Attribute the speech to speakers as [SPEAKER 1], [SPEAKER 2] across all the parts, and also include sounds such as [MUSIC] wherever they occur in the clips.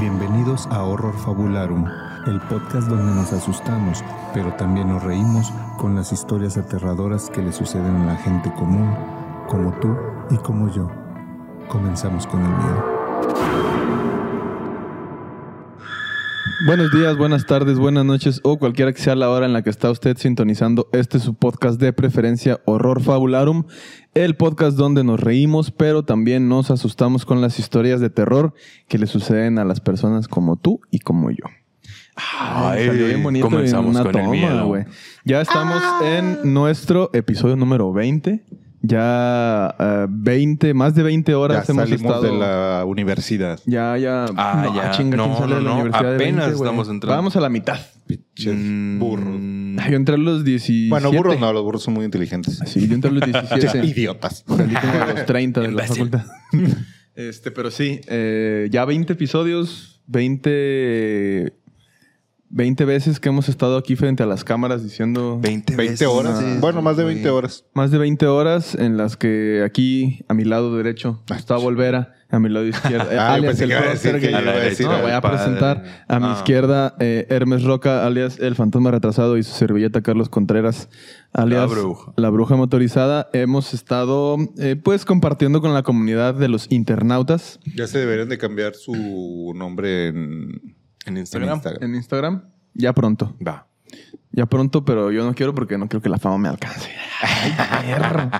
[SPEAKER 1] Bienvenidos a Horror Fabularum, el podcast donde nos asustamos, pero también nos reímos con las historias aterradoras que le suceden a la gente común, como tú y como yo. Comenzamos con el miedo.
[SPEAKER 2] Buenos días, buenas tardes, buenas noches o cualquiera que sea la hora en la que está usted sintonizando este es su podcast de preferencia Horror Fabularum, el podcast donde nos reímos pero también nos asustamos con las historias de terror que le suceden a las personas como tú y como yo. Ay, salió bien bonito
[SPEAKER 3] comenzamos
[SPEAKER 2] en una
[SPEAKER 3] con el
[SPEAKER 2] toma,
[SPEAKER 3] miedo.
[SPEAKER 2] güey. Ya estamos en nuestro episodio número 20. Ya eh, 20, más de 20 horas
[SPEAKER 1] Ya
[SPEAKER 2] hemos
[SPEAKER 1] salimos
[SPEAKER 2] estado
[SPEAKER 1] de la universidad.
[SPEAKER 2] ya, ya.
[SPEAKER 3] Ah, ya. No,
[SPEAKER 2] ¿quién sale
[SPEAKER 3] no,
[SPEAKER 2] de la
[SPEAKER 3] no.
[SPEAKER 2] universidad de
[SPEAKER 3] Apenas
[SPEAKER 2] 20, güey?
[SPEAKER 3] estamos entrando.
[SPEAKER 2] Vamos a la mitad.
[SPEAKER 1] Pinches
[SPEAKER 3] Mm,
[SPEAKER 1] burros.
[SPEAKER 3] [LAUGHS]
[SPEAKER 2] Ay, Yo entré a los 17.
[SPEAKER 1] Bueno, burros no, los burros son muy inteligentes.
[SPEAKER 2] Sí, yo entré a los
[SPEAKER 1] [LAUGHS]
[SPEAKER 2] 17.
[SPEAKER 1] Idiotas.
[SPEAKER 2] Salí como a los 30 de la
[SPEAKER 3] Imbécil.
[SPEAKER 2] facultad. [LAUGHS] Este, pero sí, eh, ya 20 episodios, 20, 20 veces que hemos estado aquí frente a las cámaras diciendo
[SPEAKER 3] 20,
[SPEAKER 1] 20 horas.
[SPEAKER 2] Sí,
[SPEAKER 1] bueno, más de 20 horas.
[SPEAKER 2] más de 20 horas en las que aquí a mi lado derecho está Volvera, a mi lado izquierdo. eh,
[SPEAKER 1] [LAUGHS] Ah, yo
[SPEAKER 2] alias
[SPEAKER 1] pensé
[SPEAKER 2] el
[SPEAKER 1] que iba a decir que
[SPEAKER 2] Proster Guerrero.
[SPEAKER 3] A la
[SPEAKER 1] iba a decir.
[SPEAKER 3] derecha.
[SPEAKER 2] No,
[SPEAKER 3] al
[SPEAKER 2] voy a
[SPEAKER 3] padre.
[SPEAKER 2] presentar a mi
[SPEAKER 3] Ah.
[SPEAKER 2] izquierda eh, Hermes Roca, alias el fantasma retrasado, y su servilleta Carlos Contreras, alias
[SPEAKER 3] La bruja.
[SPEAKER 2] la bruja motorizada. Hemos estado eh, pues compartiendo con la comunidad de los internautas
[SPEAKER 1] Ya se deberían de cambiar su nombre en,
[SPEAKER 3] En
[SPEAKER 1] en
[SPEAKER 3] Instagram.
[SPEAKER 1] Instagram.
[SPEAKER 2] en Instagram. Ya pronto,
[SPEAKER 3] Va.
[SPEAKER 2] ya pronto, pero yo no quiero porque no quiero que la fama me alcance. Ay, perro.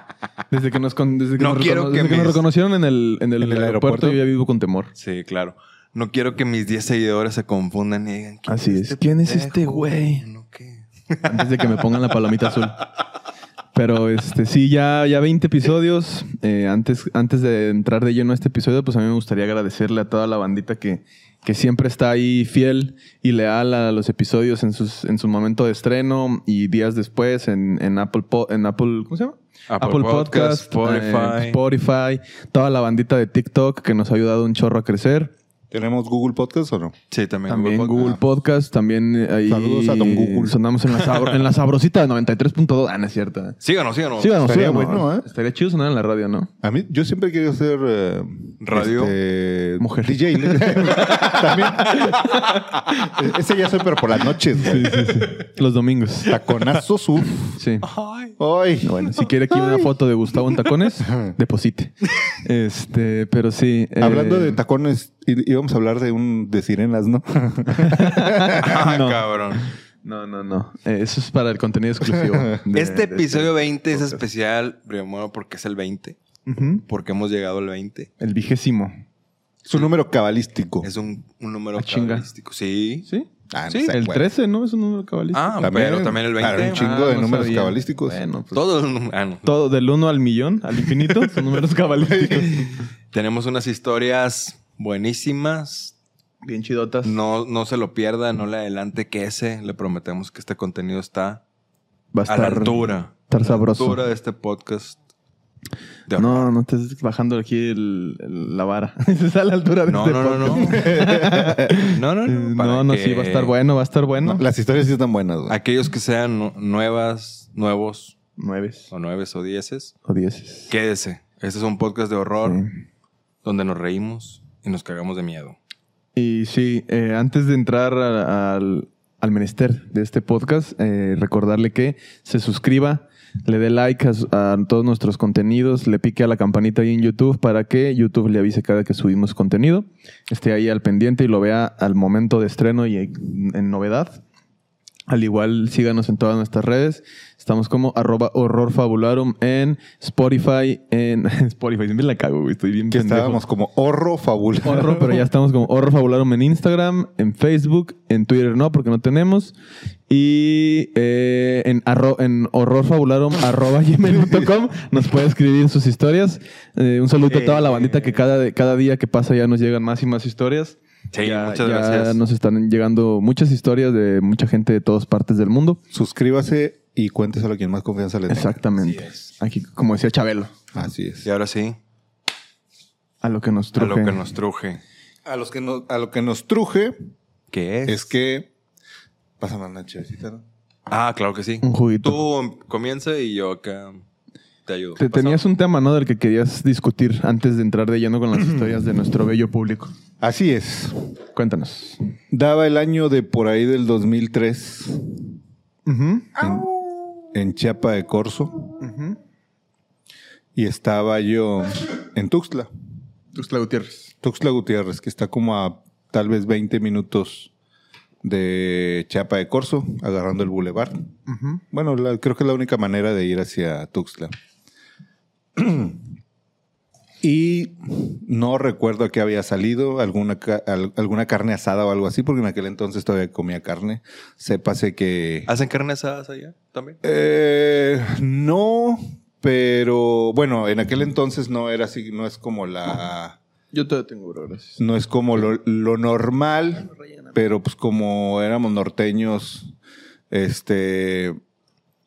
[SPEAKER 2] Desde que nos, con- desde que
[SPEAKER 3] No
[SPEAKER 2] nos
[SPEAKER 3] quiero
[SPEAKER 2] recono-
[SPEAKER 3] que
[SPEAKER 2] desde que
[SPEAKER 3] me-
[SPEAKER 2] nos reconocieron en el, en el
[SPEAKER 1] ¿En el
[SPEAKER 2] aeropuerto,
[SPEAKER 1] aeropuerto?
[SPEAKER 2] yo ya vivo con temor.
[SPEAKER 3] Sí, claro. No quiero que mis 10 seguidores se confundan y digan
[SPEAKER 2] Así es. ¿Quién es este
[SPEAKER 3] pendejo?
[SPEAKER 2] güey?
[SPEAKER 3] ¿No qué?
[SPEAKER 2] antes de que me pongan la palomita azul. Pero este sí, ya, ya 20 episodios. Eh, antes, antes de entrar de lleno a este episodio, pues a mí me gustaría agradecerle a toda la bandita que, que siempre está ahí fiel y leal a los episodios en, sus, en su momento de estreno y días después en, en Apple, Po- en Apple, ¿cómo se llama?
[SPEAKER 3] Apple Podcast, Spotify.
[SPEAKER 2] eh, Spotify, toda la bandita de TikTok que nos ha ayudado un chorro a crecer.
[SPEAKER 1] ¿Tenemos Google Podcast o no?
[SPEAKER 3] Sí, también,
[SPEAKER 2] También Google,
[SPEAKER 3] Podcast.
[SPEAKER 2] Podcast, también eh, ahí
[SPEAKER 1] Saludos a don Google.
[SPEAKER 2] sonamos en la, sabro- en la sabrosita de 93.2. Ah, no es cierto.
[SPEAKER 3] Síganos, síganos.
[SPEAKER 2] Sí, bueno,
[SPEAKER 1] Estaría
[SPEAKER 2] sí, bueno,
[SPEAKER 1] bueno, ¿eh?
[SPEAKER 2] Estaría chido sonar en la radio, ¿no?
[SPEAKER 1] A mí, yo siempre he querido ser. eh,
[SPEAKER 3] Radio.
[SPEAKER 1] este,
[SPEAKER 2] Mujer.
[SPEAKER 1] DJ. [LAUGHS] También. [LAUGHS] Ese ya soy, pero por las noches, güey.
[SPEAKER 2] Los domingos.
[SPEAKER 1] Taconazos, uff.
[SPEAKER 2] Sí.
[SPEAKER 3] Ay.
[SPEAKER 1] Ay.
[SPEAKER 2] Bueno, si quiere aquí una foto de Gustavo
[SPEAKER 1] [LAUGHS]
[SPEAKER 2] en tacones, deposite. Este, pero sí. eh,
[SPEAKER 1] Hablando
[SPEAKER 2] [LAUGHS]
[SPEAKER 1] de tacones, í- íbamos a hablar de un de sirenas, ¿no?
[SPEAKER 3] Ah,
[SPEAKER 2] No.
[SPEAKER 3] cabrón.
[SPEAKER 2] No, no, no. Eh, eso es para el contenido
[SPEAKER 1] [LAUGHS]
[SPEAKER 2] exclusivo. de-
[SPEAKER 3] Este
[SPEAKER 2] de
[SPEAKER 3] episodio 20 es
[SPEAKER 2] podcast.
[SPEAKER 3] especial, primero porque es el 20,
[SPEAKER 2] Ujú.
[SPEAKER 3] porque hemos llegado al 20.
[SPEAKER 2] El vigésimo.
[SPEAKER 1] Su número cabalístico.
[SPEAKER 3] Es un, un número
[SPEAKER 2] Ah, chinga.
[SPEAKER 3] cabalístico. Sí.
[SPEAKER 2] ¿Sí?
[SPEAKER 1] Ah, no
[SPEAKER 3] Sí,
[SPEAKER 1] sé,
[SPEAKER 2] El
[SPEAKER 1] güey.
[SPEAKER 2] 13, ¿no? Es un número cabalístico.
[SPEAKER 3] Ah, pero también el 20.
[SPEAKER 1] claro, un chingo
[SPEAKER 2] Ah,
[SPEAKER 1] de
[SPEAKER 2] no
[SPEAKER 1] números
[SPEAKER 2] sabía.
[SPEAKER 1] cabalísticos.
[SPEAKER 2] Bueno, pues,
[SPEAKER 3] Todos los num- ah, no.
[SPEAKER 2] todo del 1 al millón, al infinito,
[SPEAKER 1] [LAUGHS]
[SPEAKER 2] son números cabalísticos.
[SPEAKER 3] Tenemos unas historias buenísimas.
[SPEAKER 2] Bien chidotas.
[SPEAKER 3] No, no se lo pierda, no le adelante que ese. Le prometemos que este contenido está
[SPEAKER 2] Va a
[SPEAKER 3] a la
[SPEAKER 2] estar,
[SPEAKER 3] altura.
[SPEAKER 2] estar
[SPEAKER 3] A la
[SPEAKER 2] sabroso.
[SPEAKER 3] altura de este podcast. De-
[SPEAKER 2] No, no estés bajando aquí el- el- la vara. [LAUGHS] Está a la altura de
[SPEAKER 3] no,
[SPEAKER 2] este
[SPEAKER 3] no, no, no.
[SPEAKER 2] podcast.
[SPEAKER 3] [LAUGHS]
[SPEAKER 2] Eh,
[SPEAKER 3] No, no, no. para
[SPEAKER 2] No, no,
[SPEAKER 3] que
[SPEAKER 2] sí, va a estar bueno, va a estar bueno.
[SPEAKER 1] No, las historias sí están buenas, güey.
[SPEAKER 3] Aquellos que sean nu- nuevas, nuevos,
[SPEAKER 2] Nueves
[SPEAKER 3] o nueves o dieces,
[SPEAKER 2] o dieces.
[SPEAKER 3] quédese. Este es un podcast de horror
[SPEAKER 2] Sí.
[SPEAKER 3] donde nos reímos y nos cagamos de miedo.
[SPEAKER 2] Y sí, eh, antes de entrar a- al, al menester de este podcast, eh, recordarle que se suscriba, le dé like a, su- a todos nuestros contenidos, le pique a la campanita ahí en YouTube para que YouTube le avise cada que subimos contenido, esté ahí al pendiente y lo vea al momento de estreno y en, en novedad. Al igual, síganos en todas nuestras redes. Estamos como arroba horrorfabularum en Spotify, en [LAUGHS] Spotify. Siempre la cago, güey. Estoy bien
[SPEAKER 1] Que
[SPEAKER 2] pendejo.
[SPEAKER 1] estábamos como horro fabuloso.
[SPEAKER 2] Horror, pero ya estamos como Horror Fabularum en Instagram, en Facebook, en Twitter no, porque no tenemos. Y eh, en, arro, en
[SPEAKER 3] [LAUGHS]
[SPEAKER 2] horrorfabularum arroba gmail.com nos puede escribir sus historias. Eh, un saludo a toda la bandita que cada, de- cada día que pasa ya nos llegan más y más historias.
[SPEAKER 3] Sí,
[SPEAKER 2] Ya-
[SPEAKER 3] muchas
[SPEAKER 2] ya
[SPEAKER 3] gracias.
[SPEAKER 2] nos están llegando muchas historias de mucha gente de todas partes del mundo.
[SPEAKER 1] [LAUGHS] Suscríbase y cuénteselo a quien más confianza le tenga.
[SPEAKER 2] Exactamente. Aquí, como decía Chabelo,
[SPEAKER 1] Así es.
[SPEAKER 3] Y ahora sí,
[SPEAKER 2] a lo que nos truje.
[SPEAKER 3] a lo que nos truje.
[SPEAKER 1] A, los que nos, a lo que nos truje
[SPEAKER 3] ¿Qué es?
[SPEAKER 1] es que... Pásame una chevecita, ¿no?
[SPEAKER 3] Ah, claro que sí.
[SPEAKER 2] Un juguito.
[SPEAKER 3] Tú comienza y yo acá. Te ayudo.
[SPEAKER 2] Te tenías un tema, ¿no? Del que querías discutir antes de entrar de lleno con las historias de nuestro bello público.
[SPEAKER 4] Así es.
[SPEAKER 2] Cuéntanos.
[SPEAKER 4] Daba el año de por ahí del 2003
[SPEAKER 2] Ujú.
[SPEAKER 4] en, en Chiapa de Corzo. Y estaba yo en Tuxtla,
[SPEAKER 2] Tuxtla Gutiérrez.
[SPEAKER 4] Tuxtla Gutiérrez, que está como a tal vez 20 minutos de Chiapa de Corzo, agarrando el bulevar.
[SPEAKER 2] Ujú.
[SPEAKER 4] Bueno, la- creo que es la única manera de ir hacia Tuxtla. [CLEARS THROAT] Y no recuerdo a qué había salido, alguna, ca- al- alguna carne asada o algo así, porque en aquel entonces todavía comía carne. Sépase que...
[SPEAKER 3] ¿Hacen carne asadas allá también?
[SPEAKER 4] Eh, no, pero bueno, en aquel entonces no era así, no es como la...
[SPEAKER 2] Yo todavía tengo, bro, gracias.
[SPEAKER 4] No es como lo, lo normal, pero pues como éramos norteños, este,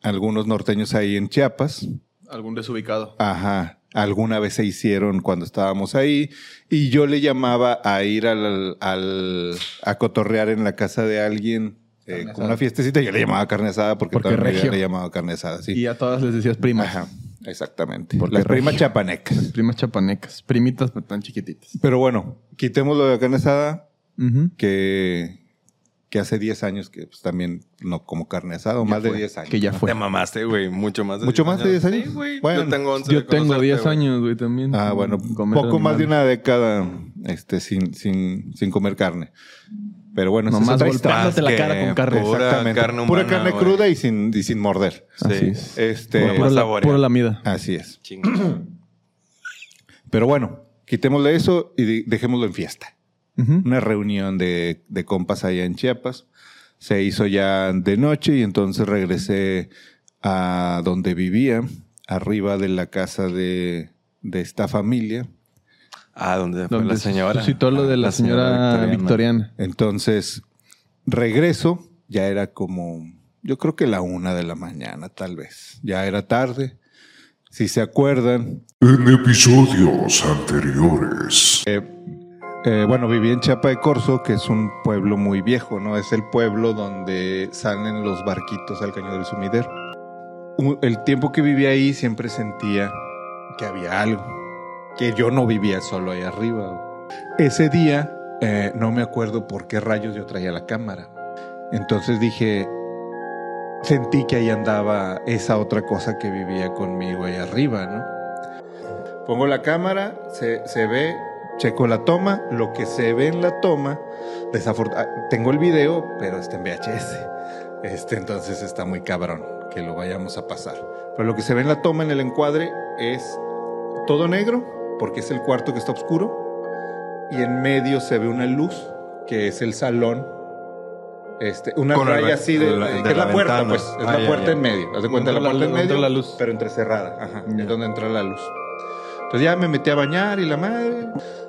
[SPEAKER 4] algunos norteños ahí en Chiapas,
[SPEAKER 2] Algún desubicado.
[SPEAKER 4] ajá, alguna vez se hicieron cuando estábamos ahí, y yo le llamaba a ir al, al- a cotorrear en la casa de alguien, eh,
[SPEAKER 2] Carne
[SPEAKER 4] como
[SPEAKER 2] asada.
[SPEAKER 4] una fiestecita, yo le llamaba carne asada porque,
[SPEAKER 2] Porque
[SPEAKER 4] toda mi vida
[SPEAKER 2] regio.
[SPEAKER 4] le llamaba carne asada, sí.
[SPEAKER 2] Y a todas les decías primas.
[SPEAKER 4] Ajá, exactamente.
[SPEAKER 2] Porque
[SPEAKER 4] Las primas
[SPEAKER 2] regio.
[SPEAKER 4] chapanecas.
[SPEAKER 2] Primas chapanecas. Primitas, pero tan chiquititas.
[SPEAKER 4] Pero bueno, quitemos lo de la carne asada,
[SPEAKER 2] Ujú.
[SPEAKER 4] que, que hace 10 años que pues, también no como carne asada, o
[SPEAKER 2] Ya
[SPEAKER 4] más de
[SPEAKER 2] fue,
[SPEAKER 4] 10 años.
[SPEAKER 2] Que ya fue.
[SPEAKER 3] Te mamaste, güey. Mucho más de
[SPEAKER 4] Pues, ¿Mucho más de 10 años?
[SPEAKER 3] Sí, güey.
[SPEAKER 4] Bueno,
[SPEAKER 3] yo tengo 11 de
[SPEAKER 2] Yo tengo
[SPEAKER 3] conocerte,
[SPEAKER 2] 10
[SPEAKER 3] güey.
[SPEAKER 2] años, güey, también.
[SPEAKER 4] Ah, bueno,
[SPEAKER 2] Comer
[SPEAKER 4] poco más de
[SPEAKER 2] animales.
[SPEAKER 4] una década este, sin, sin, sin comer carne. Pero bueno, esa es
[SPEAKER 2] Nomás
[SPEAKER 4] otra historia.
[SPEAKER 2] golpeándote la
[SPEAKER 3] que
[SPEAKER 2] cara con carne.
[SPEAKER 3] pura
[SPEAKER 4] Exactamente.
[SPEAKER 3] carne humana,
[SPEAKER 4] Pura carne
[SPEAKER 3] güey.
[SPEAKER 4] cruda y sin, y sin morder.
[SPEAKER 2] Así
[SPEAKER 3] Sí.
[SPEAKER 2] es.
[SPEAKER 4] Este,
[SPEAKER 2] Pura- Ah.
[SPEAKER 3] más
[SPEAKER 2] pura, la,
[SPEAKER 3] saboreado.
[SPEAKER 2] pura lamida.
[SPEAKER 4] Así es. [CLEARS THROAT]
[SPEAKER 3] Chinga.
[SPEAKER 4] Pero bueno, quitémosle eso y de- dejémoslo en fiesta.
[SPEAKER 2] Ujú.
[SPEAKER 4] una reunión de, de compas allá en Chiapas. Se hizo ya de noche y entonces regresé a donde vivía, arriba de la casa de, de esta familia.
[SPEAKER 3] Ah, ¿dónde se fue
[SPEAKER 2] Donde
[SPEAKER 3] la señora?
[SPEAKER 2] suscitó lo de la, señora, victoriana.
[SPEAKER 4] Entonces regreso, ya era como, yo creo que la una de la mañana tal vez, ya era tarde. Si se acuerdan,
[SPEAKER 5] En episodios anteriores.
[SPEAKER 4] Eh, bueno, viví en Chiapa de Corzo, que es un pueblo muy viejo, ¿no? Es el pueblo donde salen los barquitos al caño del sumidero. U- El tiempo que viví ahí siempre sentía que había algo, que yo no vivía solo ahí arriba. Ese día eh, no me acuerdo por qué rayos yo traía la cámara. Entonces dije, sentí que ahí andaba esa otra cosa que vivía conmigo ahí arriba, ¿no? Pongo la cámara, se, se ve, checo la toma, lo que se ve en la toma, desafortunadamente, tengo el video, pero está en VHS. Este entonces está muy cabrón que lo vayamos a pasar. Pero lo que se ve en la toma, en el encuadre, es todo negro, porque es el cuarto que está oscuro, y en medio se ve una luz, que es el salón. Este, una
[SPEAKER 3] Con el
[SPEAKER 4] raya
[SPEAKER 3] ve-
[SPEAKER 4] así de,
[SPEAKER 3] de la-
[SPEAKER 4] que
[SPEAKER 3] de
[SPEAKER 4] es la,
[SPEAKER 3] la
[SPEAKER 4] puerta,
[SPEAKER 3] ventana.
[SPEAKER 4] pues. Es
[SPEAKER 3] Ah,
[SPEAKER 4] la
[SPEAKER 3] ya,
[SPEAKER 4] puerta
[SPEAKER 3] ya.
[SPEAKER 4] en medio. Haz de cuenta la
[SPEAKER 2] Entra la
[SPEAKER 4] puerta en
[SPEAKER 2] luz, entra
[SPEAKER 4] medio,
[SPEAKER 2] la luz.
[SPEAKER 4] pero entrecerrada. Ajá,
[SPEAKER 2] Ya.
[SPEAKER 4] es donde entra la luz. Entonces ya me metí a bañar y la madre.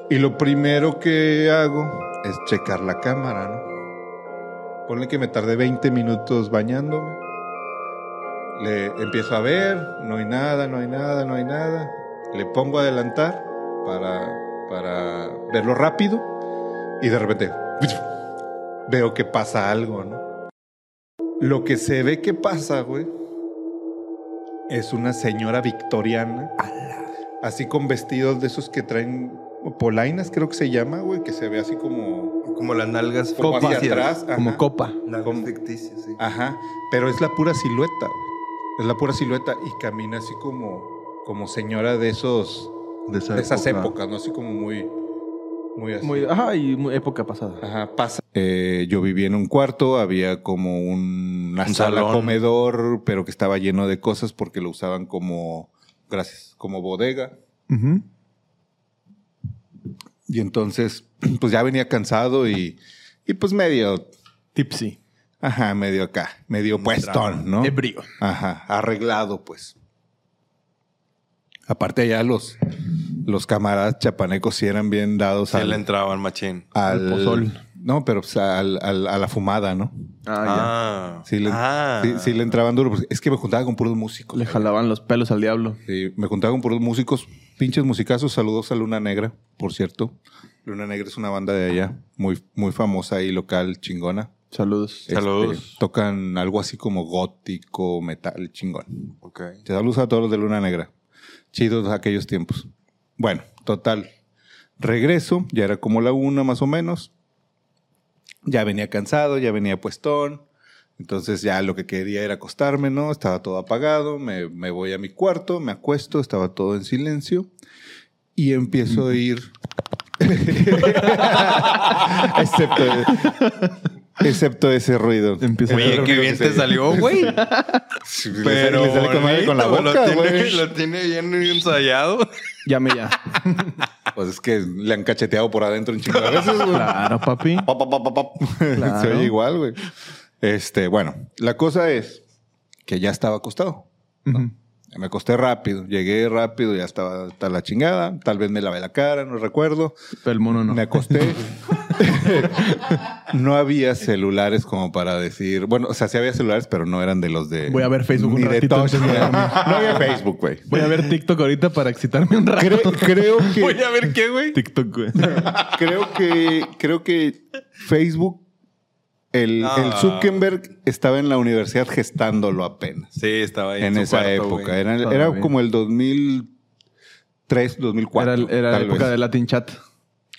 [SPEAKER 4] Y lo primero que hago es checar la cámara, ¿no? Ponle que me tardé 20 minutos bañándome. Le empiezo a ver, no hay nada, no hay nada, no hay nada. Le pongo a adelantar para, para verlo rápido. Y de repente veo que pasa algo, ¿no? Lo que se ve que pasa, güey, es una señora victoriana. Así con vestidos de esos que traen polainas, creo que se llama, güey, que se ve así como,
[SPEAKER 3] Como las nalgas
[SPEAKER 4] como hacia
[SPEAKER 3] ficticias.
[SPEAKER 4] atrás. ajá.
[SPEAKER 2] Como copa.
[SPEAKER 3] Nalgas
[SPEAKER 4] Como-
[SPEAKER 3] ficticias, sí.
[SPEAKER 4] Ajá, pero es la pura silueta, güey. Es la pura silueta y camina así como, como señora de esos,
[SPEAKER 3] De, esa
[SPEAKER 4] de esas
[SPEAKER 3] época.
[SPEAKER 4] épocas, ¿no? Así como muy, muy así.
[SPEAKER 2] Muy, ajá, y muy época pasada.
[SPEAKER 4] Ajá, pasa. Eh, yo vivía en un cuarto, había como un, una
[SPEAKER 3] Un
[SPEAKER 4] sala
[SPEAKER 3] salón.
[SPEAKER 4] comedor, pero que estaba lleno de cosas porque lo usaban como, gracias, como bodega.
[SPEAKER 2] Ujú.
[SPEAKER 4] Y entonces, [CLEARS THROAT] pues ya venía cansado y, y pues medio,
[SPEAKER 2] Tipsy.
[SPEAKER 4] ajá, medio acá, medio
[SPEAKER 3] Un Eh,
[SPEAKER 4] puestón, ¿no?
[SPEAKER 2] Ebrio.
[SPEAKER 4] Ajá, arreglado, pues. Aparte allá los, los camaradas chapanecos sí eran bien dados
[SPEAKER 3] Sí
[SPEAKER 4] al,
[SPEAKER 3] le entraban, machín.
[SPEAKER 4] al-
[SPEAKER 2] al pozol.
[SPEAKER 4] No, pero pues, al- al- a la fumada, ¿no?
[SPEAKER 3] Ah,
[SPEAKER 4] Sí le,
[SPEAKER 3] Ah.
[SPEAKER 4] sí- sí le entraban duro. porque Es que me juntaba con puros músicos.
[SPEAKER 2] Le jalaban los pelos al diablo.
[SPEAKER 4] Sí, me juntaba con puros músicos. Pinches musicazos. Saludos a Luna Negra, por cierto. Luna Negra es una banda de allá, muy, muy famosa y local, chingona. Este,
[SPEAKER 2] Saludos.
[SPEAKER 3] Saludos.
[SPEAKER 4] tocan algo así como gótico, metal, chingón.
[SPEAKER 3] Ok.
[SPEAKER 4] Te saludos a todos los de Luna Negra. chidos de aquellos tiempos. Bueno, total. Regreso, ya era como la una más o menos. Ya venía cansado, ya venía puestón. Entonces ya lo que quería era acostarme, ¿no? Estaba todo apagado, me, me voy a mi cuarto, me acuesto, estaba todo en silencio. Y empiezo a ir... [LAUGHS] excepto, excepto ese ruido.
[SPEAKER 2] Empieza a
[SPEAKER 3] Oye,
[SPEAKER 2] hacer-
[SPEAKER 3] qué bien te
[SPEAKER 4] [LAUGHS]
[SPEAKER 3] salió, güey.
[SPEAKER 4] Pero le sale con madre con la
[SPEAKER 3] bonito,
[SPEAKER 4] boca,
[SPEAKER 3] lo tiene-
[SPEAKER 4] güey.
[SPEAKER 3] Lo tiene bien ensayado.
[SPEAKER 2] Llame
[SPEAKER 4] [LAUGHS]
[SPEAKER 2] ya.
[SPEAKER 4] Pues es que le han cacheteado por adentro un chingo de veces, güey.
[SPEAKER 2] Claro, papi.
[SPEAKER 4] Pop, pop, pop, pop, pop. [LAUGHS] Se
[SPEAKER 2] Claro.
[SPEAKER 4] oye igual, güey. Este, bueno, la cosa es que ya estaba acostado. ¿no? Me acosté rápido, llegué rápido, ya estaba hasta la chingada. Tal vez me lavé la cara, no recuerdo.
[SPEAKER 2] Pero el mono no.
[SPEAKER 4] Me
[SPEAKER 2] [LAUGHS]
[SPEAKER 4] acosté. no había celulares como para decir. Bueno, o sea, sí había celulares, pero no eran de los de.
[SPEAKER 2] Voy a ver Facebook un
[SPEAKER 4] ni de
[SPEAKER 2] ratito
[SPEAKER 4] touch,
[SPEAKER 2] antes de
[SPEAKER 4] ni de-
[SPEAKER 2] dormir.
[SPEAKER 4] [LAUGHS] No había Facebook,
[SPEAKER 2] [LAUGHS]
[SPEAKER 4] güey.
[SPEAKER 2] Voy a ver TikTok ahorita para excitarme un rato.
[SPEAKER 4] Cre- creo que.
[SPEAKER 3] [LAUGHS] Voy a ver qué, güey.
[SPEAKER 2] TikTok,
[SPEAKER 4] [LAUGHS]
[SPEAKER 2] güey.
[SPEAKER 4] creo que creo que Facebook el,
[SPEAKER 3] Ah.
[SPEAKER 4] el Zuckerberg estaba en la universidad gestándolo apenas
[SPEAKER 3] Sí, estaba ahí.
[SPEAKER 4] en
[SPEAKER 3] su
[SPEAKER 4] esa
[SPEAKER 3] cuarto,
[SPEAKER 4] época
[SPEAKER 3] güey.
[SPEAKER 4] era,
[SPEAKER 2] Estaba
[SPEAKER 4] era
[SPEAKER 2] bien.
[SPEAKER 4] como el 2003 2004
[SPEAKER 2] Era, era la
[SPEAKER 4] tal
[SPEAKER 2] época
[SPEAKER 4] vez.
[SPEAKER 2] de Latin Chat.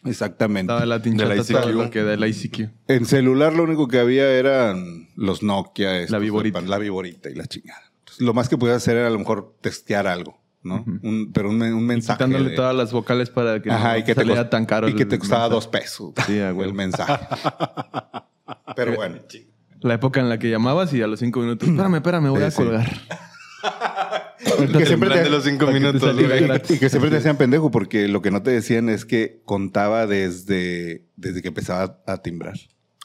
[SPEAKER 4] exactamente
[SPEAKER 2] Estaba Latin
[SPEAKER 3] De
[SPEAKER 2] Chat.
[SPEAKER 3] la
[SPEAKER 2] estaba
[SPEAKER 3] ICQ.
[SPEAKER 2] lo que de la ICQ.
[SPEAKER 4] en celular lo único que había eran los Nokia estos,
[SPEAKER 2] La viborita.
[SPEAKER 4] la viborita y la chingada Entonces, lo más que podías hacer era a lo mejor testear algo ¿no? Un- pero un, men- un mensaje
[SPEAKER 2] Quitándole
[SPEAKER 4] de-
[SPEAKER 2] todas las vocales para que
[SPEAKER 4] Ajá, y que te
[SPEAKER 2] saliera
[SPEAKER 4] cost-
[SPEAKER 2] tan caro.
[SPEAKER 4] y que
[SPEAKER 2] el
[SPEAKER 4] te costaba
[SPEAKER 2] mensaje.
[SPEAKER 4] dos pesos
[SPEAKER 2] Sí, a huevo.
[SPEAKER 4] el
[SPEAKER 2] [LAUGHS]
[SPEAKER 4] mensaje pero bueno
[SPEAKER 2] La época en la que llamabas y a los cinco
[SPEAKER 4] [CLEARS THROAT]
[SPEAKER 2] minutos. Espérame, espérame, voy a
[SPEAKER 4] Sí, sí.
[SPEAKER 2] colgar.
[SPEAKER 4] que siempre
[SPEAKER 3] plan
[SPEAKER 4] te-
[SPEAKER 3] de los cinco
[SPEAKER 2] para que te
[SPEAKER 3] minutos,
[SPEAKER 2] saliera
[SPEAKER 3] güey.
[SPEAKER 2] gratis.
[SPEAKER 4] Y que siempre te hacían pendejo porque lo que no te decían es que contaba desde, desde que empezaba a timbrar.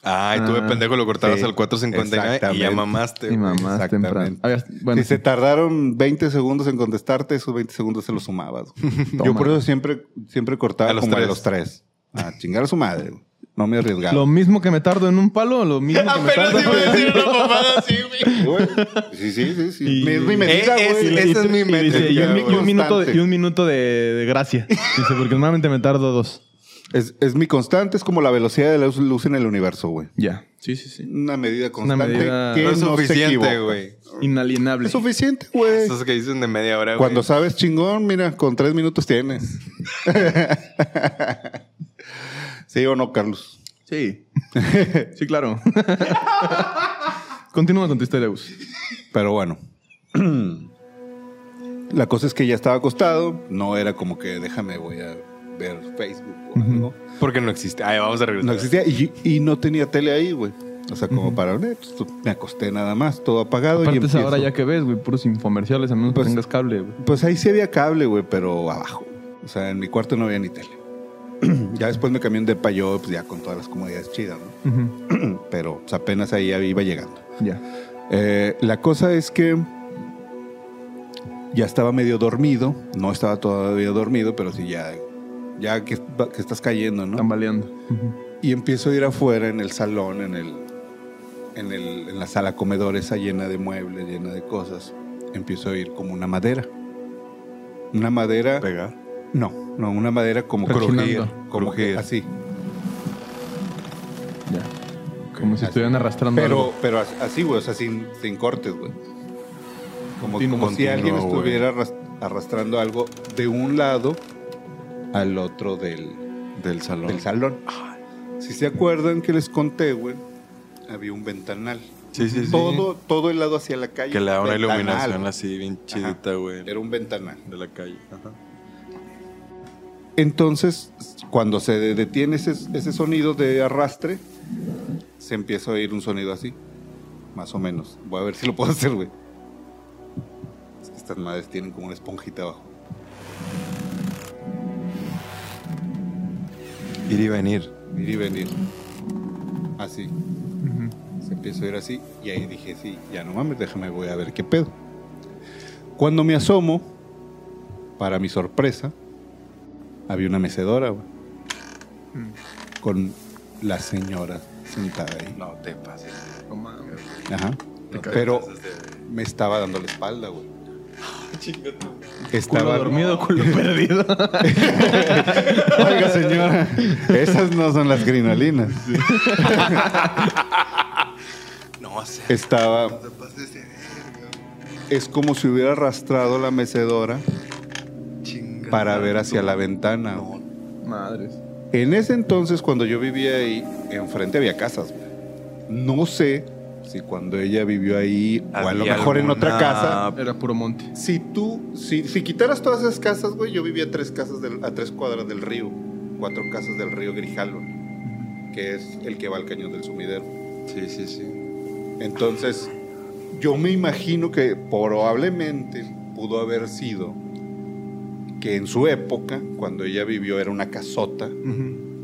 [SPEAKER 3] Ay, tú de
[SPEAKER 2] Ah,
[SPEAKER 3] pendejo lo cortabas
[SPEAKER 4] sí,
[SPEAKER 3] al 4.59 y ya
[SPEAKER 4] exactamente.
[SPEAKER 3] mamaste.
[SPEAKER 2] Y
[SPEAKER 3] güey.
[SPEAKER 2] mamás
[SPEAKER 4] Exactamente.
[SPEAKER 2] temprano. Habías- bueno,
[SPEAKER 4] si se tardaron 20 segundos en contestarte, esos 20 segundos se los sumabas.
[SPEAKER 2] [LAUGHS]
[SPEAKER 4] güey. Yo por eso siempre, siempre cortaba
[SPEAKER 3] A los
[SPEAKER 4] como a
[SPEAKER 3] tres.
[SPEAKER 4] los tres. A chingar a su madre. güey. No me arriesgaba.
[SPEAKER 2] Lo mismo que me tardo en un palo, lo mismo que me tardo
[SPEAKER 3] Apenas iba a decir una mamada así, güey.
[SPEAKER 4] Güey, Sí, sí, sí.
[SPEAKER 2] [LAUGHS]
[SPEAKER 4] sí.
[SPEAKER 2] Y-
[SPEAKER 4] Mi- mi medida,
[SPEAKER 3] Eh, es-
[SPEAKER 4] güey.
[SPEAKER 3] esa es mi
[SPEAKER 2] Y
[SPEAKER 3] meta.
[SPEAKER 2] dice, y, un, y un
[SPEAKER 4] Constante.
[SPEAKER 2] minuto, de- y un minuto de, de gracia. Dice, porque normalmente me tardo dos.
[SPEAKER 4] Es, es mi constante, es como la velocidad de la luz- luz en el universo, güey.
[SPEAKER 2] Ya. Sí, sí, sí.
[SPEAKER 4] Una medida
[SPEAKER 2] Una
[SPEAKER 4] constante
[SPEAKER 2] medida-
[SPEAKER 4] que
[SPEAKER 3] No es
[SPEAKER 4] no se
[SPEAKER 3] suficiente,
[SPEAKER 4] equivoca.
[SPEAKER 3] güey.
[SPEAKER 2] Inalienable.
[SPEAKER 4] Es suficiente, güey.
[SPEAKER 3] Esos que dicen de media hora, güey.
[SPEAKER 4] Cuando sabes chingón, mira, con tres
[SPEAKER 3] [LAUGHS]
[SPEAKER 4] minutos tienes. ¿Sí o no, Carlos?
[SPEAKER 2] [LAUGHS] Sí. sí, claro. Continúa con tu historia, Gus.
[SPEAKER 3] [CLEARS THROAT]
[SPEAKER 4] Pero bueno. La cosa es que ya estaba acostado. No era como que déjame, voy a ver Facebook o algo.
[SPEAKER 3] Porque no existe. Ay, vamos a regresar.
[SPEAKER 4] No existía. Y, y no tenía tele ahí, güey. O sea, como para ver. Me acosté nada más, todo apagado. y
[SPEAKER 2] Aparte, es ahora
[SPEAKER 4] empiezo.
[SPEAKER 2] ya que ves, güey, puros infomerciales, a menos
[SPEAKER 4] Pues-
[SPEAKER 2] que tengas cable, güey.
[SPEAKER 4] Pues ahí sí había cable, güey, pero abajo. O sea, en mi cuarto no había ni tele. [CLEARS THROAT] ya después me cambié un depa yo, pues ya con todas las comodidades chidas, ¿no?
[SPEAKER 2] Ujú.
[SPEAKER 4] pero pues, apenas ahí iba llegando.
[SPEAKER 2] Ya.
[SPEAKER 4] Eh, la cosa es que ya estaba medio dormido, no estaba todavía dormido, pero sí ya, ya que, que estás cayendo, ¿no?
[SPEAKER 2] Tambaleando. Ujú.
[SPEAKER 4] Y empiezo a ir afuera en el salón, en, el, en, el, en la sala comedor esa llena de muebles, llena de cosas. Empiezo a oír como una madera. Una madera...
[SPEAKER 3] pegar.
[SPEAKER 4] No, no, una madera como crujir.
[SPEAKER 2] Rechinando.
[SPEAKER 4] Como que
[SPEAKER 3] Crujir.
[SPEAKER 4] así.
[SPEAKER 2] Ya. Como si estuvieran arrastrando.
[SPEAKER 4] Pero,
[SPEAKER 2] algo.
[SPEAKER 4] pero as- así, güey, o sea, sin, sin cortes, güey. Como,
[SPEAKER 2] Continuo,
[SPEAKER 4] como si
[SPEAKER 3] continuo,
[SPEAKER 4] alguien
[SPEAKER 3] güey.
[SPEAKER 4] estuviera arras- arrastrando algo de un lado al otro del,
[SPEAKER 3] Del salón.
[SPEAKER 4] del salón. Si se acuerdan que les conté, güey, había un ventanal.
[SPEAKER 3] Sí, sí, sí.
[SPEAKER 4] Todo, todo el lado hacia la calle.
[SPEAKER 3] Que le da una
[SPEAKER 4] Ventanal,
[SPEAKER 3] iluminación
[SPEAKER 4] güey.
[SPEAKER 3] así bien chidita, güey.
[SPEAKER 4] Era un ventanal.
[SPEAKER 3] De la calle. Ajá.
[SPEAKER 4] Entonces, cuando se de- detiene ese, ese sonido de arrastre, se empieza a oír un sonido así. Más o menos. Voy a ver si lo puedo hacer, güey. Es que estas madres tienen como una esponjita abajo.
[SPEAKER 3] Ir y venir.
[SPEAKER 4] Ir y venir. Así. Se empieza a oír así. Y ahí dije, sí, ya no mames, déjame, voy a ver qué pedo. Cuando me asomo, para mi sorpresa, había una mecedora, güey. Con la señora sentada ahí.
[SPEAKER 3] No te pases.
[SPEAKER 4] Ajá. Pero me estaba dando la espalda, güey.
[SPEAKER 2] Culo
[SPEAKER 4] Estaba
[SPEAKER 2] dormido, culo [LAUGHS] perdido.
[SPEAKER 4] Oiga, señora, esas no son las grinolinas.
[SPEAKER 3] [LAUGHS] No sé.
[SPEAKER 4] Estaba
[SPEAKER 3] te pases de-
[SPEAKER 4] es como si hubiera arrastrado la mecedora para ver hacia la ventana. güey.
[SPEAKER 2] Madres.
[SPEAKER 4] En ese entonces, cuando yo vivía ahí, enfrente había casas. güey. No sé si cuando ella vivió ahí, o a lo
[SPEAKER 3] Había
[SPEAKER 4] mejor en otra
[SPEAKER 3] alguna-
[SPEAKER 4] casa.
[SPEAKER 2] Era puro monte.
[SPEAKER 4] Si tú, si, si quitaras todas esas casas, güey, yo vivía a tres casas del- a tres cuadras del río, cuatro casas del río Grijalva, que es el que va al cañón del sumidero.
[SPEAKER 3] Sí, sí, sí.
[SPEAKER 4] Entonces, yo me imagino que probablemente pudo haber sido que en su época, cuando ella vivió, era una casota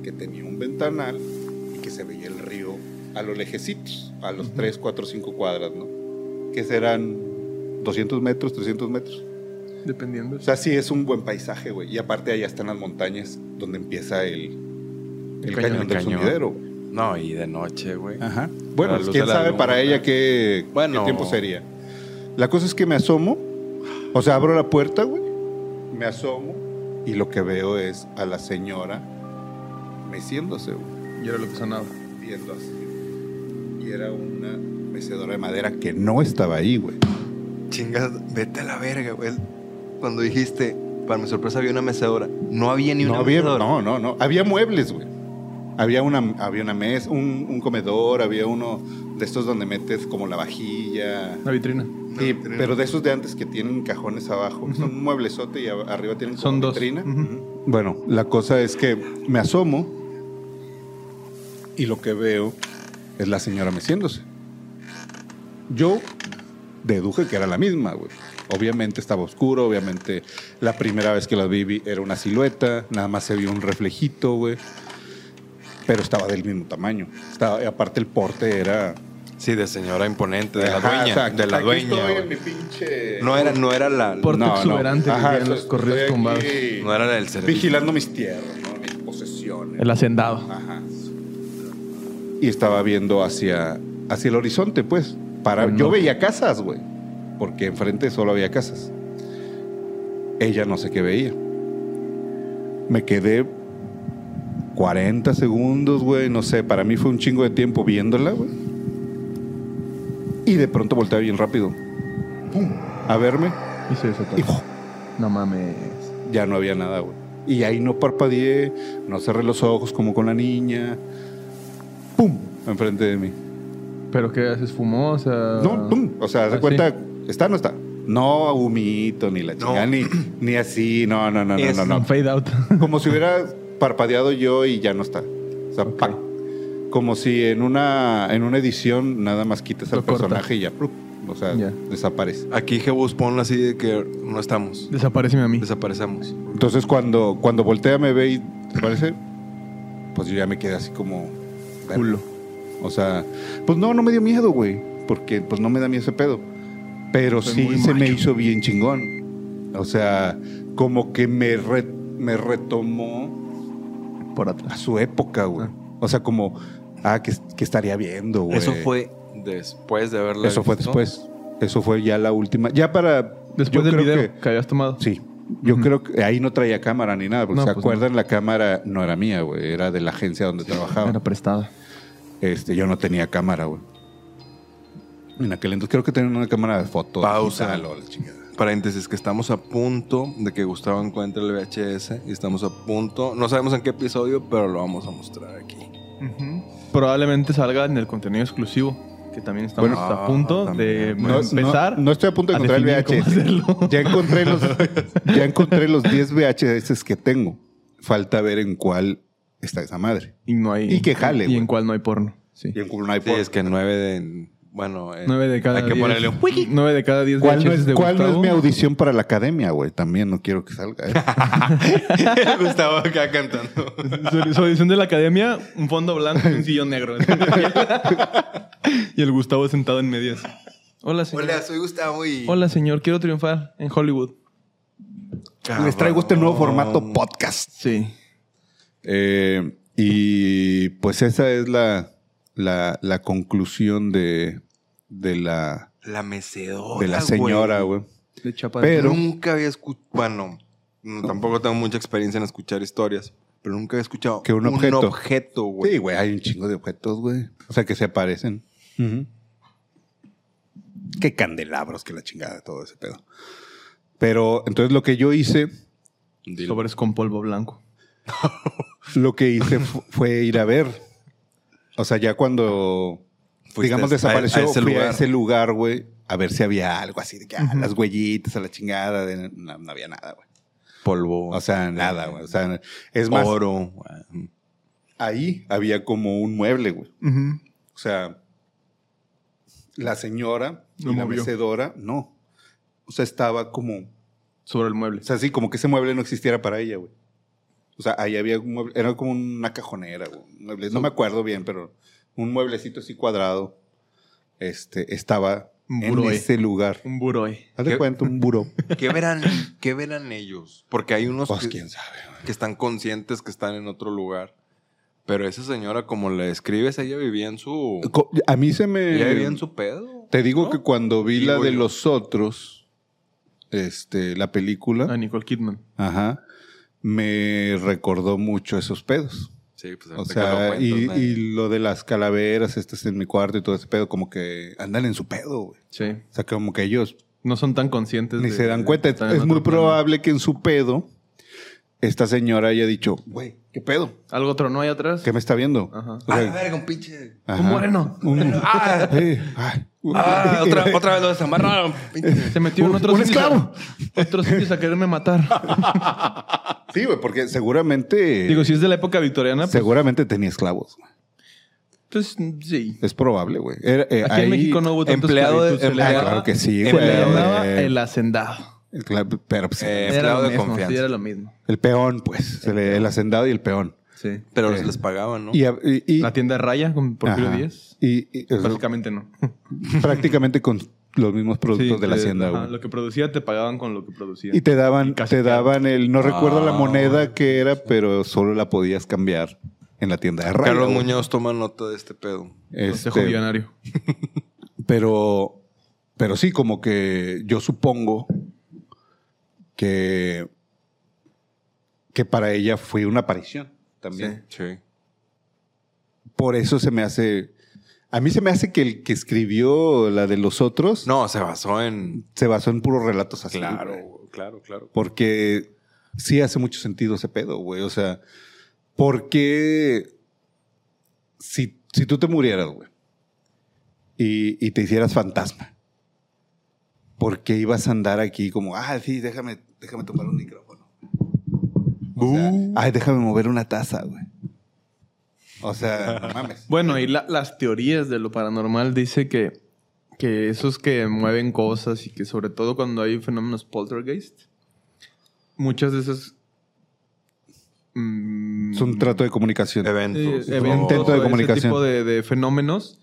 [SPEAKER 4] que tenía un ventanal y que se veía el río a los lejecitos, a los 3, 4, 5 cuadras, ¿no? Que serán 200 metros, 300 metros.
[SPEAKER 2] Dependiendo.
[SPEAKER 4] O sea, sí es un buen paisaje, güey. Y aparte allá están las montañas donde empieza el, el,
[SPEAKER 2] El
[SPEAKER 4] cañón,
[SPEAKER 2] cañón.
[SPEAKER 4] del
[SPEAKER 3] Cañón.
[SPEAKER 4] sumidero. güey.
[SPEAKER 3] No, y de noche, güey.
[SPEAKER 4] Ajá. Bueno,
[SPEAKER 3] La luz
[SPEAKER 4] quién
[SPEAKER 3] de la
[SPEAKER 4] sabe
[SPEAKER 3] luna.
[SPEAKER 4] para ella qué, qué
[SPEAKER 3] Bueno.
[SPEAKER 4] tiempo sería. La cosa es que me asomo, o sea, abro la puerta, güey, me asomo y lo que veo es a la señora meciéndose, güey,
[SPEAKER 2] Y era lo que sonaba.
[SPEAKER 4] viendo así. Y era una mecedora de madera que no estaba ahí, güey.
[SPEAKER 3] Chingas, vete a la verga, güey. Cuando dijiste, para mi sorpresa había una mecedora. No había ni
[SPEAKER 4] No
[SPEAKER 3] una
[SPEAKER 4] había,
[SPEAKER 3] mecedora.
[SPEAKER 4] no, no, no. Había muebles, güey. Había una, había una mesa, un, un comedor, había uno de estos donde metes como la vajilla.
[SPEAKER 2] La vitrina.
[SPEAKER 3] No,
[SPEAKER 4] Sí,
[SPEAKER 3] tenía-
[SPEAKER 4] pero de esos de antes que tienen cajones abajo, que son un mueblezote y a- arriba tienen como
[SPEAKER 2] Son dos.
[SPEAKER 4] vitrina.
[SPEAKER 2] Ujú.
[SPEAKER 4] Bueno, la cosa es que me asomo y lo que veo es la señora meciéndose. Yo deduje que era la misma, güey. Obviamente estaba oscuro, obviamente la primera vez que la vi, vi era una silueta, nada más se vio un reflejito, güey. Pero estaba del mismo tamaño. Estaba, aparte el porte era...
[SPEAKER 3] Sí, de señora imponente, de la
[SPEAKER 4] Ajá,
[SPEAKER 3] dueña.
[SPEAKER 4] exacto.
[SPEAKER 3] de la
[SPEAKER 4] Aquí
[SPEAKER 3] dueña.
[SPEAKER 4] estoy en
[SPEAKER 3] güey.
[SPEAKER 4] mi pinche-
[SPEAKER 3] No era, no era la.
[SPEAKER 2] Por- Porte
[SPEAKER 4] No, no.
[SPEAKER 2] exuberante que había en
[SPEAKER 4] eso,
[SPEAKER 2] los corridos
[SPEAKER 4] estoy
[SPEAKER 2] tumbados.
[SPEAKER 4] aquí
[SPEAKER 3] No era la del servicio.
[SPEAKER 4] Vigilando mis tierras, ¿no? mis posesiones.
[SPEAKER 2] El hacendado.
[SPEAKER 4] Ajá. Y estaba viendo hacia, hacia el horizonte, pues. Para,
[SPEAKER 2] Bueno.
[SPEAKER 4] Yo veía casas, güey. Porque enfrente solo había casas. Ella no sé qué veía. Me quedé 40 segundos, güey. No sé, para mí fue un chingo de tiempo viéndola, güey. Y de pronto volteé bien rápido. ¡Pum! A verme.
[SPEAKER 2] Y se desató.
[SPEAKER 4] Y ¡pum!
[SPEAKER 2] No mames.
[SPEAKER 4] ya no había nada, güey. Y ahí no parpadeé, no cerré los ojos como con la niña. ¡Pum! Enfrente de mí.
[SPEAKER 2] ¿Pero qué haces? ¿Fumó? O sea...
[SPEAKER 4] No, ¡pum! O sea,
[SPEAKER 2] Ah,
[SPEAKER 4] se
[SPEAKER 2] sí.
[SPEAKER 4] cuenta, ¿está o no está? No humito, ni la
[SPEAKER 3] No.
[SPEAKER 4] chingada, ni, ni así, no, no, no, no,
[SPEAKER 3] Es
[SPEAKER 4] no,
[SPEAKER 2] Un
[SPEAKER 4] no.
[SPEAKER 2] fade out. [LAUGHS]
[SPEAKER 4] Como si hubiera parpadeado yo y ya no está. O sea, ¡pac! Como si en una, en una edición nada más quitas al
[SPEAKER 2] Lo corta.
[SPEAKER 4] personaje y ya, ¡prup! o sea,
[SPEAKER 2] Ya.
[SPEAKER 4] desaparece.
[SPEAKER 3] Aquí Jebus ponlo así de que no estamos.
[SPEAKER 2] Desapareceme a mí.
[SPEAKER 3] Desaparecemos.
[SPEAKER 4] Entonces cuando, cuando voltea me ve y ¿te parece, pues yo ya me quedé así como
[SPEAKER 2] Culo.
[SPEAKER 4] O sea, pues no, no me dio miedo, güey, porque pues no me da miedo ese pedo. Pero
[SPEAKER 2] Soy
[SPEAKER 4] sí
[SPEAKER 2] muy
[SPEAKER 4] se me
[SPEAKER 2] macho.
[SPEAKER 4] hizo bien chingón. O sea, como que me, re- me retomó
[SPEAKER 2] Por
[SPEAKER 4] a
[SPEAKER 2] atrás.
[SPEAKER 4] su época, güey. O sea, como, ah, que, que estaría viendo, güey.
[SPEAKER 3] Eso fue después de haberla
[SPEAKER 4] Eso fue
[SPEAKER 3] visto.
[SPEAKER 4] después. Eso fue ya la última. Ya para. yo
[SPEAKER 2] Después del
[SPEAKER 4] creo
[SPEAKER 2] video que,
[SPEAKER 4] que-
[SPEAKER 2] habías tomado.
[SPEAKER 4] Sí. Yo
[SPEAKER 2] Ujú.
[SPEAKER 4] creo que ahí no traía cámara ni nada, porque
[SPEAKER 2] No,
[SPEAKER 4] se
[SPEAKER 2] pues
[SPEAKER 4] acuerdan, la cámara no era mía, güey, era de la agencia donde trabajaba.
[SPEAKER 2] Era prestada.
[SPEAKER 4] Este, yo no tenía cámara, güey. En aquel entonces creo que tenían una cámara de fotos.
[SPEAKER 3] Pausa.
[SPEAKER 4] digital o la chingada.
[SPEAKER 3] Paréntesis, que estamos a punto de que Gustavo encuentre el VHS y estamos a punto, no sabemos en qué episodio, pero lo vamos a mostrar aquí.
[SPEAKER 2] Probablemente salga en el contenido exclusivo. Que también estamos
[SPEAKER 3] Bueno,
[SPEAKER 2] a punto
[SPEAKER 3] ah,
[SPEAKER 2] de
[SPEAKER 3] también. Bueno,
[SPEAKER 2] empezar.
[SPEAKER 4] no, no estoy a punto de
[SPEAKER 2] a
[SPEAKER 4] encontrar el
[SPEAKER 2] definir cómo hacerlo.
[SPEAKER 4] VHS. Ya
[SPEAKER 2] [LAUGHS]
[SPEAKER 4] encontré los ya encontré los 10 VHS que tengo. Falta ver en cuál está esa madre.
[SPEAKER 2] Y no hay...
[SPEAKER 4] Y que jale,
[SPEAKER 2] Y
[SPEAKER 4] güey.
[SPEAKER 2] en cuál no hay porno. Sí.
[SPEAKER 4] Y en cuál no hay
[SPEAKER 3] Sí,
[SPEAKER 4] por-
[SPEAKER 3] es que nueve de... Bueno, eh,
[SPEAKER 2] Nueve de cada
[SPEAKER 3] hay que
[SPEAKER 2] diez-
[SPEAKER 3] ponerle un...
[SPEAKER 2] Nueve de cada diez
[SPEAKER 4] ¿Cuál, no
[SPEAKER 2] VHS
[SPEAKER 4] es,
[SPEAKER 2] de
[SPEAKER 4] cuál no es
[SPEAKER 2] Gustavo.
[SPEAKER 4] mi audición para la academia, güey? También no quiero que salga. ¿eh?
[SPEAKER 3] [LAUGHS] Gustavo acá cantando.
[SPEAKER 2] Su, su edición de la academia, un fondo blanco y un sillón negro. y el Gustavo sentado en medio. así. Hola, señor.
[SPEAKER 3] Hola, soy Gustavo y...
[SPEAKER 2] Hola, señor. Quiero triunfar en Hollywood.
[SPEAKER 4] Les traigo este nuevo formato podcast.
[SPEAKER 2] Sí.
[SPEAKER 4] Eh, y pues esa es la, la, la conclusión de, de la,
[SPEAKER 3] La mecedora,
[SPEAKER 4] de la
[SPEAKER 3] güey.
[SPEAKER 4] señora, güey.
[SPEAKER 2] De chapa
[SPEAKER 4] Pero-
[SPEAKER 3] Nunca había escuchado... Bueno, no, tampoco tengo mucha experiencia en escuchar historias, pero nunca había escuchado
[SPEAKER 4] Que un objeto.
[SPEAKER 3] objeto, güey.
[SPEAKER 4] Sí, güey, hay un chingo de objetos, güey. O sea, que se parecen. Qué candelabros, que la chingada, todo ese pedo. Pero entonces lo que yo hice
[SPEAKER 3] Dilo.
[SPEAKER 2] Sobres con polvo blanco.
[SPEAKER 4] Lo que hice fu- fue ir a ver. O sea, ya cuando,
[SPEAKER 3] Fuiste
[SPEAKER 4] digamos,
[SPEAKER 3] a- a
[SPEAKER 4] desapareció,
[SPEAKER 3] ese
[SPEAKER 4] fui a
[SPEAKER 3] lugar.
[SPEAKER 4] ese lugar, güey, a ver si había algo así de que ah, las huellitas, a la chingada, de- no, no había nada, güey.
[SPEAKER 3] polvo.
[SPEAKER 4] O sea, nada, güey. O sea, es más,
[SPEAKER 3] oro.
[SPEAKER 4] ahí había como un mueble, güey. O sea, la señora
[SPEAKER 2] Lo
[SPEAKER 4] y la
[SPEAKER 2] movió.
[SPEAKER 4] mecedora, no. O sea, estaba como
[SPEAKER 2] Sobre el mueble.
[SPEAKER 4] O sea, sí, como que ese mueble no existiera para ella, güey. O sea, ahí había un mueble, era como una cajonera, güey. un mueble, no me acuerdo bien, pero un mueblecito así cuadrado este, estaba
[SPEAKER 2] Un
[SPEAKER 4] en
[SPEAKER 2] buroe.
[SPEAKER 4] ese lugar.
[SPEAKER 2] Un buroy.
[SPEAKER 4] Haz de
[SPEAKER 3] ¿Qué?
[SPEAKER 4] cuenta, un buró.
[SPEAKER 3] ¿Qué verán, ¿Qué verán ellos? Porque hay unos
[SPEAKER 4] [LAUGHS] Pues
[SPEAKER 3] que-
[SPEAKER 4] quién sabe, güey.
[SPEAKER 3] que están conscientes que están en otro lugar. Pero esa señora, como le describes, ella vivía en su.
[SPEAKER 4] Co- A mí se
[SPEAKER 3] Ella vivía
[SPEAKER 4] me.
[SPEAKER 3] en su pedo.
[SPEAKER 4] Te digo que cuando vi la
[SPEAKER 3] Digo
[SPEAKER 4] de
[SPEAKER 3] yo.
[SPEAKER 4] los otros, este, la
[SPEAKER 2] A
[SPEAKER 4] película,
[SPEAKER 2] Nicole Kidman.
[SPEAKER 3] Ah.
[SPEAKER 4] ajá, me recordó mucho esos pedos.
[SPEAKER 3] Sí, pues
[SPEAKER 4] O
[SPEAKER 3] ahorita que
[SPEAKER 4] sea,
[SPEAKER 3] lo cuentas,
[SPEAKER 4] y,
[SPEAKER 3] ¿no?
[SPEAKER 4] y lo de las calaveras, estas en mi cuarto y todo ese pedo, como que andan en su pedo, güey.
[SPEAKER 2] Sí.
[SPEAKER 4] O sea, como que ellos
[SPEAKER 2] No son tan conscientes.
[SPEAKER 4] ni
[SPEAKER 2] de-
[SPEAKER 4] se dan
[SPEAKER 2] de- de
[SPEAKER 4] cuenta. Es,
[SPEAKER 2] estar en
[SPEAKER 4] es
[SPEAKER 2] otro
[SPEAKER 4] muy
[SPEAKER 2] plano.
[SPEAKER 4] probable que en su pedo esta señora haya dicho, güey, ¿qué pedo?
[SPEAKER 2] Algo otro no hay atrás.
[SPEAKER 4] ¿Qué me está viendo?
[SPEAKER 2] Ajá.
[SPEAKER 4] O sea,
[SPEAKER 3] Ah, verga, un pinche.
[SPEAKER 4] ajá.
[SPEAKER 2] Un moreno.
[SPEAKER 4] Un- [LAUGHS]
[SPEAKER 3] Ah,
[SPEAKER 4] Eh, ay. [LAUGHS]
[SPEAKER 3] ah, otra, otra vez lo desamarraron. pinche.
[SPEAKER 2] Se metió en
[SPEAKER 4] Un-
[SPEAKER 2] otros
[SPEAKER 4] un
[SPEAKER 2] sitios a-
[SPEAKER 4] esclavo.
[SPEAKER 2] [LAUGHS] Otros sitios a quererme matar.
[SPEAKER 4] Sí, güey, porque seguramente,
[SPEAKER 2] Digo, si es de la época victoriana, pues,
[SPEAKER 4] seguramente tenía esclavos. güey.
[SPEAKER 2] pues, sí.
[SPEAKER 4] Es probable, güey. Era, eh,
[SPEAKER 2] Aquí en
[SPEAKER 4] ahí-
[SPEAKER 2] México no hubo tanto
[SPEAKER 3] empleado de-
[SPEAKER 2] esclavitud, se le
[SPEAKER 4] Ah,
[SPEAKER 2] llamaba-
[SPEAKER 4] claro que sí,
[SPEAKER 2] se
[SPEAKER 4] güey.
[SPEAKER 2] le llamaba el hacendado.
[SPEAKER 4] el cla- Pero pues,
[SPEAKER 3] Eh,
[SPEAKER 2] Era
[SPEAKER 3] Empleado
[SPEAKER 2] lo
[SPEAKER 3] de
[SPEAKER 2] mismo,
[SPEAKER 3] confianza.
[SPEAKER 2] sí, era lo mismo.
[SPEAKER 4] el peón, pues, el, el hacendado y el peón.
[SPEAKER 2] Sí.
[SPEAKER 3] Pero se les pagaban, ¿no?
[SPEAKER 4] Y, a- y- y-
[SPEAKER 2] La tienda Raya con Porfirio
[SPEAKER 4] ajá.
[SPEAKER 2] Díaz.
[SPEAKER 4] Y,
[SPEAKER 2] [LAUGHS]
[SPEAKER 4] y-
[SPEAKER 2] Básicamente no.
[SPEAKER 4] [LAUGHS] prácticamente con los mismos productos
[SPEAKER 2] Sí,
[SPEAKER 4] de la
[SPEAKER 2] te-
[SPEAKER 4] hacienda,
[SPEAKER 2] ajá,
[SPEAKER 4] güey.
[SPEAKER 2] Lo que producía te pagaban con lo que producía.
[SPEAKER 4] Y te daban,
[SPEAKER 2] casi
[SPEAKER 4] te
[SPEAKER 2] te-
[SPEAKER 4] daban el, no recuerdo la
[SPEAKER 3] Ah,
[SPEAKER 4] moneda que era, pero solo la podías cambiar en la tienda de raya.
[SPEAKER 3] Carlos
[SPEAKER 4] güey.
[SPEAKER 3] Muñoz toma nota de este pedo.
[SPEAKER 4] Este,
[SPEAKER 2] Consejo millonario.
[SPEAKER 4] pero, pero sí, como que yo supongo que, que para ella fue una aparición también.
[SPEAKER 3] Sí.
[SPEAKER 4] Por eso se me hace, a mí se me hace que el que escribió la de los otros
[SPEAKER 3] No, se basó en.
[SPEAKER 4] se basó en puros relatos así. güey.
[SPEAKER 3] Claro, claro, claro.
[SPEAKER 4] Porque sí hace mucho sentido ese pedo, güey. O sea, porque si, si tú te murieras, güey, y, y te hicieras fantasma, ¿por qué ibas a andar aquí como, ah, sí, déjame, déjame tomar un micrófono? O sea,
[SPEAKER 2] Uh.
[SPEAKER 4] ay, déjame mover una taza, güey.
[SPEAKER 2] [LAUGHS]
[SPEAKER 4] O sea, no mames.
[SPEAKER 2] Bueno, y la- las teorías de lo paranormal dice que, que esos que mueven cosas y que sobre todo cuando hay fenómenos poltergeist, muchas de esas... mm,
[SPEAKER 4] Es un trato de comunicación.
[SPEAKER 3] Eventos.
[SPEAKER 2] eh,
[SPEAKER 4] Un
[SPEAKER 2] eventos
[SPEAKER 4] intento de
[SPEAKER 2] o ese
[SPEAKER 4] comunicación.
[SPEAKER 2] tipo de, de fenómenos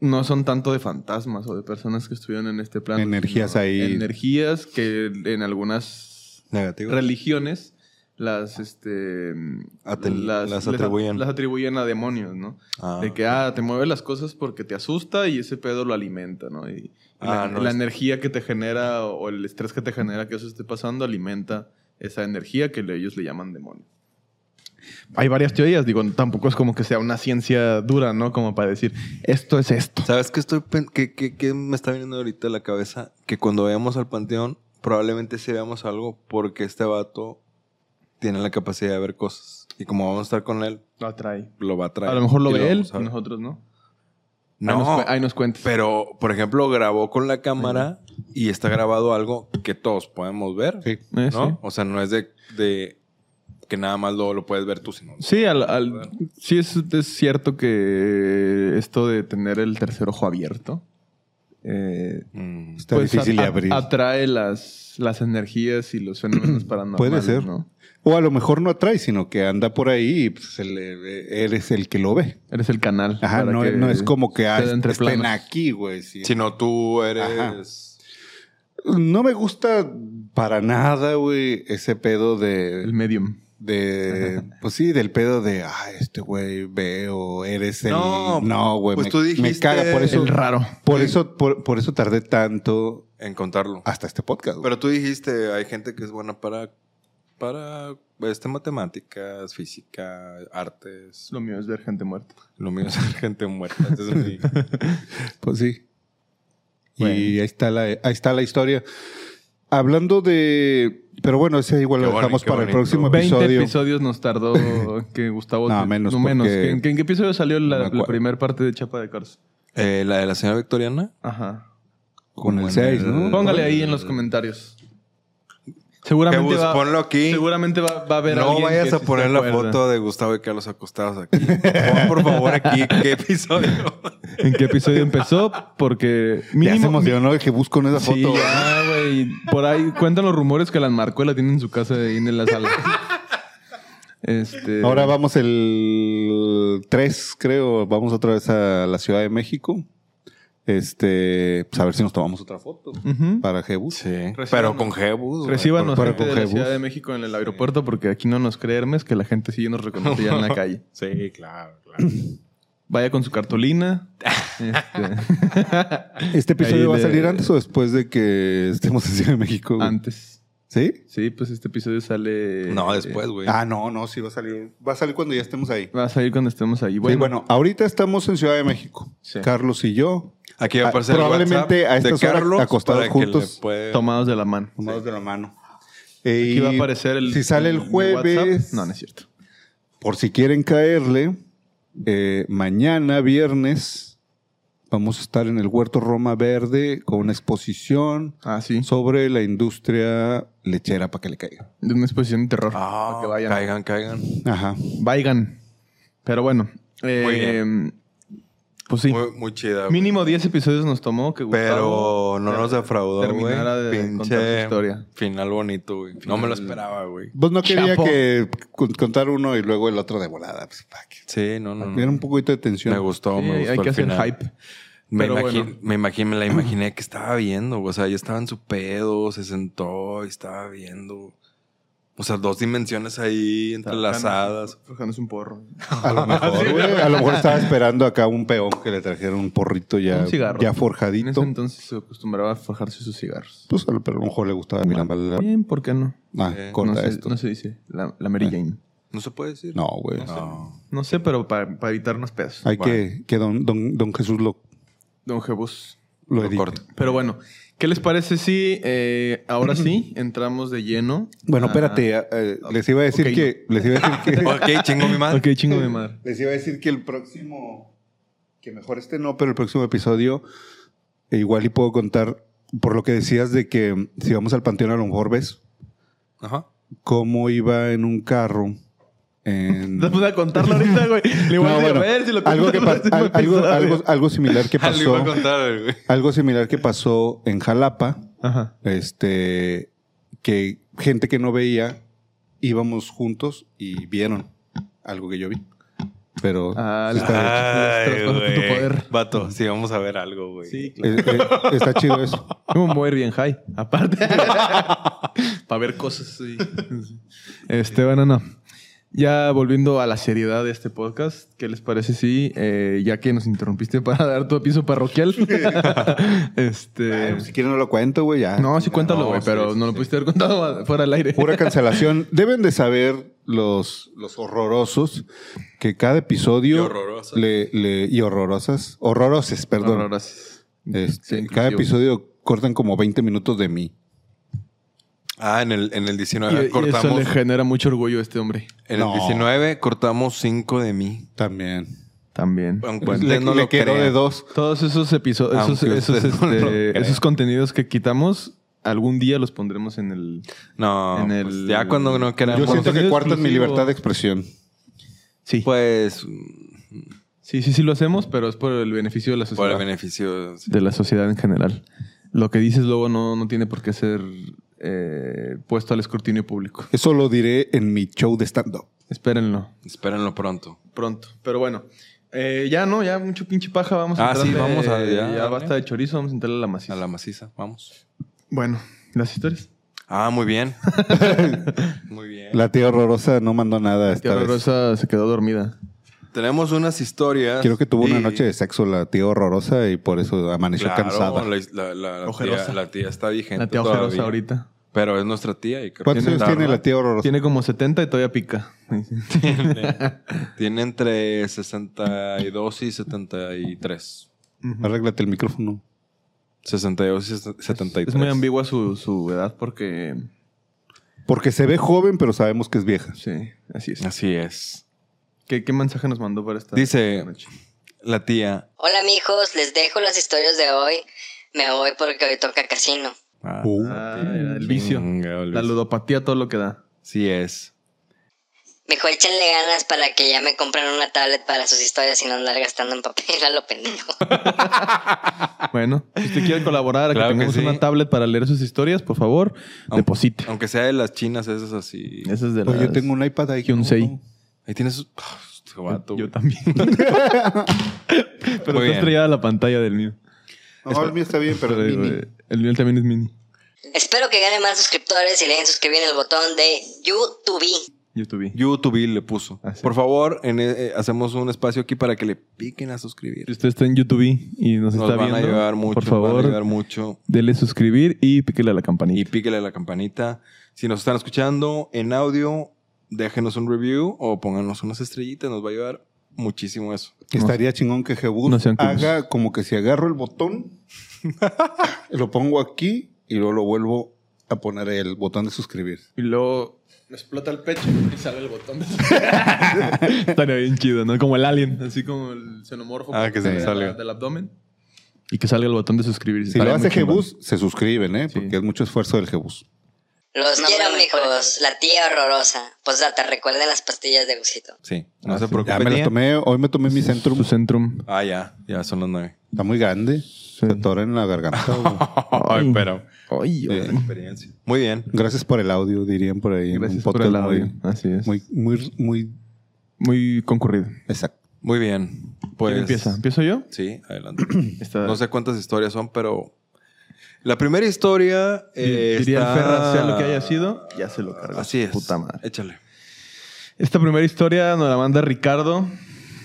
[SPEAKER 2] no son tanto de fantasmas o de personas que estuvieron en este plano.
[SPEAKER 4] Energías
[SPEAKER 2] sino
[SPEAKER 4] ahí.
[SPEAKER 2] Energías que en algunas
[SPEAKER 3] Negativos.
[SPEAKER 2] religiones las este
[SPEAKER 3] Atel- las
[SPEAKER 2] les a-
[SPEAKER 3] atribuyen.
[SPEAKER 2] las atribuyen a demonios, ¿no?
[SPEAKER 3] Ah.
[SPEAKER 2] De que ah, te mueve las cosas porque te asusta y ese pedo lo alimenta, ¿no? Y, y
[SPEAKER 3] Ah,
[SPEAKER 2] la,
[SPEAKER 3] no,
[SPEAKER 2] la
[SPEAKER 3] es-
[SPEAKER 2] energía que te genera o el estrés que te genera que eso esté pasando alimenta esa energía que le- ellos le llaman demonio. Hay varias teorías, digo, tampoco es como que sea una ciencia dura, ¿no? Como para decir, esto es esto.
[SPEAKER 3] ¿Sabes qué estoy pen- qué, qué- qué me está viniendo ahorita a la cabeza? Que cuando vayamos al panteón, probablemente sí veamos algo, porque este vato tiene la capacidad de ver cosas. Y como vamos a estar con él,
[SPEAKER 2] Lo atrae.
[SPEAKER 3] lo va a traer.
[SPEAKER 2] A lo mejor lo
[SPEAKER 3] y
[SPEAKER 2] ve él
[SPEAKER 3] vamos a
[SPEAKER 2] y
[SPEAKER 3] ver.
[SPEAKER 2] nosotros no. Ahí nos,
[SPEAKER 3] No,
[SPEAKER 2] cu- ahí nos cuentes.
[SPEAKER 3] pero por ejemplo, grabó con la cámara y está grabado algo que todos podemos ver.
[SPEAKER 4] Sí.
[SPEAKER 2] Eh,
[SPEAKER 3] ¿no?
[SPEAKER 2] sí.
[SPEAKER 3] O sea, no es de, de que nada más lo, lo puedes ver tú, sino.
[SPEAKER 2] Sí, al, al- sí es, es cierto que esto de tener el tercer ojo abierto eh,
[SPEAKER 3] Mm.
[SPEAKER 4] Está
[SPEAKER 2] pues,
[SPEAKER 4] difícil de
[SPEAKER 2] a- a-
[SPEAKER 4] abrir.
[SPEAKER 2] atrae las, las energías y los
[SPEAKER 4] [CLEARS THROAT]
[SPEAKER 2] fenómenos paranormales.
[SPEAKER 4] Puede ser.
[SPEAKER 2] ¿no?
[SPEAKER 4] O a lo mejor no atrae, sino que anda por ahí y pues, se le- eres el que lo ve.
[SPEAKER 2] Eres el canal.
[SPEAKER 4] Ajá,
[SPEAKER 2] para
[SPEAKER 4] no, no es como que ah,
[SPEAKER 2] se dé entre
[SPEAKER 4] estén
[SPEAKER 2] planos.
[SPEAKER 4] aquí, güey. sí.
[SPEAKER 3] Sino tú eres.
[SPEAKER 4] Ajá. No me gusta para nada, güey, ese pedo
[SPEAKER 2] El
[SPEAKER 4] de.
[SPEAKER 2] medium. [LAUGHS]
[SPEAKER 4] de pues sí, del pedo de. Ah, este güey veo, eres el.
[SPEAKER 3] No,
[SPEAKER 4] No, güey.
[SPEAKER 3] pues
[SPEAKER 4] me,
[SPEAKER 3] tú
[SPEAKER 4] me
[SPEAKER 3] dijiste
[SPEAKER 4] caga por eso.
[SPEAKER 2] el raro.
[SPEAKER 4] Por eso, por, por eso tardé tanto
[SPEAKER 3] En contarlo.
[SPEAKER 4] hasta este podcast. güey.
[SPEAKER 3] Pero tú dijiste, hay gente que es buena para, para este, matemáticas, física, artes.
[SPEAKER 2] Lo mío es ver gente muerta.
[SPEAKER 3] Lo mío es [LAUGHS] gente muerta. Ese es mi-
[SPEAKER 4] Pues sí.
[SPEAKER 2] Bueno.
[SPEAKER 4] Y ahí está la, ahí está la historia. Hablando de. Pero bueno, ese igual
[SPEAKER 6] Qué
[SPEAKER 4] lo
[SPEAKER 6] bonito,
[SPEAKER 4] dejamos
[SPEAKER 6] qué
[SPEAKER 4] para el
[SPEAKER 6] bonito.
[SPEAKER 4] próximo
[SPEAKER 2] 20
[SPEAKER 4] episodio.
[SPEAKER 2] episodios nos
[SPEAKER 4] [CLEARS THROAT]
[SPEAKER 2] tardó que Gustavo...
[SPEAKER 4] No, menos, porque-
[SPEAKER 2] ¿En, qué- en qué episodio salió
[SPEAKER 4] No me
[SPEAKER 2] la,
[SPEAKER 4] acuerdo.
[SPEAKER 2] primera parte de Chapa de Corso?
[SPEAKER 3] Eh, la de la señora Victoriana.
[SPEAKER 2] Ajá.
[SPEAKER 4] Con
[SPEAKER 3] Como
[SPEAKER 4] el
[SPEAKER 3] en
[SPEAKER 4] 6,
[SPEAKER 3] el-
[SPEAKER 4] ¿no?
[SPEAKER 2] Póngale ahí en los comentarios.
[SPEAKER 3] Que
[SPEAKER 2] Seguramente
[SPEAKER 3] bus-
[SPEAKER 2] va,
[SPEAKER 3] ponlo aquí.
[SPEAKER 2] seguramente va, va a haber
[SPEAKER 3] No
[SPEAKER 2] alguien que
[SPEAKER 3] vayas
[SPEAKER 2] sí
[SPEAKER 3] a
[SPEAKER 2] se
[SPEAKER 3] poner la
[SPEAKER 2] acuerda.
[SPEAKER 3] foto de Gustavo y Carlos acostados aquí. Pon por favor aquí qué episodio.
[SPEAKER 2] ¿En qué episodio empezó? Porque
[SPEAKER 4] Ya se
[SPEAKER 2] mínimo...
[SPEAKER 4] emocionó el que busco en esa
[SPEAKER 2] Sí,
[SPEAKER 4] foto.
[SPEAKER 2] ya, güey. Por ahí cuentan los rumores que la marcó y la tiene en su casa ahí en la sala. Este,
[SPEAKER 4] Ahora vamos el 3, creo. Vamos otra vez a la Ciudad de México. Este, pues a ver si nos tomamos otra foto
[SPEAKER 2] Ujú.
[SPEAKER 4] para Jebus.
[SPEAKER 3] Sí.
[SPEAKER 2] Recíbanos.
[SPEAKER 3] Pero con Jebus. güey.
[SPEAKER 2] Recíbanos
[SPEAKER 4] Para-
[SPEAKER 2] gente
[SPEAKER 4] para
[SPEAKER 2] de la
[SPEAKER 4] Jebus.
[SPEAKER 2] Ciudad de México en el aeropuerto porque aquí no nos creermes que la gente sí nos reconoce ya en
[SPEAKER 4] [LAUGHS]
[SPEAKER 2] la calle.
[SPEAKER 6] Sí, claro, claro.
[SPEAKER 2] Vaya con su cartulina. este,
[SPEAKER 4] ¿Este episodio
[SPEAKER 2] Ahí
[SPEAKER 4] va a
[SPEAKER 2] le-
[SPEAKER 4] salir antes o después de que estemos en Ciudad de México? güey?
[SPEAKER 2] antes.
[SPEAKER 4] ¿Sí?
[SPEAKER 2] Sí, pues este episodio sale...
[SPEAKER 3] No, después,
[SPEAKER 2] eh,
[SPEAKER 3] güey.
[SPEAKER 4] Ah, no, no, sí va a salir. Va a salir cuando ya estemos ahí.
[SPEAKER 2] va a salir cuando estemos ahí.
[SPEAKER 4] Bueno,
[SPEAKER 2] Bueno,
[SPEAKER 4] bueno ahorita estamos en Ciudad de México.
[SPEAKER 2] Sí.
[SPEAKER 4] Carlos y yo.
[SPEAKER 3] Aquí va a
[SPEAKER 4] Ah,
[SPEAKER 3] aparecer el
[SPEAKER 4] probablemente
[SPEAKER 3] WhatsApp
[SPEAKER 4] a estas
[SPEAKER 3] de
[SPEAKER 4] horas
[SPEAKER 3] Carlos
[SPEAKER 4] acostados
[SPEAKER 3] para que
[SPEAKER 4] juntos.
[SPEAKER 3] le pueda-
[SPEAKER 2] tomados de la mano.
[SPEAKER 4] Tomados de la mano.
[SPEAKER 2] Aquí
[SPEAKER 4] Y
[SPEAKER 2] va a aparecer el...
[SPEAKER 4] Si sale el
[SPEAKER 2] mi
[SPEAKER 4] jueves.
[SPEAKER 2] WhatsApp. No, no es cierto.
[SPEAKER 4] Por si quieren caerle, eh, mañana, viernes, vamos a estar en el Huerto Roma Verde con una exposición
[SPEAKER 2] Ah, sí.
[SPEAKER 4] sobre la industria lechera para que le caiga.
[SPEAKER 2] De una exposición de terror.
[SPEAKER 3] Ah,
[SPEAKER 2] Para que vayan.
[SPEAKER 3] Caigan, caigan.
[SPEAKER 4] Ajá.
[SPEAKER 2] Vayan. Pero bueno. eh,
[SPEAKER 3] Muy
[SPEAKER 2] Pues sí.
[SPEAKER 3] Muy, muy chida. güey.
[SPEAKER 2] Mínimo 10 episodios nos tomó que
[SPEAKER 3] Pero
[SPEAKER 2] Gustavo
[SPEAKER 3] no nos defraudó, güey.
[SPEAKER 2] terminara de contar su
[SPEAKER 3] Pinche
[SPEAKER 2] historia.
[SPEAKER 3] final bonito, güey. No me lo esperaba, güey.
[SPEAKER 4] Vos Pues no quería
[SPEAKER 2] Chapo.
[SPEAKER 4] que con- contar uno y luego el otro de volada. Pues, pa' que-
[SPEAKER 3] Sí, no, no. no.
[SPEAKER 4] Era un poquito de tensión.
[SPEAKER 3] Me gustó,
[SPEAKER 2] Sí,
[SPEAKER 3] me
[SPEAKER 2] hay
[SPEAKER 3] gustó.
[SPEAKER 2] hay
[SPEAKER 3] pues, el
[SPEAKER 2] que hacer
[SPEAKER 3] final.
[SPEAKER 2] hype.
[SPEAKER 3] Me,
[SPEAKER 2] Pero
[SPEAKER 3] imagi-
[SPEAKER 2] bueno.
[SPEAKER 3] me imaginé, me la imaginé que estaba viendo, güey. o sea, ya estaba en su pedo, se sentó y estaba viendo. O sea, dos dimensiones ahí entrelazadas.
[SPEAKER 2] Forjándose un porro.
[SPEAKER 4] A lo mejor, güey. A lo mejor estaba esperando acá un peón que le trajeron un porrito ya,
[SPEAKER 2] Un cigarro.
[SPEAKER 4] ya
[SPEAKER 2] En ese
[SPEAKER 4] forjadito.
[SPEAKER 2] entonces se acostumbraba a forjarse sus cigarros.
[SPEAKER 4] Pues, a lo- pero a lo mejor le gustaba. Mira, vale, la-
[SPEAKER 2] Bien, ¿por qué no?
[SPEAKER 4] ah,
[SPEAKER 3] Eh,
[SPEAKER 4] corta
[SPEAKER 2] no, se,
[SPEAKER 4] esto.
[SPEAKER 2] no se dice. La, la Mary Jane.
[SPEAKER 3] ¿No se puede decir?
[SPEAKER 4] No, güey.
[SPEAKER 3] No.
[SPEAKER 2] No sé, pero para evitarnos pedos.
[SPEAKER 4] Hay
[SPEAKER 3] Bueno.
[SPEAKER 4] que que don, don, don Jesús lo,
[SPEAKER 2] Don Jebus.
[SPEAKER 4] lo
[SPEAKER 3] Lo
[SPEAKER 4] edite.
[SPEAKER 3] corto.
[SPEAKER 2] Pero bueno, ¿qué les parece si eh, ahora sí entramos de lleno?
[SPEAKER 4] Bueno,
[SPEAKER 2] a-
[SPEAKER 4] espérate, eh, eh, les iba a decir
[SPEAKER 2] ok.
[SPEAKER 4] que les iba a decir
[SPEAKER 3] [LAUGHS]
[SPEAKER 4] que
[SPEAKER 3] Ok, chingo mi madre.
[SPEAKER 2] Ok, chingo de [LAUGHS] madre.
[SPEAKER 4] les iba a decir que el próximo que mejor este no, pero el próximo episodio eh, igual y puedo contar por lo que decías de que mm, si vamos al panteón a lo mejor ves
[SPEAKER 3] Ajá.
[SPEAKER 4] cómo iba en un carro
[SPEAKER 2] [LAUGHS]
[SPEAKER 4] en
[SPEAKER 2] Te puse a contarlo ahorita, güey. Le voy
[SPEAKER 4] No,
[SPEAKER 2] a decir,
[SPEAKER 4] bueno,
[SPEAKER 2] a ver si lo
[SPEAKER 4] algo, que
[SPEAKER 2] cuentas
[SPEAKER 4] pa-
[SPEAKER 2] en el
[SPEAKER 4] al- algo,
[SPEAKER 2] episodio.
[SPEAKER 4] algo- algo similar que
[SPEAKER 3] Algo Ah, iba a
[SPEAKER 4] pasó
[SPEAKER 3] contar, güey.
[SPEAKER 4] algo similar que pasó en Jalapa
[SPEAKER 2] Ajá.
[SPEAKER 4] este que gente que no veía íbamos juntos y vieron algo que yo vi. Pero
[SPEAKER 2] Ah,
[SPEAKER 4] sí está,
[SPEAKER 3] Ay,
[SPEAKER 2] Las cosas con tu
[SPEAKER 3] güey.
[SPEAKER 2] poder.
[SPEAKER 3] Vato, sí, vamos a ver algo, güey.
[SPEAKER 2] Sí, claro.
[SPEAKER 4] eh, eh, está chido eso.
[SPEAKER 2] [LAUGHS] [LAUGHS] Yo me voy a ir bien high, [LAUGHS] aparte. Para ver cosas. Sí. Este, bueno, no. Ya volviendo a la seriedad de este podcast, ¿qué les parece si, eh, ya que nos interrumpiste para dar tu aviso [LAUGHS] parroquial? este.
[SPEAKER 4] si quieren no lo cuento, güey, ya.
[SPEAKER 2] No, sí, cuéntalo,
[SPEAKER 3] No,
[SPEAKER 2] güey,
[SPEAKER 3] sí,
[SPEAKER 2] pero
[SPEAKER 3] sí,
[SPEAKER 2] no lo
[SPEAKER 3] sí.
[SPEAKER 2] pudiste haber contado [LAUGHS] fuera del aire.
[SPEAKER 4] [LAUGHS] Pura cancelación. Deben de saber los, los horrorosos que cada episodio...
[SPEAKER 3] Y horrorosas.
[SPEAKER 4] Le, le- y horrorosas. Horroroses, perdón.
[SPEAKER 2] No, no, gracias.
[SPEAKER 4] Este,
[SPEAKER 2] Sí,
[SPEAKER 4] cada
[SPEAKER 2] inclusivo.
[SPEAKER 4] episodio cortan como 20 minutos de mí.
[SPEAKER 3] Ah, en el, en el 19
[SPEAKER 2] Y, y eso
[SPEAKER 3] cortamos.
[SPEAKER 2] le genera mucho orgullo a este hombre.
[SPEAKER 3] En
[SPEAKER 4] No.
[SPEAKER 3] el 19 cortamos 5 de mí.
[SPEAKER 4] También.
[SPEAKER 2] También.
[SPEAKER 3] Aunque
[SPEAKER 4] Le,
[SPEAKER 3] usted no
[SPEAKER 4] le
[SPEAKER 3] lo
[SPEAKER 4] quedó
[SPEAKER 3] crea.
[SPEAKER 4] de dos.
[SPEAKER 2] Todos esos episodios, esos,
[SPEAKER 3] Aunque
[SPEAKER 2] esos,
[SPEAKER 3] usted no lo
[SPEAKER 2] este,
[SPEAKER 3] crea.
[SPEAKER 2] esos contenidos que quitamos, algún día los pondremos en el.
[SPEAKER 3] No,
[SPEAKER 2] En
[SPEAKER 3] pues
[SPEAKER 2] el-
[SPEAKER 3] ya cuando no
[SPEAKER 4] Yo
[SPEAKER 3] queramos.
[SPEAKER 4] siento que
[SPEAKER 2] contenido
[SPEAKER 4] cuartan mi
[SPEAKER 2] exclusivo.
[SPEAKER 4] libertad de expresión.
[SPEAKER 2] Sí.
[SPEAKER 3] Pues
[SPEAKER 2] Sí, sí, sí lo hacemos, pero es por el beneficio de la
[SPEAKER 3] por
[SPEAKER 2] sociedad.
[SPEAKER 3] el beneficio. sí.
[SPEAKER 2] de la sociedad en general. Lo que dices luego no, no tiene por qué ser eh, puesto al escrutinio público.
[SPEAKER 4] Eso lo diré en mi show de stand-up.
[SPEAKER 2] Espérenlo
[SPEAKER 3] Espérenlo pronto.
[SPEAKER 2] pronto. Pero bueno, eh, ya no, ya mucho pinche paja. Vamos a
[SPEAKER 3] Ah, sí,
[SPEAKER 2] entrarle-
[SPEAKER 3] vamos a-
[SPEAKER 2] Ya,
[SPEAKER 3] ya, dale.
[SPEAKER 2] basta de chorizo, vamos a entrarle a la maciza.
[SPEAKER 3] A la maciza, vamos.
[SPEAKER 2] Bueno, las historias.
[SPEAKER 3] Ah, muy bien. [LAUGHS] muy bien.
[SPEAKER 4] La tía horrorosa no mandó nada esta
[SPEAKER 2] Tía
[SPEAKER 4] vez.
[SPEAKER 2] Rosa se quedó dormida.
[SPEAKER 3] Tenemos unas historias.
[SPEAKER 4] Creo que tuvo una
[SPEAKER 3] y-
[SPEAKER 4] noche de sexo la tía horrorosa y por eso amaneció
[SPEAKER 3] Claro,
[SPEAKER 4] cansada.
[SPEAKER 3] La, la- la- la
[SPEAKER 2] Ojerosa.
[SPEAKER 3] tía, la tía está vigente.
[SPEAKER 2] La tía
[SPEAKER 3] todavía.
[SPEAKER 2] ojerosa ahorita.
[SPEAKER 3] Pero es nuestra tía y creo
[SPEAKER 4] ¿Cuántos
[SPEAKER 3] que
[SPEAKER 4] años
[SPEAKER 3] está-
[SPEAKER 4] tiene la tía horrorosa?
[SPEAKER 2] Tiene como 70 y todavía pica.
[SPEAKER 3] Tiene entre 62 y 73.
[SPEAKER 2] Ujú.
[SPEAKER 4] Arréglate el micrófono.
[SPEAKER 3] 62 y 73.
[SPEAKER 2] Es muy ambigua su, su edad porque.
[SPEAKER 4] Porque se ve joven, pero sabemos que es vieja.
[SPEAKER 2] Sí, así es.
[SPEAKER 3] Así es.
[SPEAKER 2] ¿Qué, qué mensaje nos mandó para esta?
[SPEAKER 3] Dice-
[SPEAKER 2] esta noche?
[SPEAKER 3] La tía.
[SPEAKER 6] Hola, mijos, les dejo las historias de hoy. Me voy porque hoy toca casino.
[SPEAKER 3] Ah,
[SPEAKER 4] Uh.
[SPEAKER 2] Ah, era el vicio.
[SPEAKER 3] chingado, Luis.
[SPEAKER 2] La ludopatía, todo lo que da.
[SPEAKER 3] Así es.
[SPEAKER 6] Mijo, échenle ganas para que ya me compren una tablet para sus historias y no andar gastando en papel a lo pendejo.
[SPEAKER 2] Bueno, si usted quiere colaborar a
[SPEAKER 3] Claro
[SPEAKER 2] que
[SPEAKER 3] que
[SPEAKER 2] tengamos
[SPEAKER 3] sí. Ah,
[SPEAKER 2] una tablet para leer sus historias, por favor,
[SPEAKER 3] Aunque-
[SPEAKER 2] deposite.
[SPEAKER 3] Aunque sea de las chinas, esas así.
[SPEAKER 2] Esa es de
[SPEAKER 4] Oye, Pues yo
[SPEAKER 2] las-
[SPEAKER 4] tengo un iPad ahí.
[SPEAKER 2] que un seis.
[SPEAKER 3] Ahí tienes. Ah, este vato,
[SPEAKER 2] Yo
[SPEAKER 3] güey.
[SPEAKER 4] [LAUGHS]
[SPEAKER 2] también. Pero
[SPEAKER 3] Muy
[SPEAKER 2] está
[SPEAKER 3] bien.
[SPEAKER 2] estrellada la pantalla del mío.
[SPEAKER 4] No, el mío está bien,
[SPEAKER 2] [LAUGHS]
[SPEAKER 4] pero
[SPEAKER 2] Pero,
[SPEAKER 4] es mini.
[SPEAKER 2] eh, el mío también es mini.
[SPEAKER 6] Espero que ganen más suscriptores y le den suscribir en el botón de YouTube.
[SPEAKER 2] YouTube.
[SPEAKER 3] YouTube le puso.
[SPEAKER 2] Ah, sí.
[SPEAKER 3] Por favor, en, eh, hacemos un espacio aquí para que le piquen a suscribir.
[SPEAKER 2] Si usted está en YouTube y nos,
[SPEAKER 3] Nos
[SPEAKER 2] está
[SPEAKER 3] van
[SPEAKER 2] viendo,
[SPEAKER 3] a ayudar mucho.
[SPEAKER 2] por
[SPEAKER 3] Nos van a ayudar
[SPEAKER 2] favor,
[SPEAKER 3] mucho.
[SPEAKER 2] dele suscribir y píquele a la
[SPEAKER 3] Y
[SPEAKER 2] campanita.
[SPEAKER 3] píquele a la campanita. Si nos están escuchando en audio, déjenos un review o pónganos unas estrellitas. Nos va a ayudar muchísimo eso.
[SPEAKER 4] Que
[SPEAKER 2] No.
[SPEAKER 4] Estaría chingón que Jebus
[SPEAKER 2] No sean culos.
[SPEAKER 4] haga como que si agarro
[SPEAKER 2] [LAUGHS]
[SPEAKER 4] el botón, lo pongo aquí y luego lo vuelvo a poner el botón de suscribir.
[SPEAKER 2] Y luego me explota el pecho y sale el botón. [LAUGHS] Estaría bien chido, ¿no? Como el alien, así como el xenomorfo.
[SPEAKER 3] Ah, que se
[SPEAKER 2] de
[SPEAKER 3] le
[SPEAKER 2] la-
[SPEAKER 3] salga.
[SPEAKER 2] Del abdomen. Y que salga el botón de suscribirse.
[SPEAKER 4] Si lo
[SPEAKER 2] Estaría
[SPEAKER 4] hace
[SPEAKER 2] muy chingón.
[SPEAKER 4] Jebus, se suscriben, ¿eh?
[SPEAKER 2] Sí.
[SPEAKER 4] Porque es mucho esfuerzo del Jebus.
[SPEAKER 6] Los quiero, mijos. La tía horrorosa. Posdata, recuerden las pastillas de Gusito.
[SPEAKER 3] Sí, no
[SPEAKER 2] Ah, sí.
[SPEAKER 3] se
[SPEAKER 4] Ya
[SPEAKER 3] preocupen.
[SPEAKER 4] me las tomé, hoy me tomé mi centrum.
[SPEAKER 2] Su centrum.
[SPEAKER 3] Ah, ya, ya son las nueve.
[SPEAKER 4] Está muy grande. Se atora en la garganta. güey.
[SPEAKER 2] [LAUGHS] Ay, pero.
[SPEAKER 4] güey.
[SPEAKER 3] Experiencia. Muy bien.
[SPEAKER 4] Gracias por el audio, dirían por ahí. en
[SPEAKER 2] Gracias por
[SPEAKER 4] un podcast
[SPEAKER 2] el audio.
[SPEAKER 4] muy-
[SPEAKER 2] Así es. Muy,
[SPEAKER 4] Muy, muy, muy
[SPEAKER 2] concurrido.
[SPEAKER 4] exacto.
[SPEAKER 3] Muy bien. Pues.
[SPEAKER 2] ¿Quién empieza? ¿Empiezo yo?
[SPEAKER 3] Sí, adelante.
[SPEAKER 2] Está-
[SPEAKER 3] No sé cuántas historias son, pero. La primera historia. eh,
[SPEAKER 2] Diría el
[SPEAKER 3] está-
[SPEAKER 2] Ferra, sea lo que haya sido, ya se lo cargas.
[SPEAKER 3] Así es.
[SPEAKER 2] Puta madre.
[SPEAKER 3] Échale.
[SPEAKER 2] Esta primera historia nos la manda Ricardo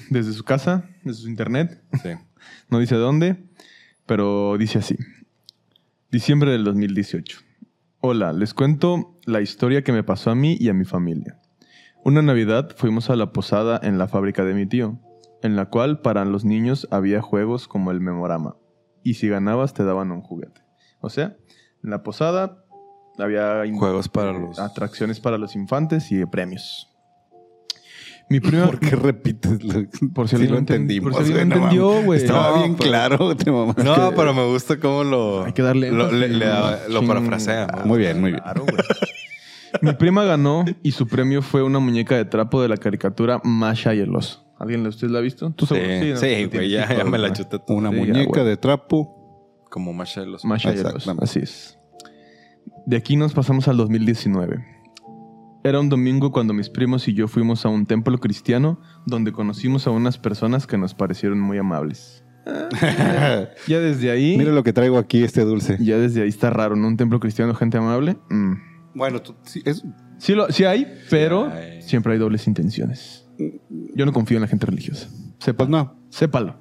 [SPEAKER 2] desde su casa, desde su internet.
[SPEAKER 4] [LAUGHS]
[SPEAKER 3] Sí.
[SPEAKER 2] No dice dónde, pero dice así. Diciembre del 2018. Hola, les cuento la historia que me pasó a mí y a mi familia. Una Navidad fuimos a la posada en la fábrica de mi tío, en la cual para los niños había juegos como el memorama. Y si ganabas te daban un juguete. O sea, en la posada había in-
[SPEAKER 3] Juegos para los.
[SPEAKER 2] atracciones para los infantes y premios. Mi prima...
[SPEAKER 4] [LAUGHS] ¿Por qué repites? lo-
[SPEAKER 2] Por si alguien no enten- por si alguien
[SPEAKER 4] güey,
[SPEAKER 2] no
[SPEAKER 4] no
[SPEAKER 2] entendió, güey.
[SPEAKER 4] mames.
[SPEAKER 2] pues.
[SPEAKER 4] Estaba
[SPEAKER 3] No,
[SPEAKER 4] bien
[SPEAKER 3] pero-
[SPEAKER 4] claro, te mamaste.
[SPEAKER 3] No, pero me gusta cómo lo.
[SPEAKER 2] Hay que darle
[SPEAKER 3] Lo,
[SPEAKER 2] énfasis,
[SPEAKER 3] le- le da-
[SPEAKER 2] ¿no?
[SPEAKER 3] lo
[SPEAKER 2] Ching-
[SPEAKER 3] parafrasea. ¿no?
[SPEAKER 4] Muy bien, muy bien.
[SPEAKER 2] Mi prima ganó y su premio fue una muñeca de trapo de la caricatura Masha y el oso. ¿Alguien de ustedes la ha visto? ¿Tú seguro?
[SPEAKER 3] Sí,
[SPEAKER 2] ¿no?
[SPEAKER 3] sí, güey, ya, ya me la
[SPEAKER 2] Ajá.
[SPEAKER 3] chuté
[SPEAKER 4] Una
[SPEAKER 2] Sí, ya,
[SPEAKER 4] muñeca
[SPEAKER 2] güey. [LAUGHS]
[SPEAKER 4] de trapo. [LAUGHS]
[SPEAKER 3] como Masha de los.
[SPEAKER 2] Masha y el oso,
[SPEAKER 4] Exactamente.
[SPEAKER 2] así es. De aquí nos pasamos al 2019. Era un domingo cuando mis primos y yo fuimos a un templo cristiano donde conocimos a unas personas que nos parecieron muy amables. Ya desde ahí,
[SPEAKER 4] Mira lo que traigo aquí, este dulce.
[SPEAKER 2] ya desde ahí está raro, ¿no? Un templo cristiano, gente amable. Mm.
[SPEAKER 4] Bueno, tú, sí, es-
[SPEAKER 2] Sí, lo, sí hay, pero
[SPEAKER 3] hay.
[SPEAKER 2] siempre hay dobles intenciones. Yo no confío en la gente religiosa.
[SPEAKER 4] pues
[SPEAKER 2] Sépalo.
[SPEAKER 4] no.
[SPEAKER 2] Sépalo.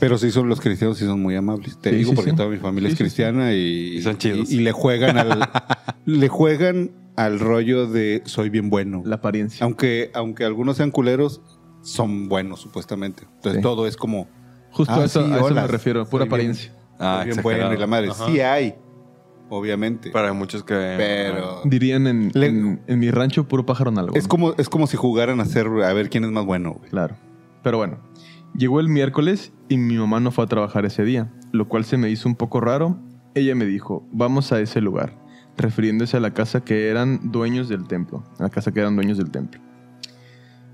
[SPEAKER 4] Pero sí son los cristianos, sí son muy amables. Te
[SPEAKER 2] Sí,
[SPEAKER 4] digo
[SPEAKER 2] sí,
[SPEAKER 4] porque
[SPEAKER 2] sí.
[SPEAKER 4] toda mi familia
[SPEAKER 2] Sí,
[SPEAKER 4] es
[SPEAKER 2] sí,
[SPEAKER 4] cristiana y,
[SPEAKER 3] Y son chidos.
[SPEAKER 4] Y, y le juegan
[SPEAKER 2] [LAUGHS]
[SPEAKER 4] al, le juegan al rollo de soy bien bueno.
[SPEAKER 2] La apariencia.
[SPEAKER 4] Aunque, aunque algunos sean culeros, son buenos supuestamente. Entonces
[SPEAKER 2] Sí.
[SPEAKER 4] todo es como
[SPEAKER 2] Justo
[SPEAKER 4] Ah,
[SPEAKER 2] a eso,
[SPEAKER 4] sí,
[SPEAKER 2] a eso
[SPEAKER 4] hola.
[SPEAKER 2] me refiero, pura
[SPEAKER 4] Soy bien-
[SPEAKER 2] apariencia.
[SPEAKER 3] Ah,
[SPEAKER 4] soy bien
[SPEAKER 3] exagerado.
[SPEAKER 4] bueno y la madre.
[SPEAKER 3] Ajá.
[SPEAKER 4] Sí hay, obviamente.
[SPEAKER 3] Para muchos que. Ah.
[SPEAKER 4] pero
[SPEAKER 2] Dirían en,
[SPEAKER 4] Le-
[SPEAKER 2] en- en mi rancho, puro pájaro en algo.
[SPEAKER 4] es como, es como si jugaran a ser a ver quién es más bueno. güey.
[SPEAKER 2] Claro. Pero bueno, llegó el miércoles y mi mamá no fue a trabajar ese día, lo cual se me hizo un poco raro. Ella me dijo, vamos a ese lugar, refiriéndose a la casa que eran dueños del templo, a la casa que eran dueños del templo.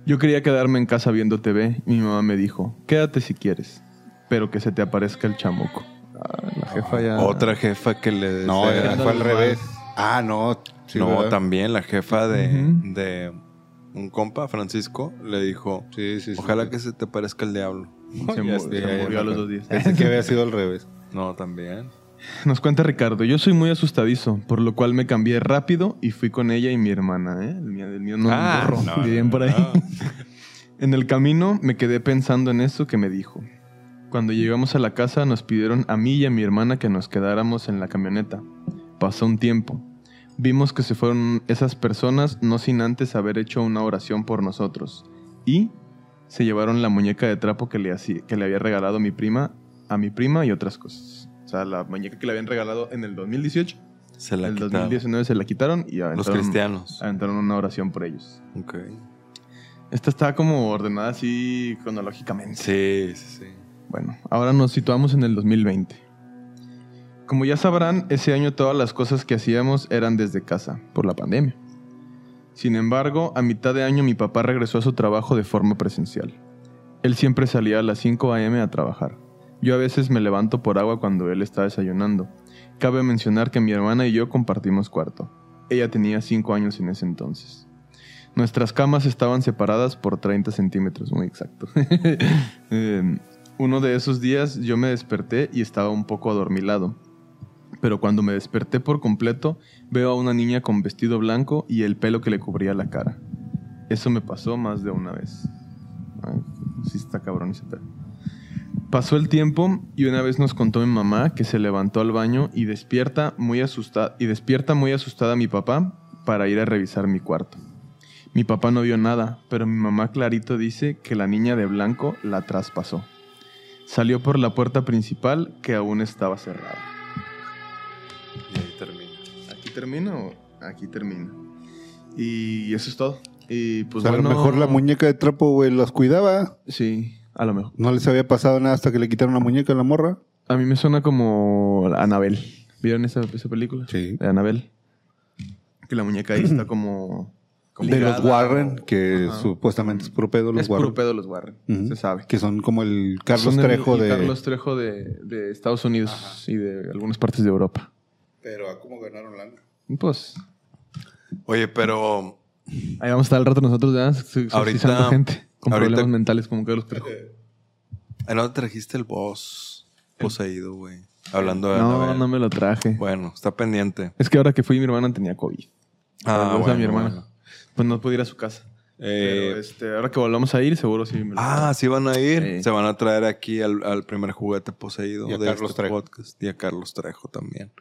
[SPEAKER 2] Yo quería quedarme en casa viendo TV y mi mamá me dijo, quédate si quieres, pero que se te aparezca el chamuco. Ah, la jefa ya...
[SPEAKER 3] Otra jefa que le.
[SPEAKER 4] No,
[SPEAKER 3] desea-
[SPEAKER 4] fue al revés. Ah, no. sí,
[SPEAKER 3] no,
[SPEAKER 4] ¿verdad?
[SPEAKER 3] también la jefa de,
[SPEAKER 2] Ujú.
[SPEAKER 3] de un compa, Francisco, le dijo:
[SPEAKER 4] Sí, sí, sí.
[SPEAKER 3] Ojalá que se te parezca el
[SPEAKER 2] [LAUGHS]
[SPEAKER 3] diablo.
[SPEAKER 2] Se, mu-
[SPEAKER 3] Ya
[SPEAKER 2] se
[SPEAKER 3] sé, ya, ya
[SPEAKER 2] murió
[SPEAKER 3] me
[SPEAKER 2] a los
[SPEAKER 3] acuerdo.
[SPEAKER 2] dos días.
[SPEAKER 4] Pensé que había sido al revés.
[SPEAKER 3] No, también.
[SPEAKER 2] Nos cuenta Ricardo, yo soy muy asustadizo, por lo cual me cambié rápido y fui con ella y mi hermana, ¿eh? El mío, el mío no
[SPEAKER 3] Ah,
[SPEAKER 2] borró,
[SPEAKER 3] no,
[SPEAKER 2] dirían
[SPEAKER 3] no,
[SPEAKER 2] por ahí.
[SPEAKER 3] no.
[SPEAKER 2] En el camino me quedé pensando en eso que me dijo. Cuando llegamos a la casa nos pidieron a mí y a mi hermana que nos quedáramos en la camioneta. Pasó un tiempo. Vimos que se fueron esas personas no sin antes haber hecho una oración por nosotros. Y se llevaron la muñeca de trapo que le, hacía- que le había regalado mi prima, a mi prima y otras cosas. O sea, la muñeca que le habían regalado en el 2018,
[SPEAKER 3] [LAUGHS] Se
[SPEAKER 2] en
[SPEAKER 3] la
[SPEAKER 2] el
[SPEAKER 3] quitaron.
[SPEAKER 2] 2019 se la quitaron y
[SPEAKER 3] Los
[SPEAKER 2] aventaron,
[SPEAKER 3] cristianos.
[SPEAKER 2] aventaron una oración por ellos.
[SPEAKER 3] Ok.
[SPEAKER 2] Esta está como ordenada así cronológicamente.
[SPEAKER 3] Sí, sí, sí.
[SPEAKER 2] Bueno, ahora nos situamos en el 2020. Como ya sabrán, ese año todas las cosas que hacíamos eran desde casa, por la pandemia. Sin embargo, a mitad de año mi papá regresó a su trabajo de forma presencial. Él siempre salía a las 5 a.m. a trabajar. Yo a veces me levanto por agua cuando él está desayunando. Cabe mencionar que mi hermana y yo compartimos cuarto. Ella tenía 5 años en ese entonces. Nuestras camas estaban separadas por 30 centímetros, muy exacto. [LAUGHS] Em, uno de esos días yo me desperté y estaba un poco adormilado. Pero cuando me desperté por completo, veo a una niña con vestido blanco y el pelo que le cubría la cara. Eso me pasó más de una vez. Ay, sí está cabrón ese pedo. Pasó el tiempo y una vez nos contó mi mamá que se levantó al baño y despierta muy asustada y despierta muy asustada a mi papá para ir a revisar mi cuarto. Mi papá no vio nada, pero mi mamá clarito dice que la niña de blanco la traspasó. Salió por la puerta principal que aún estaba cerrada.
[SPEAKER 3] Y ahí termina.
[SPEAKER 2] ¿Aquí termino? Aquí termina. Y eso es todo. Y pues
[SPEAKER 4] O sea, a
[SPEAKER 2] bueno,
[SPEAKER 4] lo mejor la muñeca de trapo, güey, las cuidaba.
[SPEAKER 2] Sí, a lo mejor.
[SPEAKER 4] No les había pasado nada hasta que le quitaron la muñeca a la morra.
[SPEAKER 2] A mí me suena como Anabel. ¿Vieron esa, esa película?
[SPEAKER 4] Sí.
[SPEAKER 2] De Anabel. Que la muñeca ahí está como.
[SPEAKER 4] [CLEARS THROAT]
[SPEAKER 2] como
[SPEAKER 4] De los
[SPEAKER 2] ligada.
[SPEAKER 4] Warren, que
[SPEAKER 2] Ajá.
[SPEAKER 4] supuestamente es puro pedo los
[SPEAKER 2] es
[SPEAKER 4] Warren.
[SPEAKER 2] puro pedo los Warren.
[SPEAKER 4] Ujú.
[SPEAKER 2] Se sabe.
[SPEAKER 4] Que son como el Carlos
[SPEAKER 2] Son el-
[SPEAKER 4] Trejo
[SPEAKER 2] y
[SPEAKER 4] de.
[SPEAKER 2] Carlos Trejo de, de Estados Unidos y de algunas partes de Europa.
[SPEAKER 4] Pero a cómo ganaron lana.
[SPEAKER 2] Pues
[SPEAKER 3] Oye, pero
[SPEAKER 2] Ahí vamos a estar al rato nosotros ya su- su-
[SPEAKER 3] Ahorita-
[SPEAKER 2] suicidando gente con
[SPEAKER 3] ahorita-
[SPEAKER 2] problemas mentales como Carlos Trejo.
[SPEAKER 3] ¿a dónde trajiste el boss poseído, güey? Hablando de
[SPEAKER 2] No,
[SPEAKER 3] Anabel.
[SPEAKER 2] no me lo traje.
[SPEAKER 3] Bueno, está pendiente.
[SPEAKER 2] Es que ahora que fui mi hermana tenía COVID. Ah, a mi hermana.
[SPEAKER 3] bueno.
[SPEAKER 2] Pues no pude ir a su casa.
[SPEAKER 3] Eh,
[SPEAKER 2] Pero este, ahora que volvamos a ir, seguro sí me lo
[SPEAKER 3] Ah, sí van a ir.
[SPEAKER 2] Sí.
[SPEAKER 3] Se van a traer aquí al, al primer juguete poseído
[SPEAKER 4] Y a
[SPEAKER 3] de
[SPEAKER 4] Carlos
[SPEAKER 3] este
[SPEAKER 4] Trejo.
[SPEAKER 3] podcast. Y a Carlos Trejo también.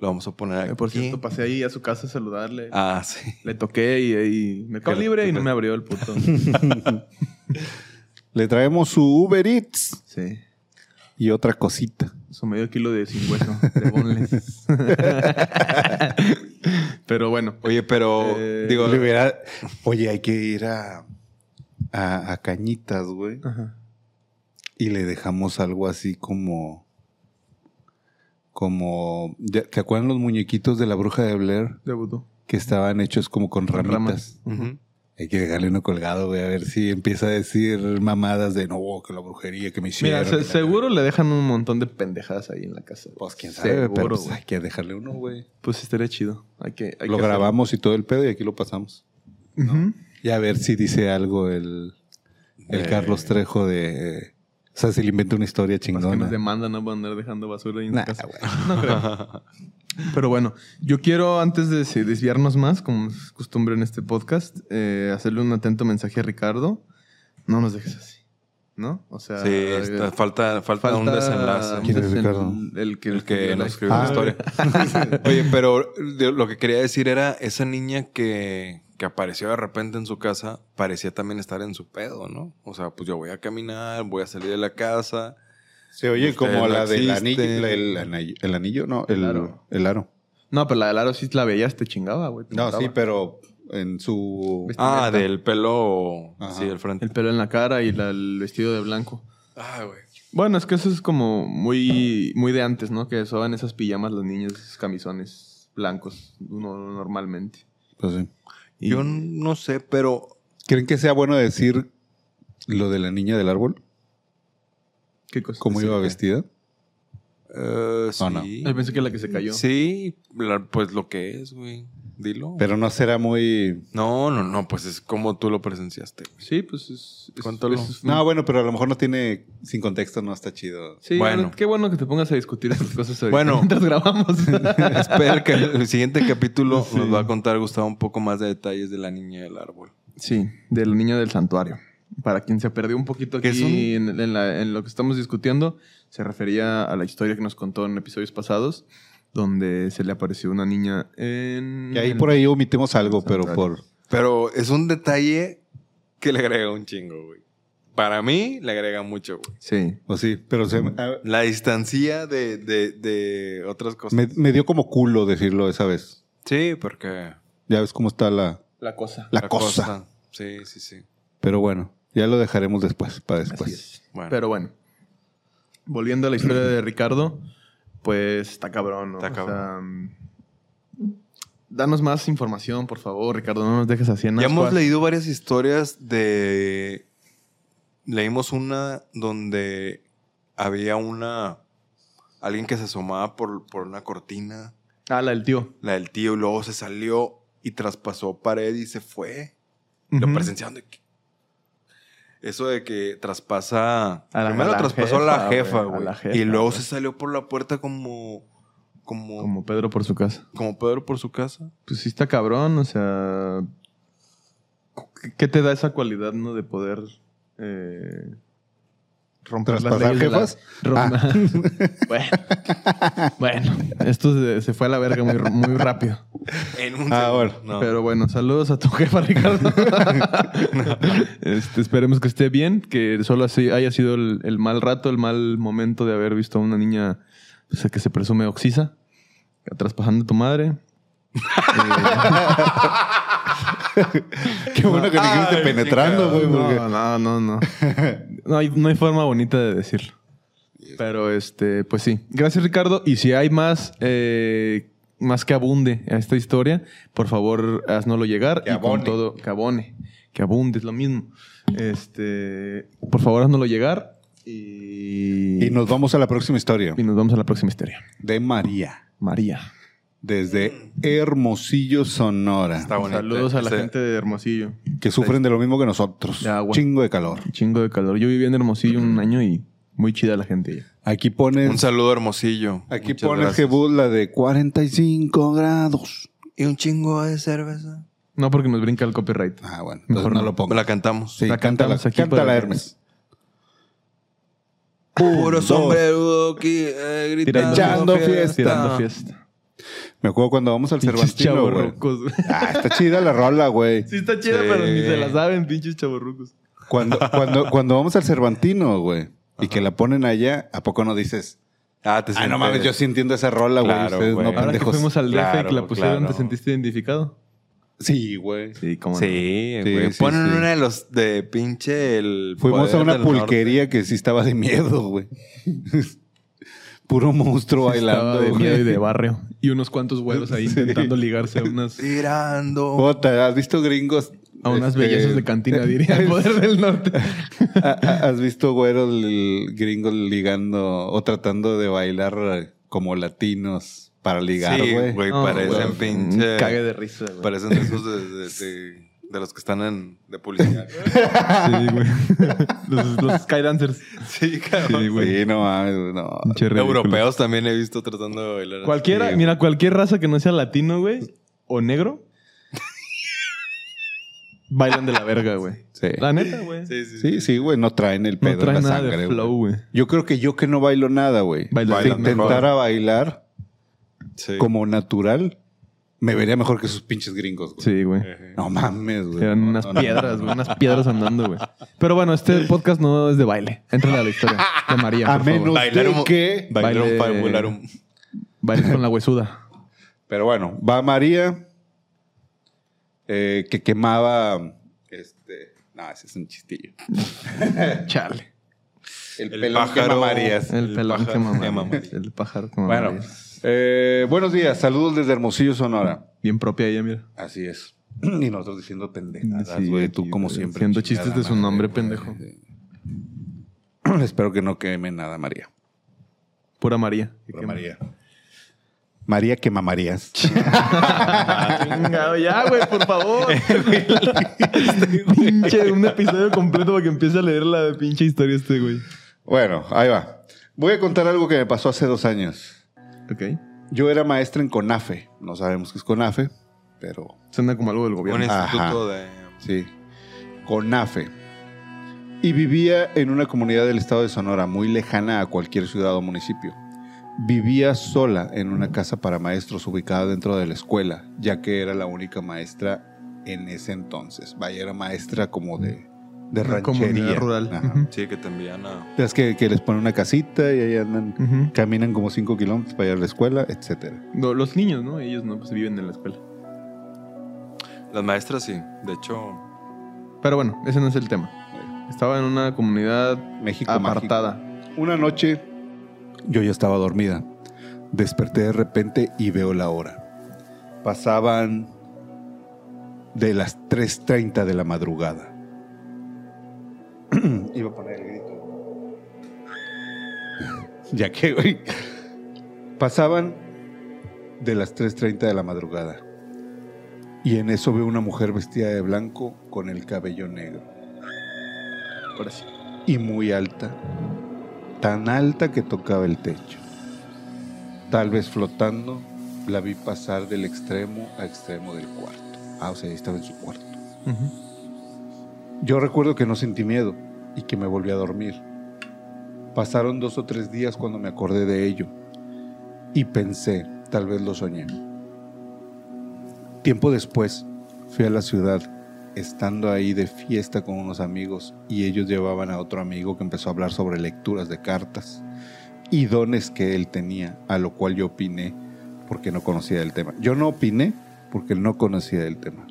[SPEAKER 3] Lo vamos a poner
[SPEAKER 2] Eh,
[SPEAKER 3] aquí.
[SPEAKER 2] Por cierto, pasé ahí a su casa a saludarle.
[SPEAKER 3] ah, sí.
[SPEAKER 2] Le toqué y, y me quedó
[SPEAKER 3] Que-
[SPEAKER 2] libre y
[SPEAKER 3] que-
[SPEAKER 2] no me abrió el puto.
[SPEAKER 4] Le traemos su Uber Eats
[SPEAKER 2] sí.
[SPEAKER 4] y otra cosita.
[SPEAKER 2] Su medio kilo de sin hueso, de boneless. [LAUGHS] Pero bueno. pues,
[SPEAKER 3] Oye, pero
[SPEAKER 2] Eh,
[SPEAKER 3] digo,
[SPEAKER 4] Le hubiera- Oye, hay que ir a, a, a Cañitas, güey.
[SPEAKER 2] Ajá.
[SPEAKER 4] Y le dejamos algo así como. Como. ya- ¿Te acuerdan los muñequitos de la bruja de Blair?
[SPEAKER 2] De vudú.
[SPEAKER 4] Que estaban hechos como con
[SPEAKER 2] Con ramas.
[SPEAKER 4] ramitas.
[SPEAKER 3] ujú.
[SPEAKER 4] Hay que dejarle uno colgado, güey, a ver si empieza a decir mamadas de no, que la brujería que me hicieron.
[SPEAKER 2] Mira, se- seguro le dejan un montón de pendejadas ahí en la casa.
[SPEAKER 4] Pues quién sabe, pero
[SPEAKER 2] Seguro,
[SPEAKER 4] pues,
[SPEAKER 2] güey.
[SPEAKER 4] hay que dejarle uno, güey.
[SPEAKER 2] Pues estaría chido. Hay que, hay
[SPEAKER 4] Lo
[SPEAKER 2] que hacerlo.
[SPEAKER 4] grabamos y todo el pedo y aquí lo pasamos.
[SPEAKER 2] Ujú.
[SPEAKER 4] Y a ver si dice algo el, el
[SPEAKER 3] Eh.
[SPEAKER 4] Carlos Trejo de. O sea, si le inventa una historia
[SPEAKER 2] Más Pues que
[SPEAKER 4] chingona.
[SPEAKER 2] nos demandan, no van a andar dejando basura ahí en su
[SPEAKER 4] Nah,
[SPEAKER 2] casa. [LAUGHS] No creo. Pero bueno, yo quiero, antes de se- desviarnos más, como es costumbre en este podcast, eh, hacerle un atento mensaje a Ricardo. No nos dejes así, ¿no? O sea,
[SPEAKER 3] sí,
[SPEAKER 2] eh,
[SPEAKER 3] está- falta, falta, un
[SPEAKER 2] un
[SPEAKER 3] desenlace.
[SPEAKER 4] ¿Quién es
[SPEAKER 2] desen-
[SPEAKER 4] Ricardo?
[SPEAKER 2] El que,
[SPEAKER 3] El que nos escribió
[SPEAKER 4] Ah,
[SPEAKER 3] la historia. Oye, pero de- lo que quería decir era esa niña que, que apareció de repente en su casa, parecía también estar en su pedo, ¿no? O sea, pues yo voy a caminar, voy a salir de la casa.
[SPEAKER 4] Se oye
[SPEAKER 3] Usted
[SPEAKER 4] como
[SPEAKER 3] no
[SPEAKER 4] la del anillo.
[SPEAKER 3] existe.
[SPEAKER 4] la- el, anillo- el anillo, no, el,
[SPEAKER 2] El aro.
[SPEAKER 4] el aro.
[SPEAKER 2] No, pero la del aro sí la veías, te chingaba, güey. te
[SPEAKER 4] No, sí,
[SPEAKER 2] mataba.
[SPEAKER 4] pero en su.
[SPEAKER 2] Vestido.
[SPEAKER 3] Ah,
[SPEAKER 2] Neta.
[SPEAKER 3] del pelo,
[SPEAKER 4] Ajá.
[SPEAKER 3] sí, del frente.
[SPEAKER 2] El pelo en la cara y la- el vestido de blanco.
[SPEAKER 3] Ah, güey.
[SPEAKER 2] Bueno, es que eso es como muy, muy de antes, ¿no? Que usaban esas pijamas las niñas, esos camisones blancos, no- normalmente.
[SPEAKER 4] Pues sí.
[SPEAKER 2] Y-
[SPEAKER 3] Yo no sé, pero
[SPEAKER 4] ¿Creen que sea bueno decir lo de la niña del árbol?
[SPEAKER 2] ¿Qué cosa?
[SPEAKER 4] ¿Cómo
[SPEAKER 2] Sí,
[SPEAKER 4] iba
[SPEAKER 2] ¿qué?
[SPEAKER 4] vestida?
[SPEAKER 3] eh, sí.
[SPEAKER 4] ¿O no?
[SPEAKER 2] Yo pensé que la que se cayó.
[SPEAKER 3] Sí, la- pues lo que es, güey. Dilo.
[SPEAKER 4] Pero no será muy.
[SPEAKER 3] no, no, no, pues es como tú lo [LAUGHS] presenciaste.
[SPEAKER 2] Sí, pues es... es-
[SPEAKER 3] Cuéntalo.
[SPEAKER 2] es- es-
[SPEAKER 4] No, bueno, pero a lo mejor no tiene. Sin contexto no está chido.
[SPEAKER 2] Sí,
[SPEAKER 3] Bueno.
[SPEAKER 2] qué bueno que te pongas a discutir estas cosas ahorita
[SPEAKER 3] Bueno.
[SPEAKER 2] mientras grabamos.
[SPEAKER 4] [LAUGHS]
[SPEAKER 3] Espera que el siguiente capítulo nos va a contar Gustavo un poco más de detalles de la niña del árbol.
[SPEAKER 2] sí, del niño del santuario. Para quien se perdió un poquito
[SPEAKER 3] ¿Qué
[SPEAKER 2] aquí en, en la- en lo que estamos discutiendo, se refería a la historia que nos contó en episodios pasados, donde se le apareció una niña en...
[SPEAKER 4] Que ahí
[SPEAKER 2] el-
[SPEAKER 4] por ahí omitimos algo, pero
[SPEAKER 2] Santuario.
[SPEAKER 4] por.
[SPEAKER 3] Pero es un detalle que le agrega un chingo, güey. para mí le agrega mucho, güey.
[SPEAKER 2] Sí.
[SPEAKER 4] O pues sí, pero se, a-
[SPEAKER 3] La distancia de, de, de otras cosas.
[SPEAKER 4] me, me dio como culo decirlo esa vez.
[SPEAKER 3] Sí, porque...
[SPEAKER 4] Ya ves cómo está la,
[SPEAKER 2] La cosa.
[SPEAKER 4] la cosa.
[SPEAKER 3] Sí, sí, sí.
[SPEAKER 4] Pero bueno, ya lo dejaremos después, para
[SPEAKER 3] Pues,
[SPEAKER 4] después.
[SPEAKER 3] Bueno,
[SPEAKER 2] Pero bueno. Volviendo a la historia de Ricardo, pues está cabrón, ¿no?
[SPEAKER 3] Está
[SPEAKER 2] O
[SPEAKER 3] cabrón.
[SPEAKER 2] sea, mm, danos más información, por favor, Ricardo, no nos dejes así en
[SPEAKER 3] ya hemos
[SPEAKER 2] ascuas.
[SPEAKER 3] leído varias historias de... Leímos una donde había una... Alguien que se asomaba por, por una cortina,
[SPEAKER 2] Ah, la del tío.
[SPEAKER 3] la del tío, y luego se salió y traspasó pared y se fue. Lo
[SPEAKER 2] Ujú.
[SPEAKER 3] presenciaron de que- Eso de que traspasa.
[SPEAKER 2] A la-
[SPEAKER 3] primero
[SPEAKER 2] a la
[SPEAKER 3] traspasó a
[SPEAKER 2] jefa,
[SPEAKER 3] la jefa,
[SPEAKER 2] güey, a
[SPEAKER 3] güey.
[SPEAKER 2] la jefa,
[SPEAKER 3] Y luego
[SPEAKER 2] güey.
[SPEAKER 3] se salió por la puerta como. Como. Como,
[SPEAKER 2] Como Pedro por su casa.
[SPEAKER 3] Pedro por su casa.
[SPEAKER 2] Pues sí está cabrón, o sea... ¿qué- ¿Qué te da esa cualidad, no? De poder... eh, romper las
[SPEAKER 4] ¿Traspasar
[SPEAKER 2] leyes de la-
[SPEAKER 4] jefas? Ah.
[SPEAKER 2] rom- bueno, [LAUGHS] bueno, esto se, se fue a la verga muy, muy rápido.
[SPEAKER 3] En un.
[SPEAKER 4] Ah,
[SPEAKER 3] segundo.
[SPEAKER 4] bueno,
[SPEAKER 3] No.
[SPEAKER 2] Pero bueno, saludos a tu [LAUGHS] jefa, Ricardo. Este, esperemos que esté bien, que solo así haya sido el, el mal rato, el mal momento de haber visto a una niña o sea, que se presume oxisa, traspasando a tu madre.
[SPEAKER 4] Qué bueno que
[SPEAKER 3] Ay,
[SPEAKER 4] dijiste
[SPEAKER 3] qué
[SPEAKER 4] penetrando, güey. porque-
[SPEAKER 2] No, no, no, no. [LAUGHS] No hay, no hay forma bonita de decirlo. Pero este, pues sí. Gracias, Ricardo. Y si hay más, eh, más que abunde a esta historia, por favor, haznoslo llegar.
[SPEAKER 4] Que
[SPEAKER 2] y con
[SPEAKER 4] abone.
[SPEAKER 2] todo, que abone. Que abunde, es lo mismo. Este, por favor, haznoslo llegar. Y,
[SPEAKER 4] Y nos vamos a la próxima historia.
[SPEAKER 2] y nos vamos a la próxima historia.
[SPEAKER 4] De María,
[SPEAKER 2] María.
[SPEAKER 4] desde Hermosillo, Sonora.
[SPEAKER 3] Está bonito.
[SPEAKER 2] Saludos a la
[SPEAKER 3] Ese-
[SPEAKER 2] gente de Hermosillo.
[SPEAKER 4] Que sufren de lo mismo que nosotros.
[SPEAKER 2] De agua.
[SPEAKER 4] Chingo de calor.
[SPEAKER 2] Un Chingo de calor. Yo viví en Hermosillo un año y muy chida la gente. allá.
[SPEAKER 4] Aquí pones.
[SPEAKER 3] Un saludo hermosillo.
[SPEAKER 4] Aquí
[SPEAKER 3] Muchas
[SPEAKER 4] pones
[SPEAKER 3] gracias.
[SPEAKER 4] Jebus la de 45 grados.
[SPEAKER 3] Y un chingo de cerveza.
[SPEAKER 2] No porque nos brinca el copyright.
[SPEAKER 4] Ah, bueno.
[SPEAKER 2] Mejor
[SPEAKER 4] Mejor no
[SPEAKER 2] no.
[SPEAKER 4] lo pongo.
[SPEAKER 3] La cantamos.
[SPEAKER 4] Sí,
[SPEAKER 2] La
[SPEAKER 4] cántala,
[SPEAKER 2] cantamos aquí
[SPEAKER 4] cántala
[SPEAKER 2] para-
[SPEAKER 4] Hermes.
[SPEAKER 3] Puro
[SPEAKER 4] dos.
[SPEAKER 3] sombrerudo aquí, eh, gritando.
[SPEAKER 4] Echando fiesta.
[SPEAKER 2] Tirando fiesta.
[SPEAKER 4] Me acuerdo cuando vamos al
[SPEAKER 2] Pinches
[SPEAKER 4] Cervantino, güey.
[SPEAKER 2] chavorrucos, güey.
[SPEAKER 4] Ah, está chida la rola, güey.
[SPEAKER 2] Sí está chida,
[SPEAKER 3] Sí.
[SPEAKER 2] pero ni se la saben, pinches chavorrucos.
[SPEAKER 4] Cuando, cuando, cuando vamos al Cervantino, güey, y que la ponen allá, ¿a poco no dices?
[SPEAKER 3] Ah, te
[SPEAKER 4] Ah, no
[SPEAKER 3] sientes-
[SPEAKER 4] mames, yo sí entiendo esa rola, güey.
[SPEAKER 3] Claro,
[SPEAKER 4] Ustedes
[SPEAKER 3] güey.
[SPEAKER 4] no
[SPEAKER 2] Ahora que
[SPEAKER 4] pendejos.
[SPEAKER 2] fuimos al DF y que la
[SPEAKER 3] Claro,
[SPEAKER 2] pusieron, ¿te
[SPEAKER 3] claro.
[SPEAKER 2] sentiste identificado?
[SPEAKER 4] Sí, güey.
[SPEAKER 2] Sí, como
[SPEAKER 3] Sí,
[SPEAKER 4] Sí,
[SPEAKER 3] güey.
[SPEAKER 4] sí,
[SPEAKER 3] Ponen
[SPEAKER 4] sí.
[SPEAKER 3] una de los de pinche el.
[SPEAKER 4] Fuimos
[SPEAKER 3] poder
[SPEAKER 4] a una
[SPEAKER 3] del norte.
[SPEAKER 4] pulquería que sí estaba de miedo, güey. [LAUGHS] Puro monstruo bailando,
[SPEAKER 2] de
[SPEAKER 4] güey.
[SPEAKER 2] miedo
[SPEAKER 4] [LAUGHS]
[SPEAKER 2] y de barrio. Y unos cuantos güeros ahí
[SPEAKER 4] Sí.
[SPEAKER 2] intentando ligarse a unas,
[SPEAKER 3] Tirando.
[SPEAKER 4] Jota, ¿has visto gringos?
[SPEAKER 2] a unas
[SPEAKER 4] este,
[SPEAKER 2] bellezas de cantina, diría el poder del norte.
[SPEAKER 4] [LAUGHS] ¿Ha- ha- ¿Has visto güeros l- gringos ligando o tratando de bailar eh, como latinos para ligar,
[SPEAKER 3] sí,
[SPEAKER 4] güey?
[SPEAKER 3] güey,
[SPEAKER 2] No,
[SPEAKER 3] parecen
[SPEAKER 2] güey.
[SPEAKER 3] pinche.
[SPEAKER 2] Cague de risa, güey.
[SPEAKER 3] Parecen de esos de, de- de- de los que están en, de
[SPEAKER 4] [LAUGHS]
[SPEAKER 3] publicidad.
[SPEAKER 2] Sí, güey. [LAUGHS] los, los skydancers.
[SPEAKER 3] sí,
[SPEAKER 2] Sí,
[SPEAKER 3] cabrón.
[SPEAKER 2] güey.
[SPEAKER 4] Sí, no mames, güey, no.
[SPEAKER 2] Pinche ridículos.
[SPEAKER 3] Europeos también he visto tratando de bailar. así.
[SPEAKER 2] Cualquiera,
[SPEAKER 4] Sí,
[SPEAKER 2] mira, cualquier raza que no sea latino, güey, o negro, bailan de la verga, güey.
[SPEAKER 4] Sí.
[SPEAKER 2] La neta, güey.
[SPEAKER 3] Sí, sí, sí.
[SPEAKER 4] Sí, sí, güey, no traen el pedo
[SPEAKER 2] No trae
[SPEAKER 4] en la
[SPEAKER 2] nada
[SPEAKER 4] sangre.
[SPEAKER 2] de
[SPEAKER 4] güey.
[SPEAKER 2] flow, güey.
[SPEAKER 4] Yo creo que yo que no bailo nada, güey.
[SPEAKER 2] Bailas
[SPEAKER 4] Si
[SPEAKER 2] mejor.
[SPEAKER 4] intentara bailar
[SPEAKER 3] Sí.
[SPEAKER 4] como natural, me vería mejor que esos pinches gringos, güey.
[SPEAKER 2] Sí, güey.
[SPEAKER 3] Ejé.
[SPEAKER 4] No mames, güey.
[SPEAKER 2] Eran
[SPEAKER 4] No,
[SPEAKER 2] unas
[SPEAKER 4] no, no.
[SPEAKER 2] piedras, güey. Unas piedras andando, güey. Pero bueno, este podcast no es de baile. Entra a la historia de María,
[SPEAKER 4] A
[SPEAKER 2] por favor.
[SPEAKER 4] menos
[SPEAKER 3] Bailar
[SPEAKER 4] de
[SPEAKER 3] un-
[SPEAKER 4] que...
[SPEAKER 3] Bailar un
[SPEAKER 2] Baile-
[SPEAKER 3] fabular un-
[SPEAKER 2] Baile con la huesuda.
[SPEAKER 4] Pero bueno, va María eh, que quemaba. Este. No, ese es un chistillo.
[SPEAKER 2] Chale.
[SPEAKER 4] El,
[SPEAKER 3] El
[SPEAKER 4] pelón
[SPEAKER 3] pájaro.
[SPEAKER 4] quema Marías.
[SPEAKER 2] El,
[SPEAKER 3] El
[SPEAKER 2] pelón
[SPEAKER 3] pájaro
[SPEAKER 2] que mamaría.
[SPEAKER 3] que mamaría.
[SPEAKER 2] El pájaro que mamaría.
[SPEAKER 4] Bueno, eh, buenos días. Saludos desde Hermosillo, Sonora.
[SPEAKER 2] Bien propia ella, mira.
[SPEAKER 4] Así es. [CLEARS THROAT] Y nosotros diciendo pendejadas,
[SPEAKER 2] Sí,
[SPEAKER 4] güey.
[SPEAKER 2] aquí,
[SPEAKER 4] tú, como
[SPEAKER 2] güey,
[SPEAKER 4] siempre.
[SPEAKER 2] haciendo
[SPEAKER 4] chingada
[SPEAKER 2] chistes de su
[SPEAKER 4] madre,
[SPEAKER 2] nombre,
[SPEAKER 4] güey.
[SPEAKER 2] pendejo.
[SPEAKER 4] [CLEARS THROAT] Espero que no queme nada, María.
[SPEAKER 2] Pura María.
[SPEAKER 4] Pero María. María quema Marías. [LAUGHS]
[SPEAKER 2] Chingado, ya, güey, por favor. pinche, un episodio completo para que empiece a leer la pinche historia este, güey.
[SPEAKER 4] bueno, ahí va. Voy a contar algo que me pasó hace dos años.
[SPEAKER 2] Ok.
[SPEAKER 4] Yo era maestra en CONAFE. No sabemos qué es CONAFE, pero
[SPEAKER 2] Suena como algo del
[SPEAKER 3] un
[SPEAKER 2] gobierno.
[SPEAKER 3] instituto de.
[SPEAKER 4] sí. CONAFE. Y vivía en una comunidad del estado de Sonora, muy lejana a cualquier ciudad o municipio. Vivía sola en una casa para maestros ubicada dentro de la escuela, ya que era la única maestra en ese entonces. Vaya, era maestra como de de
[SPEAKER 2] Una
[SPEAKER 4] ranchería.
[SPEAKER 2] comunidad rural.
[SPEAKER 4] Ajá.
[SPEAKER 2] Ujú.
[SPEAKER 3] Sí, que te envían a.
[SPEAKER 4] Es que, que les ponen una casita y ahí andan,
[SPEAKER 2] Ujú.
[SPEAKER 4] caminan como 5 kilómetros para ir a la escuela, etcétera.
[SPEAKER 2] No, Los niños, ¿no? Ellos no pues, viven en la escuela.
[SPEAKER 3] Las maestras sí. De hecho,
[SPEAKER 2] Pero bueno, ese no es el tema. Estaba en una comunidad
[SPEAKER 4] México mágico.
[SPEAKER 2] apartada.
[SPEAKER 4] Una noche yo ya estaba dormida. Desperté de repente y veo la hora. Pasaban de las 3.30 de la madrugada. [CLEARS THROAT] Iba a poner el grito. [LAUGHS] ya que, güey. Pasaban de las 3.30 de la madrugada. Y en eso veo una mujer vestida de blanco con el cabello negro
[SPEAKER 2] Ahora sí.
[SPEAKER 4] y muy alta, tan alta que tocaba el techo. Tal vez flotando, la vi pasar del extremo a extremo del cuarto. Ah, o sea, ahí estaba en su cuarto.
[SPEAKER 2] Ujú.
[SPEAKER 4] Yo recuerdo que no sentí miedo y que me volví a dormir. Pasaron dos o tres días cuando me acordé de ello y pensé, tal vez lo soñé. Tiempo después fui a la ciudad, estando ahí de fiesta con unos amigos y ellos llevaban a otro amigo que empezó a hablar sobre lecturas de cartas y dones que él tenía, a lo cual yo opiné porque no conocía el tema. Yo no opiné porque no conocía el tema.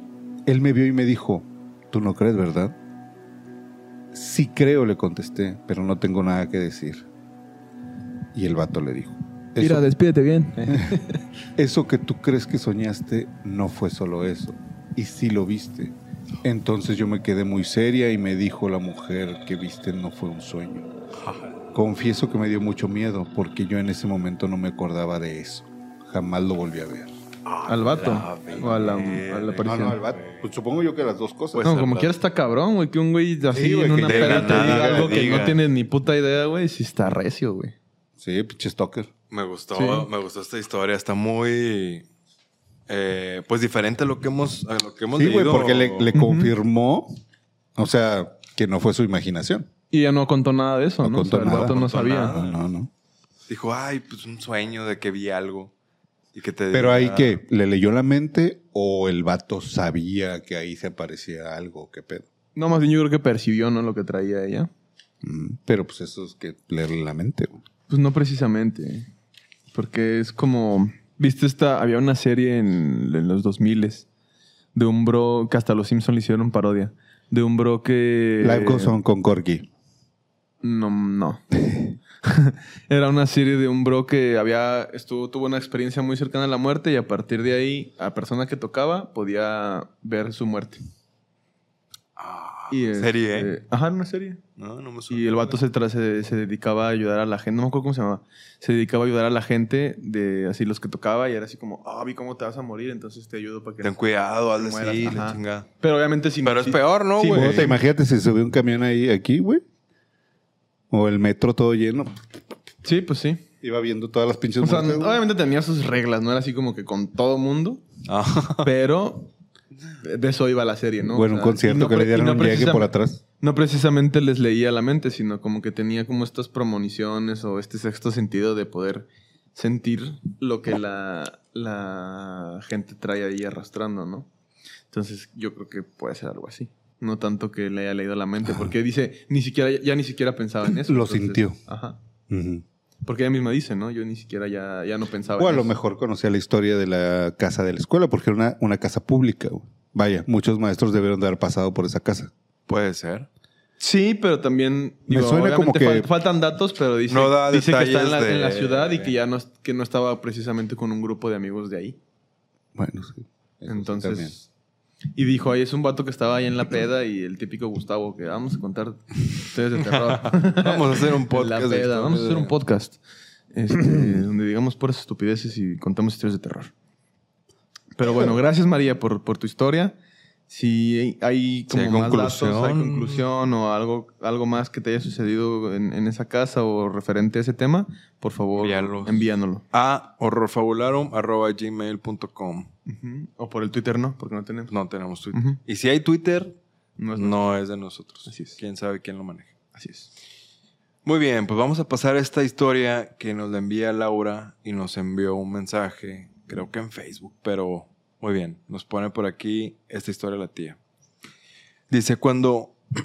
[SPEAKER 4] Él me vio y me dijo, ¿Tú no crees, verdad? Sí creo, le contesté, pero no tengo nada que decir. Y el vato le dijo,
[SPEAKER 2] Mira,
[SPEAKER 4] eso,
[SPEAKER 2] despídete bien.
[SPEAKER 4] eso que tú crees que soñaste no fue solo eso, y sí lo viste. Entonces yo me quedé muy seria y me dijo la mujer que viste no fue un sueño. Confieso que me dio mucho miedo porque yo en ese momento no me acordaba de eso. Jamás lo volví a ver.
[SPEAKER 2] ¿Al vato? ¿O a la, a la aparición? No,
[SPEAKER 4] vato. pues, supongo yo que las dos cosas.
[SPEAKER 3] Pues, al
[SPEAKER 2] como
[SPEAKER 3] vato.
[SPEAKER 2] quiera está cabrón, güey. Que un güey así
[SPEAKER 4] Sí, güey,
[SPEAKER 2] en
[SPEAKER 4] que
[SPEAKER 2] una
[SPEAKER 4] te
[SPEAKER 2] peda
[SPEAKER 3] diga
[SPEAKER 2] te
[SPEAKER 3] nada,
[SPEAKER 2] diga algo
[SPEAKER 3] que
[SPEAKER 2] que no
[SPEAKER 3] diga.
[SPEAKER 2] tienes ni puta idea, güey. Si está recio, güey.
[SPEAKER 4] Sí, pinche stalker.
[SPEAKER 3] me gustó,
[SPEAKER 2] Sí.
[SPEAKER 3] me gustó esta historia. Está muy. eh, pues diferente a lo que hemos, a lo que hemos
[SPEAKER 4] Sí, güey,
[SPEAKER 3] leído.
[SPEAKER 4] porque le, le
[SPEAKER 2] Ujú.
[SPEAKER 4] confirmó, o sea, que no fue su imaginación.
[SPEAKER 2] Y ya no contó nada de eso,
[SPEAKER 4] No
[SPEAKER 2] ¿no? O
[SPEAKER 4] contó
[SPEAKER 2] sea, el
[SPEAKER 4] nada,
[SPEAKER 2] vato
[SPEAKER 4] no
[SPEAKER 2] no
[SPEAKER 3] contó
[SPEAKER 2] sabía.
[SPEAKER 3] nada.
[SPEAKER 4] No, no, no.
[SPEAKER 3] Dijo, ay, pues un sueño de que vi algo. Y que te
[SPEAKER 4] Pero
[SPEAKER 3] diga-
[SPEAKER 4] ahí que le leyó la mente o el vato sabía que ahí se aparecía algo, qué pedo.
[SPEAKER 2] No, más bien yo creo que percibió, ¿no? Lo que traía ella.
[SPEAKER 4] Mm, Pero pues eso es que leerle la mente. güey.
[SPEAKER 2] Pues no precisamente. Porque es como. ¿Viste esta? Había una serie en, en los 2000 de un bro que hasta los Simpsons le hicieron parodia. De un bro que.
[SPEAKER 4] Live Goes On con Corgi.
[SPEAKER 2] No, no.
[SPEAKER 3] [LAUGHS]
[SPEAKER 2] Era una serie de un bro que había estuvo tuvo una experiencia muy cercana a la muerte y a partir de ahí a persona que tocaba podía ver su muerte.
[SPEAKER 3] Ah,
[SPEAKER 2] Y, este,
[SPEAKER 3] serie, ¿eh?
[SPEAKER 2] Ajá, una serie.
[SPEAKER 3] No, no me suena.
[SPEAKER 2] Y el vato se, tra- se, se dedicaba a ayudar a la gente, no me acuerdo cómo se llamaba, se dedicaba a ayudar a la gente de así los que tocaba y era así como, ah, vi cómo te vas a morir, entonces te ayudo para que...
[SPEAKER 3] Ten cuidado, hazle
[SPEAKER 2] Mueras,
[SPEAKER 3] así, la
[SPEAKER 2] ajá.
[SPEAKER 3] chingada.
[SPEAKER 2] Pero obviamente sin...
[SPEAKER 3] Pero es
[SPEAKER 2] sin-
[SPEAKER 3] peor, ¿no,
[SPEAKER 2] Sí,
[SPEAKER 3] güey?
[SPEAKER 4] Bueno, te imagínate si subió un camión ahí aquí, güey. O el metro todo lleno.
[SPEAKER 2] Sí, pues sí.
[SPEAKER 4] Iba viendo todas las pinches
[SPEAKER 2] O sea,
[SPEAKER 4] muertes, güey.
[SPEAKER 2] obviamente tenía sus reglas, no era así como que con todo mundo,
[SPEAKER 3] Ah,
[SPEAKER 2] pero de eso iba la serie, ¿no?
[SPEAKER 4] Bueno,
[SPEAKER 2] O
[SPEAKER 4] un
[SPEAKER 2] sea,
[SPEAKER 4] concierto
[SPEAKER 2] y no
[SPEAKER 4] que le
[SPEAKER 2] pre- y
[SPEAKER 4] dieron
[SPEAKER 2] no
[SPEAKER 4] un viaje por
[SPEAKER 2] precisam-
[SPEAKER 4] atrás.
[SPEAKER 2] No precisamente les leía la mente, sino como que tenía como estas premoniciones o este sexto sentido de poder sentir lo que la, la gente trae ahí arrastrando, ¿no? Entonces yo creo que puede ser algo así. No tanto que le haya leído la mente, porque dice, ni siquiera, ya ni siquiera pensaba en eso.
[SPEAKER 4] Lo
[SPEAKER 2] entonces-
[SPEAKER 4] sintió.
[SPEAKER 2] Ajá.
[SPEAKER 4] Ujú.
[SPEAKER 2] Porque ella misma dice, ¿no? Yo ni siquiera ya, ya no pensaba
[SPEAKER 4] O a
[SPEAKER 2] en
[SPEAKER 4] lo
[SPEAKER 2] eso.
[SPEAKER 4] mejor conocía la historia de la casa de la escuela, porque era una, una casa pública. güey. Vaya, muchos maestros debieron de haber pasado por esa casa.
[SPEAKER 3] puede ser.
[SPEAKER 2] Sí, pero también.
[SPEAKER 4] Me suena
[SPEAKER 2] obviamente
[SPEAKER 4] como que-
[SPEAKER 2] fal- faltan datos, pero dice,
[SPEAKER 3] No da
[SPEAKER 2] dice que está en
[SPEAKER 3] detalles
[SPEAKER 2] la, en la
[SPEAKER 3] de-
[SPEAKER 2] ciudad y que ya no, que no estaba precisamente con un grupo de amigos de ahí.
[SPEAKER 4] Bueno, sí. Eso sí también.
[SPEAKER 2] Entonces. Y dijo, ahí es un vato que estaba ahí en la peda y el típico Gustavo, que vamos a contar ustedes de terror.
[SPEAKER 3] [LAUGHS] Vamos a hacer
[SPEAKER 2] [LAUGHS]
[SPEAKER 3] un
[SPEAKER 2] La
[SPEAKER 3] podcast. de
[SPEAKER 2] peda,
[SPEAKER 3] historia
[SPEAKER 2] vamos a hacer un
[SPEAKER 3] de-
[SPEAKER 2] podcast. este,
[SPEAKER 3] [CLEARS THROAT]
[SPEAKER 2] donde digamos puras estupideces y contamos historias de terror. Pero bueno, gracias María por, por tu historia. Si hay como
[SPEAKER 3] hay
[SPEAKER 2] más datos, hay
[SPEAKER 3] conclusión.
[SPEAKER 2] conclusión o algo, algo más que te haya sucedido en, en esa casa o referente a ese tema, por favor,
[SPEAKER 3] Envíalos.
[SPEAKER 2] envíanoslo.
[SPEAKER 3] A horrorfabularum.gmail.com.
[SPEAKER 2] Ujú. O por el Twitter no, porque no tenemos.
[SPEAKER 3] No tenemos Twitter.
[SPEAKER 2] Ujú.
[SPEAKER 3] Y si hay Twitter,
[SPEAKER 2] No
[SPEAKER 3] no
[SPEAKER 2] es-
[SPEAKER 3] es, de nosotros.
[SPEAKER 2] Así es.
[SPEAKER 3] Quién sabe quién lo maneja.
[SPEAKER 2] Así es.
[SPEAKER 3] Muy bien, pues vamos a pasar a esta historia que nos la envía Laura y nos envió un mensaje, creo que en Facebook, pero muy bien, nos pone por aquí esta historia la tía. Dice, cuando [CLEARS THROAT]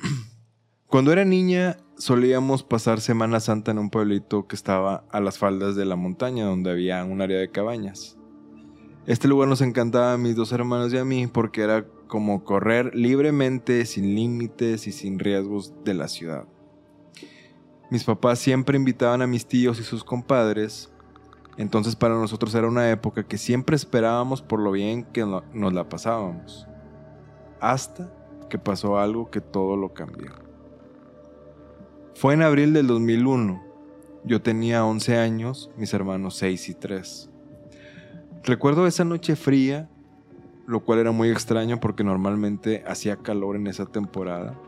[SPEAKER 3] Cuando era niña, solíamos pasar Semana Santa en un pueblito que estaba a las faldas de la montaña, donde había un área de cabañas. Este lugar nos encantaba a mis dos hermanos y a mí porque era como correr libremente, sin límites y sin riesgos de la ciudad. Mis papás siempre invitaban a mis tíos y sus compadres, entonces para nosotros era una época que siempre esperábamos por lo bien que no- nos la pasábamos. Hasta que pasó algo que todo lo cambió. Fue en abril del 2001. Yo tenía 11 años, mis hermanos 6 y 3. Recuerdo esa noche fría, lo cual era muy extraño porque normalmente hacía calor en esa temporada.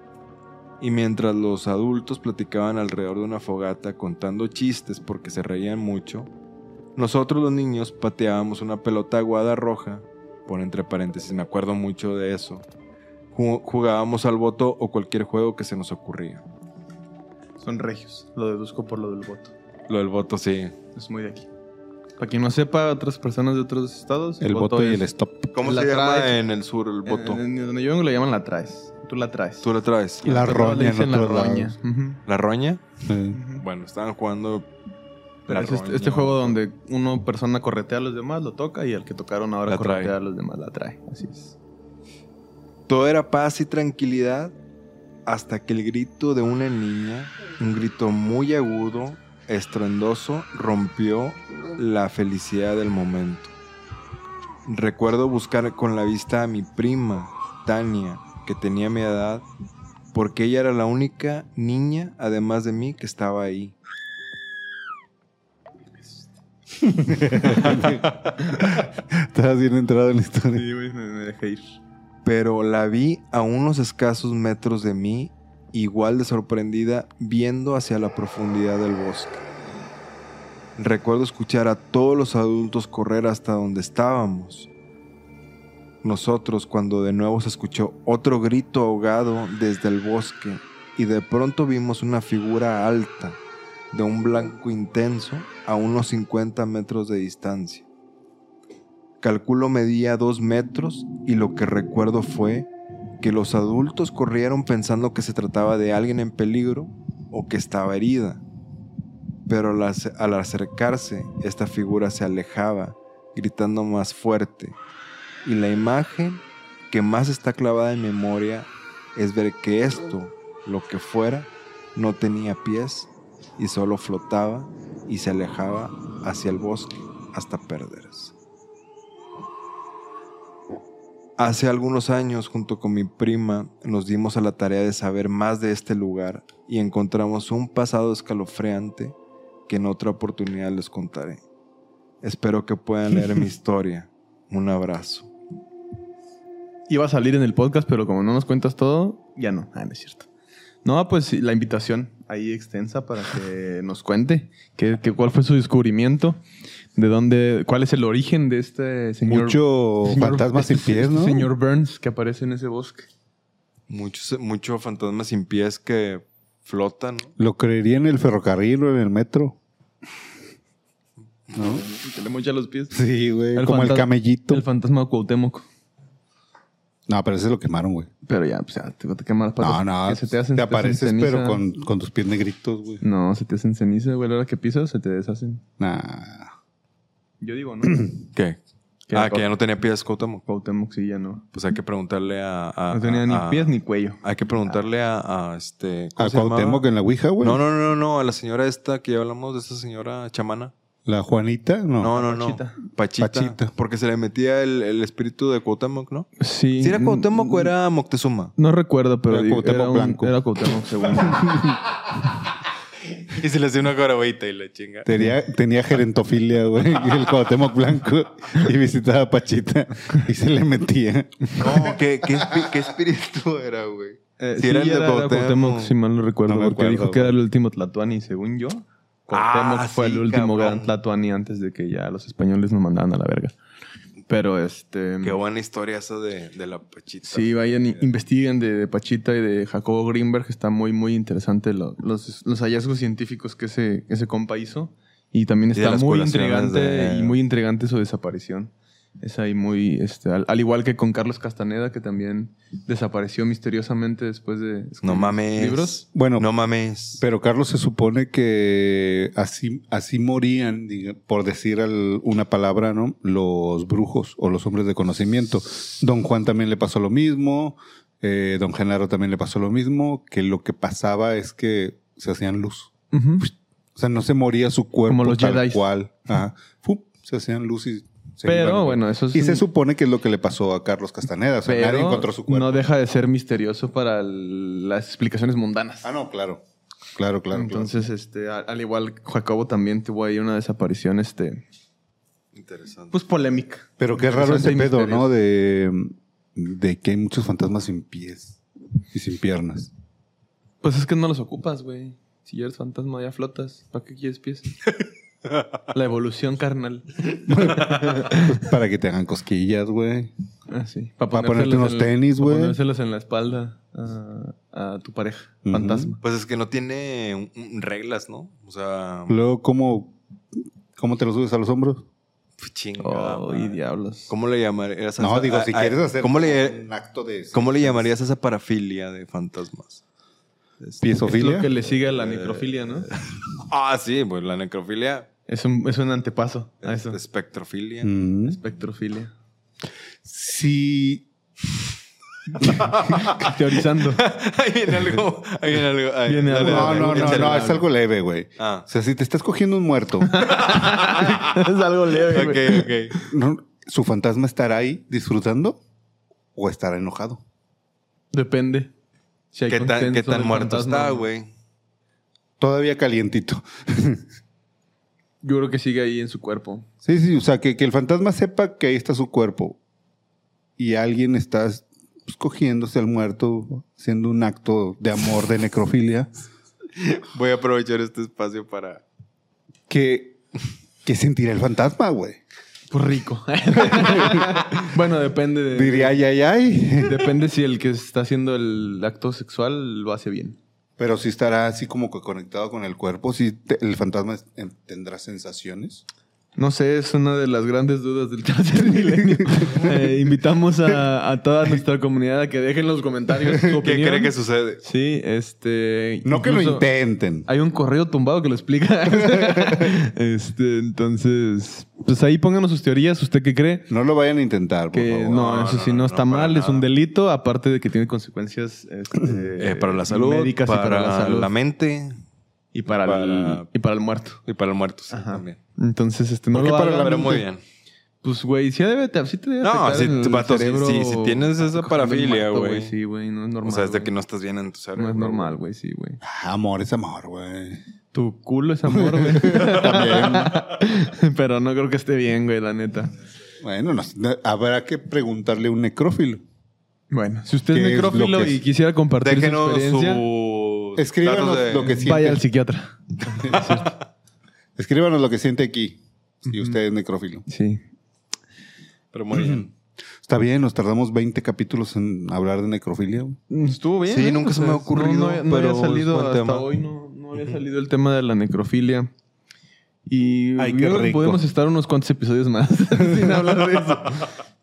[SPEAKER 3] Y mientras los adultos platicaban alrededor de una fogata contando chistes porque se reían mucho, nosotros los niños pateábamos una pelota aguada roja, por entre paréntesis, me acuerdo mucho de eso. Ju- Jugábamos al voto o cualquier juego que se nos ocurría.
[SPEAKER 2] Son regios. Lo deduzco por lo del voto.
[SPEAKER 3] Lo del voto, sí.
[SPEAKER 2] Es muy de aquí. Para quien no sepa, otras personas de otros estados.
[SPEAKER 7] El voto y
[SPEAKER 2] es-
[SPEAKER 7] el stop.
[SPEAKER 3] ¿Cómo
[SPEAKER 2] La
[SPEAKER 3] se llama
[SPEAKER 2] traes.
[SPEAKER 3] en el sur el voto?
[SPEAKER 2] En, en donde yo vengo le llaman la traes. Tú la traes.
[SPEAKER 3] ¿Tú la traes?
[SPEAKER 7] La
[SPEAKER 2] Pero
[SPEAKER 7] roña
[SPEAKER 2] le
[SPEAKER 7] en
[SPEAKER 2] dicen la
[SPEAKER 7] otros
[SPEAKER 2] roña.
[SPEAKER 7] lados.
[SPEAKER 2] Ujú.
[SPEAKER 3] ¿La roña?
[SPEAKER 2] Ujú.
[SPEAKER 3] Bueno, estaban jugando.
[SPEAKER 2] Pero
[SPEAKER 3] la
[SPEAKER 2] es este,
[SPEAKER 3] roña.
[SPEAKER 2] este juego donde una persona corretea a los demás, lo toca y el que tocaron ahora
[SPEAKER 3] La trae.
[SPEAKER 2] corretea a los demás, la trae. Así es.
[SPEAKER 3] Todo era paz y tranquilidad hasta que el grito de una niña, un grito muy agudo, estruendoso, rompió la felicidad del momento. Recuerdo buscar con la vista a mi prima, Tania, que tenía mi edad, porque ella era la única niña, además de mí, que estaba ahí.
[SPEAKER 7] Estás bien entrado en la historia.
[SPEAKER 2] Sí, güey, me, me dejé ir.
[SPEAKER 3] pero la vi a unos escasos metros de mí, igual de sorprendida, viendo hacia la profundidad del bosque. Recuerdo escuchar a todos los adultos correr hasta donde estábamos. Nosotros cuando de nuevo se escuchó otro grito ahogado desde el bosque y de pronto vimos una figura alta, de un blanco intenso, a unos 50 metros de distancia. Calculo medía dos metros y lo que recuerdo fue que los adultos corrieron pensando que se trataba de alguien en peligro o que estaba herida. Pero al ace- al acercarse, esta figura se alejaba, gritando más fuerte. Y la imagen que más está clavada en memoria es ver que esto, lo que fuera, no tenía pies y solo flotaba y se alejaba hacia el bosque hasta perderse. Hace algunos años, junto con mi prima, nos dimos a la tarea de saber más de este lugar y encontramos un pasado escalofriante que en otra oportunidad les contaré. Espero que puedan
[SPEAKER 2] [LAUGHS]
[SPEAKER 3] leer mi historia. Un abrazo.
[SPEAKER 2] Iba a salir en el podcast, pero como no nos cuentas todo, ya no. Ah, no es cierto. No, pues sí, la invitación ahí extensa para
[SPEAKER 7] [LAUGHS]
[SPEAKER 2] que nos cuente qué- qué- cuál fue su descubrimiento, de dónde, cuál es el origen de este señor.
[SPEAKER 7] Mucho
[SPEAKER 2] señor-
[SPEAKER 7] fantasmas sin
[SPEAKER 2] este-
[SPEAKER 7] pies,
[SPEAKER 2] este
[SPEAKER 7] ¿no?
[SPEAKER 2] Señor Burns que aparece en ese bosque.
[SPEAKER 3] Muchos mucho fantasmas sin pies que flotan.
[SPEAKER 7] ¿Lo creería en el ferrocarril o en el metro? ¿No?
[SPEAKER 2] Que le mocha los pies.
[SPEAKER 7] Sí, güey.
[SPEAKER 2] El
[SPEAKER 7] como el
[SPEAKER 2] fantas-
[SPEAKER 7] camellito.
[SPEAKER 2] El fantasma de Cuauhtémoc.
[SPEAKER 7] No, pero ese lo quemaron, güey.
[SPEAKER 2] Pero ya, pues ya, te, te queman las
[SPEAKER 7] No,
[SPEAKER 2] patas.
[SPEAKER 7] no.
[SPEAKER 2] que se te, hacen, se te hacen
[SPEAKER 7] apareces, pero
[SPEAKER 2] ceniza.
[SPEAKER 7] con, con tus pies negritos, güey.
[SPEAKER 2] No, se te hacen ceniza, güey. A la hora que pisas, se te deshacen.
[SPEAKER 7] Nah.
[SPEAKER 2] Yo digo,
[SPEAKER 7] [CLEARS THROAT]
[SPEAKER 2] ¿no?
[SPEAKER 3] ¿Qué?
[SPEAKER 2] Que
[SPEAKER 3] ah,
[SPEAKER 2] era
[SPEAKER 3] que ya no tenía pies, Cuauhtémoc.
[SPEAKER 2] Cuauhtémoc sí, ya no.
[SPEAKER 3] Pues hay que preguntarle a... a-
[SPEAKER 2] No tenía ni
[SPEAKER 3] a-
[SPEAKER 2] pies ni cuello.
[SPEAKER 3] Hay que preguntarle a, a este... ¿cómo
[SPEAKER 7] A
[SPEAKER 3] se llamaba?
[SPEAKER 7] Cuauhtémoc en la Ouija, güey.
[SPEAKER 3] No, no, no, no. A la señora esta que ya hablamos de esa señora chamana.
[SPEAKER 7] La Juanita, no.
[SPEAKER 3] No, no, no.
[SPEAKER 2] Pachita.
[SPEAKER 3] Pachita. Pachita.
[SPEAKER 7] Pachita.
[SPEAKER 3] Porque se le metía el, el espíritu de Cuauhtémoc, ¿no?
[SPEAKER 2] Sí. Mm.
[SPEAKER 3] Si era Cuauhtémoc o era Moctezuma.
[SPEAKER 2] No recuerdo, pero
[SPEAKER 7] Era
[SPEAKER 2] digo,
[SPEAKER 7] Cuauhtémoc
[SPEAKER 2] era un-
[SPEAKER 7] blanco.
[SPEAKER 2] Era Cuauhtémoc, según.
[SPEAKER 3] [LAUGHS] Y se le hacía una carabita y la chinga.
[SPEAKER 7] Tenía, tenía gerentofilia, güey. El Cuauhtémoc blanco. Y visitaba a Pachita. Y se le metía.
[SPEAKER 3] [LAUGHS] No, ¿qué, qué, espi- qué espíritu era, güey?
[SPEAKER 2] Eh,
[SPEAKER 3] Si era el de Cuauhtémoc.
[SPEAKER 2] si mal no recuerdo,
[SPEAKER 7] No me
[SPEAKER 2] porque
[SPEAKER 7] acuerdo,
[SPEAKER 2] dijo que
[SPEAKER 7] güey.
[SPEAKER 2] era el último Tlatuani, según yo. Cuauhtémoc
[SPEAKER 3] Ah,
[SPEAKER 2] fue
[SPEAKER 3] sí,
[SPEAKER 2] el último
[SPEAKER 3] cabrón.
[SPEAKER 2] gran Tlatuani antes de que ya los españoles nos mandaban a la verga. Pero este.
[SPEAKER 3] Qué buena historia esa de, de la pachita. Eh,
[SPEAKER 2] Sí, vayan, y investiguen de, de Pachita y de Jacobo Greenberg. Está muy, muy interesante lo- los, los hallazgos científicos que ese, ese compa hizo. Y también
[SPEAKER 3] Y de
[SPEAKER 2] está
[SPEAKER 3] las
[SPEAKER 2] muy
[SPEAKER 3] curaciones
[SPEAKER 2] intrigante
[SPEAKER 3] de-
[SPEAKER 2] y muy intrigante su desaparición. Es ahí muy, este, al, al igual que con Carlos Castaneda, que también desapareció misteriosamente después de
[SPEAKER 3] No
[SPEAKER 2] escribir
[SPEAKER 3] mames.
[SPEAKER 2] libros.
[SPEAKER 4] Bueno,
[SPEAKER 3] No mames.
[SPEAKER 4] pero Carlos se supone que así, así morían, diga- por decir al- una palabra, ¿no? Los brujos o los hombres de conocimiento. Don Juan también le pasó lo mismo, eh, don Genaro también le pasó lo mismo, que lo que pasaba es que se hacían luz. O sea, no se moría su cuerpo
[SPEAKER 2] Como los
[SPEAKER 4] tal
[SPEAKER 2] Jedis.
[SPEAKER 4] cual. Ajá. Fu, se hacían luz y se
[SPEAKER 2] Pero
[SPEAKER 4] iban.
[SPEAKER 2] bueno, eso es
[SPEAKER 4] Y se
[SPEAKER 2] un-
[SPEAKER 4] supone que es lo que le pasó a Carlos Castaneda. O sea,
[SPEAKER 2] Pero
[SPEAKER 4] nadie encontró su cuerpo.
[SPEAKER 2] no deja de ser misterioso para el- las explicaciones mundanas.
[SPEAKER 4] Ah, no, claro. Claro, claro, claro.
[SPEAKER 2] Entonces, este, a- al igual Jacobo también tuvo ahí una desaparición, este,
[SPEAKER 3] Interesante.
[SPEAKER 2] pues polémica.
[SPEAKER 4] Pero qué raro ese
[SPEAKER 2] Interesante y
[SPEAKER 4] pedo,
[SPEAKER 2] misterioso.
[SPEAKER 4] ¿no? De, de que hay muchos fantasmas sin pies y sin
[SPEAKER 3] [LAUGHS]
[SPEAKER 4] piernas.
[SPEAKER 2] Pues es que no los ocupas, güey. Si ya eres fantasma, ya flotas. ¿Para qué quieres pies? La evolución carnal.
[SPEAKER 4] Pues para que te hagan cosquillas, güey.
[SPEAKER 2] Así.
[SPEAKER 4] Para ponerte unos tenis, güey.
[SPEAKER 2] Para ponérselos en la espalda a, a tu pareja,
[SPEAKER 4] Ujú.
[SPEAKER 2] fantasma.
[SPEAKER 3] Pues es que no tiene un- un- reglas, ¿no? O sea,
[SPEAKER 4] Luego, ¿cómo, cómo te los subes a los hombros?
[SPEAKER 3] pf, chingada.
[SPEAKER 2] Oh, y
[SPEAKER 3] madre.
[SPEAKER 2] diablos.
[SPEAKER 3] ¿Cómo le llamarías a
[SPEAKER 4] No,
[SPEAKER 3] esa-
[SPEAKER 4] digo,
[SPEAKER 3] a-
[SPEAKER 4] si
[SPEAKER 3] a-
[SPEAKER 4] quieres hacer
[SPEAKER 3] ¿cómo le,
[SPEAKER 4] un acto de...
[SPEAKER 3] ¿Cómo le llamarías a esa parafilia de fantasmas?
[SPEAKER 2] Es lo
[SPEAKER 4] ¿Piesofilia?
[SPEAKER 2] que le sigue a
[SPEAKER 3] Eh.
[SPEAKER 2] la necrofilia, ¿no?
[SPEAKER 3] Ah, sí, pues la necrofilia,
[SPEAKER 2] Es un, es un antepaso a
[SPEAKER 3] es-
[SPEAKER 2] eso.
[SPEAKER 3] espectrofilia.
[SPEAKER 4] Mm.
[SPEAKER 2] Espectrofilia.
[SPEAKER 4] Si
[SPEAKER 2] Teorizando.
[SPEAKER 3] [LAUGHS] ahí viene algo, ahí viene algo. ahí-
[SPEAKER 2] Viene
[SPEAKER 3] dale,
[SPEAKER 2] algo.
[SPEAKER 4] No,
[SPEAKER 3] dale,
[SPEAKER 4] no, no,
[SPEAKER 3] échale.
[SPEAKER 4] no, es algo leve, güey.
[SPEAKER 3] Ah.
[SPEAKER 4] O sea, si te estás cogiendo
[SPEAKER 3] [LAUGHS]
[SPEAKER 4] un muerto,
[SPEAKER 2] es algo leve. güey.
[SPEAKER 3] Ok, ok.
[SPEAKER 4] ¿no? ¿su fantasma estará ahí disfrutando o estará enojado?
[SPEAKER 2] Depende. Si hay
[SPEAKER 3] ¿Qué tan, qué
[SPEAKER 2] consenso
[SPEAKER 3] tan
[SPEAKER 2] del
[SPEAKER 3] muerto
[SPEAKER 2] fantasma.
[SPEAKER 3] está, güey?
[SPEAKER 4] Todavía calientito.
[SPEAKER 2] Yo creo que sigue ahí en su cuerpo.
[SPEAKER 4] Sí, sí, o sea, que, que el fantasma sepa que ahí está su cuerpo y alguien está pues, cogiéndose al muerto, haciendo un acto de amor,
[SPEAKER 2] [LAUGHS]
[SPEAKER 4] de necrofilia,
[SPEAKER 3] Voy a aprovechar este espacio para...
[SPEAKER 4] que, que sentirá el fantasma, güey.
[SPEAKER 2] Pues rico. [LAUGHS] bueno, depende de-
[SPEAKER 4] Diría, ay, ay, ay. [LAUGHS]
[SPEAKER 2] Depende si el que está haciendo el acto sexual lo hace bien.
[SPEAKER 4] Pero si estará así como que conectado con el cuerpo, si el fantasma es- en- tendrá sensaciones.
[SPEAKER 2] No sé, es una de las grandes dudas del [LAUGHS] tercer milenio. Eh, invitamos a, a toda nuestra comunidad a que dejen en los comentarios su
[SPEAKER 3] [LAUGHS] ¿Qué
[SPEAKER 2] opinión.
[SPEAKER 3] cree que sucede?
[SPEAKER 2] Sí, este...
[SPEAKER 4] No que lo
[SPEAKER 2] incluso
[SPEAKER 4] intenten.
[SPEAKER 2] Hay un correo tumbado que lo [LAUGHS] explica. este, entonces... Pues ahí pónganos sus teorías. ¿Usted qué cree?
[SPEAKER 4] No lo vayan a intentar, por
[SPEAKER 2] Que
[SPEAKER 4] favor.
[SPEAKER 2] no,
[SPEAKER 3] No,
[SPEAKER 2] eso
[SPEAKER 3] no,
[SPEAKER 2] sí no,
[SPEAKER 3] no,
[SPEAKER 2] está
[SPEAKER 3] no, para
[SPEAKER 2] mal, es un
[SPEAKER 3] nada.
[SPEAKER 2] delito, aparte de que tiene consecuencias este,
[SPEAKER 3] Eh, para la salud,
[SPEAKER 2] médicas
[SPEAKER 3] para,
[SPEAKER 2] y para la salud
[SPEAKER 3] mente
[SPEAKER 2] y, para el,
[SPEAKER 3] para-
[SPEAKER 2] y para el muerto.
[SPEAKER 3] y para el muerto sí,
[SPEAKER 2] Ajá.
[SPEAKER 3] también.
[SPEAKER 2] Entonces, este, no
[SPEAKER 4] ¿Por qué
[SPEAKER 2] lo
[SPEAKER 4] para
[SPEAKER 2] hagan.
[SPEAKER 4] la
[SPEAKER 3] Pero
[SPEAKER 4] mente?
[SPEAKER 3] muy bien.
[SPEAKER 2] Pues, güey, sí, debe, te- sí te debe
[SPEAKER 3] No,
[SPEAKER 2] afectar
[SPEAKER 3] sí,
[SPEAKER 2] el
[SPEAKER 3] vato, sí,
[SPEAKER 2] cerebro
[SPEAKER 3] sí, si tienes esa
[SPEAKER 2] cogiendo un
[SPEAKER 3] parafilia,
[SPEAKER 2] muerto,
[SPEAKER 3] güey.
[SPEAKER 2] Sí, güey, no es normal.
[SPEAKER 3] o sea, es de
[SPEAKER 2] güey.
[SPEAKER 3] que no estás bien en tu cerebro.
[SPEAKER 2] No es normal, güey, sí, güey.
[SPEAKER 4] Ah, Amor es amor, güey.
[SPEAKER 2] Tu culo es amor, güey. [LAUGHS] También. Pero no creo que esté bien, güey, la neta.
[SPEAKER 4] Bueno, no- no- habrá que preguntarle a un necrófilo.
[SPEAKER 2] Bueno, si usted
[SPEAKER 4] ¿Qué
[SPEAKER 2] es
[SPEAKER 4] es lo
[SPEAKER 2] necrófilo
[SPEAKER 4] que
[SPEAKER 2] y
[SPEAKER 4] es?
[SPEAKER 2] quisiera compartir su
[SPEAKER 3] Déjenos
[SPEAKER 2] experiencia,
[SPEAKER 3] su...
[SPEAKER 4] Escríbanos lo que siente.
[SPEAKER 2] vaya al psiquiatra.
[SPEAKER 4] Escríbanos lo que siente aquí. Si
[SPEAKER 2] Ujú.
[SPEAKER 4] usted es necrófilo.
[SPEAKER 2] Sí.
[SPEAKER 3] Pero muy
[SPEAKER 2] [CLEARS THROAT]
[SPEAKER 3] bien.
[SPEAKER 4] Está bien, nos tardamos 20 capítulos en hablar de necrofilia. güey.
[SPEAKER 2] Estuvo bien.
[SPEAKER 3] Sí,
[SPEAKER 2] ¿eh?
[SPEAKER 3] nunca se me ha ocurrido,
[SPEAKER 2] No, no, no
[SPEAKER 3] pero
[SPEAKER 2] había salido
[SPEAKER 3] es buen
[SPEAKER 2] hasta
[SPEAKER 3] tema.
[SPEAKER 2] hoy, no, no había salido el tema de la necrofilia. Y
[SPEAKER 4] Ay,
[SPEAKER 2] yo
[SPEAKER 4] qué
[SPEAKER 2] creo que
[SPEAKER 4] rico.
[SPEAKER 2] podemos estar unos cuantos episodios más [LAUGHS] sin hablar de eso.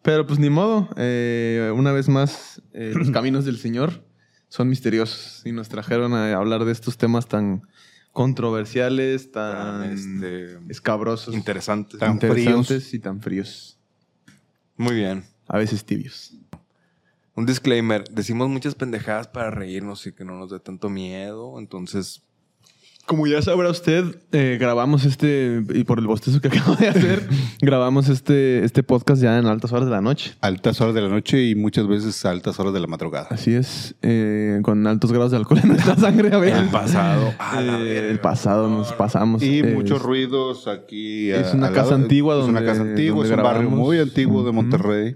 [SPEAKER 2] Pero pues ni modo. Eh, una vez más, eh,
[SPEAKER 4] [CLEARS THROAT]
[SPEAKER 2] los caminos del Señor son misteriosos y nos trajeron a hablar de estos temas tan controversiales, tan
[SPEAKER 3] Tan, este,
[SPEAKER 2] escabrosos,
[SPEAKER 3] Interesante.
[SPEAKER 4] tan
[SPEAKER 2] interesantes y tan fríos.
[SPEAKER 3] Muy bien.
[SPEAKER 2] A veces tibios.
[SPEAKER 3] Un disclaimer. Decimos muchas pendejadas para reírnos y que no nos dé tanto miedo. Entonces,
[SPEAKER 2] Como ya sabrá usted, eh, grabamos este, y por el bostezo que [LAUGHS] acabo de hacer, grabamos este, este podcast ya en altas horas de la noche.
[SPEAKER 4] Altas horas de la noche y muchas veces a altas horas de la madrugada.
[SPEAKER 2] Así es, eh, con altos grados de alcohol en nuestra sangre a veces. [LAUGHS]
[SPEAKER 3] el pasado. a la
[SPEAKER 2] Pues, Eh,
[SPEAKER 3] verga.
[SPEAKER 2] el pasado nos pasamos.
[SPEAKER 4] Y
[SPEAKER 2] eh,
[SPEAKER 4] muchos ruidos aquí. a-
[SPEAKER 2] es una
[SPEAKER 4] al
[SPEAKER 2] casa antigua
[SPEAKER 4] Es una
[SPEAKER 2] donde-
[SPEAKER 4] casa antigua, es
[SPEAKER 2] donde
[SPEAKER 4] un barrio
[SPEAKER 2] grabamos.
[SPEAKER 4] muy antiguo de
[SPEAKER 2] Ujú.
[SPEAKER 4] Monterrey.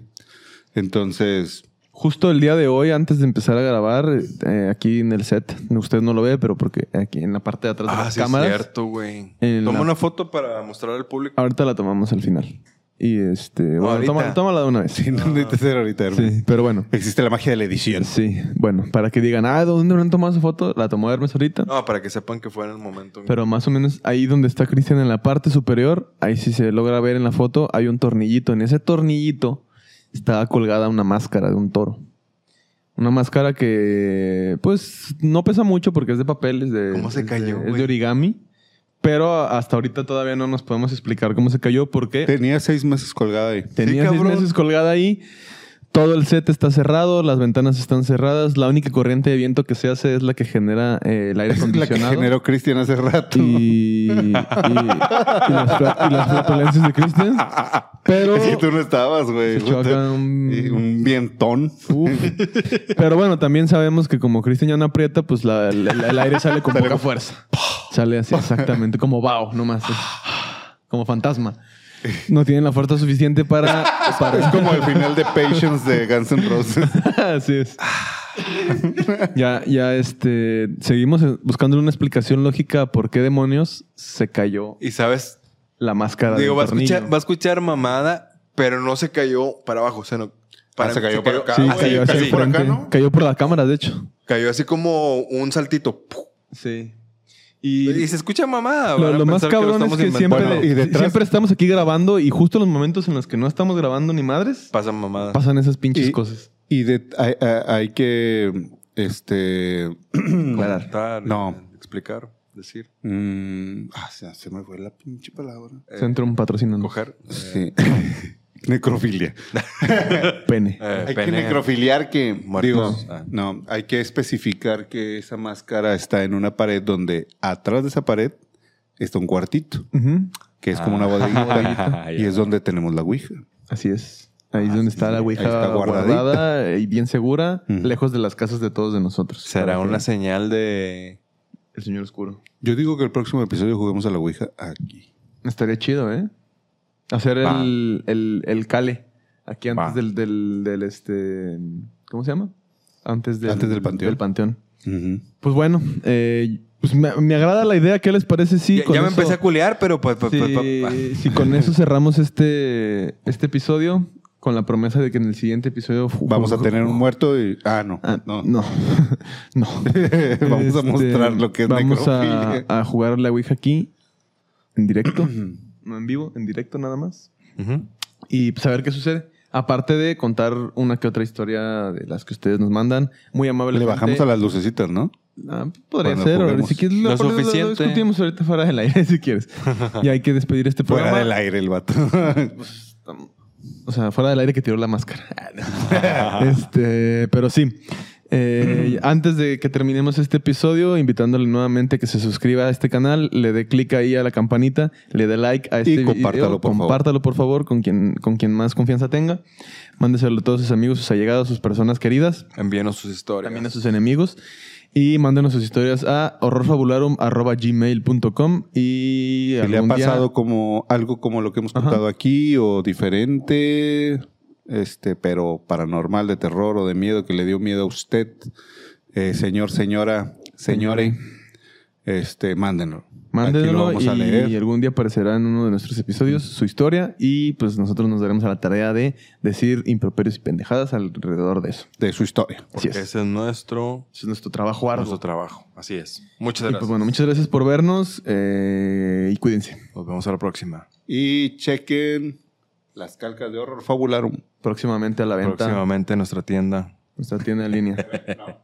[SPEAKER 4] Entonces,
[SPEAKER 2] Justo el día de hoy, antes de empezar a grabar, eh, aquí en el set, usted no lo ve, pero porque aquí en la parte de atrás de
[SPEAKER 3] Ah,
[SPEAKER 2] las
[SPEAKER 3] sí, es
[SPEAKER 2] cámaras,
[SPEAKER 3] cierto, güey.
[SPEAKER 2] En
[SPEAKER 3] Toma
[SPEAKER 2] la-
[SPEAKER 3] una foto para mostrar al público.
[SPEAKER 2] ahorita la tomamos al final. Y este. Bueno,
[SPEAKER 3] ahorita.
[SPEAKER 2] toma- tómala de una vez.
[SPEAKER 4] [LAUGHS] Sí, no necesitas ser ahorita, Hermes.
[SPEAKER 2] Ah, Sí, pero bueno.
[SPEAKER 4] Existe la magia de la edición.
[SPEAKER 2] Sí, bueno, para que digan, ah, ¿dónde habrán tomado su foto? La tomó Hermes ahorita.
[SPEAKER 3] No, para que sepan que fue en el momento. en-
[SPEAKER 2] Pero más o menos ahí donde está Cristian en la parte superior, ahí sí se logra ver en la foto, hay un tornillito. En ese tornillito está colgada una máscara de un toro. Una máscara que, pues, no pesa mucho porque es de papel, es de,
[SPEAKER 3] ¿Cómo se
[SPEAKER 2] es de-
[SPEAKER 3] cayó,
[SPEAKER 2] es de,
[SPEAKER 3] güey?
[SPEAKER 2] origami. Pero hasta ahorita todavía no nos podemos explicar cómo se cayó, porque
[SPEAKER 4] Tenía seis meses colgada ahí.
[SPEAKER 2] tenía seis
[SPEAKER 3] cabrón.
[SPEAKER 2] meses colgada ahí. Todo el set está cerrado, las ventanas están cerradas. La única corriente de viento que se hace es la que genera eh, el aire
[SPEAKER 4] [LAUGHS] Es la
[SPEAKER 2] acondicionado.
[SPEAKER 4] que generó Cristian hace rato. [LAUGHS]
[SPEAKER 2] y, y- y las, fla- y las flatulencias de Christian. Pero,
[SPEAKER 4] Es que tú no estabas, güey.
[SPEAKER 2] Se choca un-
[SPEAKER 4] Y un vientón.
[SPEAKER 2] Uf. pero bueno, también sabemos que como Christian ya no aprieta, pues la- la- la- el aire sale con poca
[SPEAKER 4] [LAUGHS]
[SPEAKER 2] fuerza. Sale así exactamente, como bao, nomás. es como fantasma. No tienen la fuerza suficiente para... para-
[SPEAKER 4] Es como el final de Patience de Guns N' Roses.
[SPEAKER 2] Así es. ya, ya, este... Seguimos buscando una explicación lógica a por qué demonios se cayó
[SPEAKER 3] Y sabes,
[SPEAKER 2] la máscara
[SPEAKER 3] digo,
[SPEAKER 2] del
[SPEAKER 3] va a, escuchar,
[SPEAKER 2] tornillo.
[SPEAKER 3] va a escuchar mamada, pero no se cayó para abajo. O sea, no.
[SPEAKER 4] Ah, se cayó para acá,
[SPEAKER 2] Sí,
[SPEAKER 4] Ah,
[SPEAKER 3] así,
[SPEAKER 2] cayó,
[SPEAKER 4] cayó
[SPEAKER 2] hacia
[SPEAKER 3] así.
[SPEAKER 2] el
[SPEAKER 4] por acá,
[SPEAKER 2] frente.
[SPEAKER 4] ¿no?
[SPEAKER 2] Cayó por la cámara, de hecho.
[SPEAKER 3] Cayó así como un saltito. ¡puf!
[SPEAKER 2] Sí.
[SPEAKER 3] Y,
[SPEAKER 2] Y,
[SPEAKER 3] se escucha mamada.
[SPEAKER 2] lo, lo más cabrón es que siempre,
[SPEAKER 4] Bueno, y detrás-
[SPEAKER 2] siempre estamos aquí grabando y justo en los momentos en los que no estamos grabando ni madres,
[SPEAKER 3] Pasan mamadas.
[SPEAKER 2] pasan esas pinches
[SPEAKER 4] Y-
[SPEAKER 2] cosas.
[SPEAKER 4] Y de- hay, hay- hay que. Este.
[SPEAKER 2] Aclarar.
[SPEAKER 3] Comentar,
[SPEAKER 4] No.
[SPEAKER 3] Explicar, decir,
[SPEAKER 4] mm, ah, se, se me fue la pinche palabra.
[SPEAKER 3] eh,
[SPEAKER 2] Centro un patrocinando.
[SPEAKER 3] coger. eh,
[SPEAKER 4] Sí. [LAUGHS] Necrofilia.
[SPEAKER 2] Pene.
[SPEAKER 3] eh,
[SPEAKER 4] Hay que
[SPEAKER 3] pene.
[SPEAKER 4] necrofiliar que. Digo,
[SPEAKER 3] Muertos. Ah.
[SPEAKER 4] no, hay que especificar que esa máscara está en una pared donde atrás de esa pared está un cuartito,
[SPEAKER 2] Ujú.
[SPEAKER 4] que es como
[SPEAKER 3] Ah. [LAUGHS]
[SPEAKER 4] una bodeguita. y es donde tenemos la Ouija.
[SPEAKER 2] Así es. Ahí es donde está la ouija
[SPEAKER 4] Ahí está guardadita.
[SPEAKER 2] guardada y bien segura,
[SPEAKER 4] Ujú.
[SPEAKER 2] lejos de las casas de todos de nosotros.
[SPEAKER 3] Será
[SPEAKER 2] Para que
[SPEAKER 3] una señal de.
[SPEAKER 2] El señor oscuro.
[SPEAKER 4] Yo digo que el próximo episodio juguemos a la Ouija aquí.
[SPEAKER 2] Estaría chido, ¿eh? Hacer
[SPEAKER 3] Va.
[SPEAKER 2] el, el, el cale. Aquí
[SPEAKER 3] Va.
[SPEAKER 2] antes del, del, del, este. ¿Cómo se llama? Antes del,
[SPEAKER 4] Antes del panteón. Ujú.
[SPEAKER 2] Pues bueno, eh, pues me, me agrada la idea. ¿Qué les parece si
[SPEAKER 3] ya ya me empecé a culear, pero. pues, Pa, pa- pa- pa-
[SPEAKER 2] si, [LAUGHS] si con eso cerramos este, este episodio con la promesa de que en el siguiente episodio ju-
[SPEAKER 4] Vamos a
[SPEAKER 2] ju-
[SPEAKER 4] tener un muerto y. Ah, no.
[SPEAKER 2] Ah,
[SPEAKER 4] no. [LAUGHS]
[SPEAKER 2] no, no. [LAUGHS]
[SPEAKER 4] Vamos a
[SPEAKER 2] Este,
[SPEAKER 4] mostrar lo que es
[SPEAKER 2] Vamos a,
[SPEAKER 4] necrofilia.
[SPEAKER 2] a jugar la Ouija aquí en
[SPEAKER 4] [CLEARS THROAT]
[SPEAKER 2] directo.
[SPEAKER 4] Mm.
[SPEAKER 2] no en vivo, en directo nada más.
[SPEAKER 3] Ujú.
[SPEAKER 2] y pues, a ver qué sucede. Aparte de contar una que otra historia de las que ustedes nos mandan, muy amable. Ah,
[SPEAKER 4] Le bajamos a las lucecitas, ¿no?
[SPEAKER 2] podría
[SPEAKER 4] Cuando
[SPEAKER 2] ser,
[SPEAKER 4] juguemos.
[SPEAKER 2] o si quieres,
[SPEAKER 3] Lo
[SPEAKER 2] lo, lo- lo
[SPEAKER 3] suficiente.
[SPEAKER 2] discutimos ahorita fuera del aire [LAUGHS] si quieres. y hay que despedir este
[SPEAKER 4] Fuera
[SPEAKER 2] programa.
[SPEAKER 4] del aire el vato. [LAUGHS]
[SPEAKER 2] O sea, fuera del aire que tiró la máscara. [LAUGHS]
[SPEAKER 4] [LAUGHS]
[SPEAKER 2] este, pero sí. Eh, antes de que terminemos este episodio, invitándole nuevamente a que se suscriba a este canal, le dé clic ahí a la campanita, le dé like a este
[SPEAKER 4] Y compártalo,
[SPEAKER 2] video,
[SPEAKER 4] por favor.
[SPEAKER 2] compártalo por favor con quien con quien más confianza tenga, mándeselo a todos sus amigos, sus allegados, sus personas queridas,
[SPEAKER 3] Envíenos sus historias.
[SPEAKER 2] también a sus enemigos y mándenos sus historias a horrorfabularum@gmail.com y
[SPEAKER 4] Si le ha
[SPEAKER 2] algún día-
[SPEAKER 4] pasado como algo como lo que hemos
[SPEAKER 2] Ajá.
[SPEAKER 4] contado aquí o diferente, este, pero paranormal, de terror o de miedo que le dio miedo a usted, eh, señor, señora, señore, este, mándenlo. Aquí lo
[SPEAKER 2] Mándenlo
[SPEAKER 4] vamos a
[SPEAKER 2] y
[SPEAKER 4] leer.
[SPEAKER 2] algún día aparecerá en uno de nuestros episodios su historia y pues nosotros nos daremos a la tarea de decir improperios y pendejadas alrededor de eso.
[SPEAKER 4] De su historia.
[SPEAKER 2] Así es.
[SPEAKER 3] Porque ese es nuestro,
[SPEAKER 2] Ese es nuestro trabajo arduo.
[SPEAKER 3] nuestro trabajo. Así es. Muchas
[SPEAKER 2] Y
[SPEAKER 3] gracias.
[SPEAKER 2] pues bueno, muchas gracias por vernos eh, y cuídense.
[SPEAKER 3] Nos vemos a la próxima.
[SPEAKER 4] Y chequen las calcas de horror fabularum.
[SPEAKER 2] Próximamente a la venta
[SPEAKER 4] [LAUGHS]
[SPEAKER 3] Próximamente en nuestra tienda.
[SPEAKER 2] nuestra tienda en línea.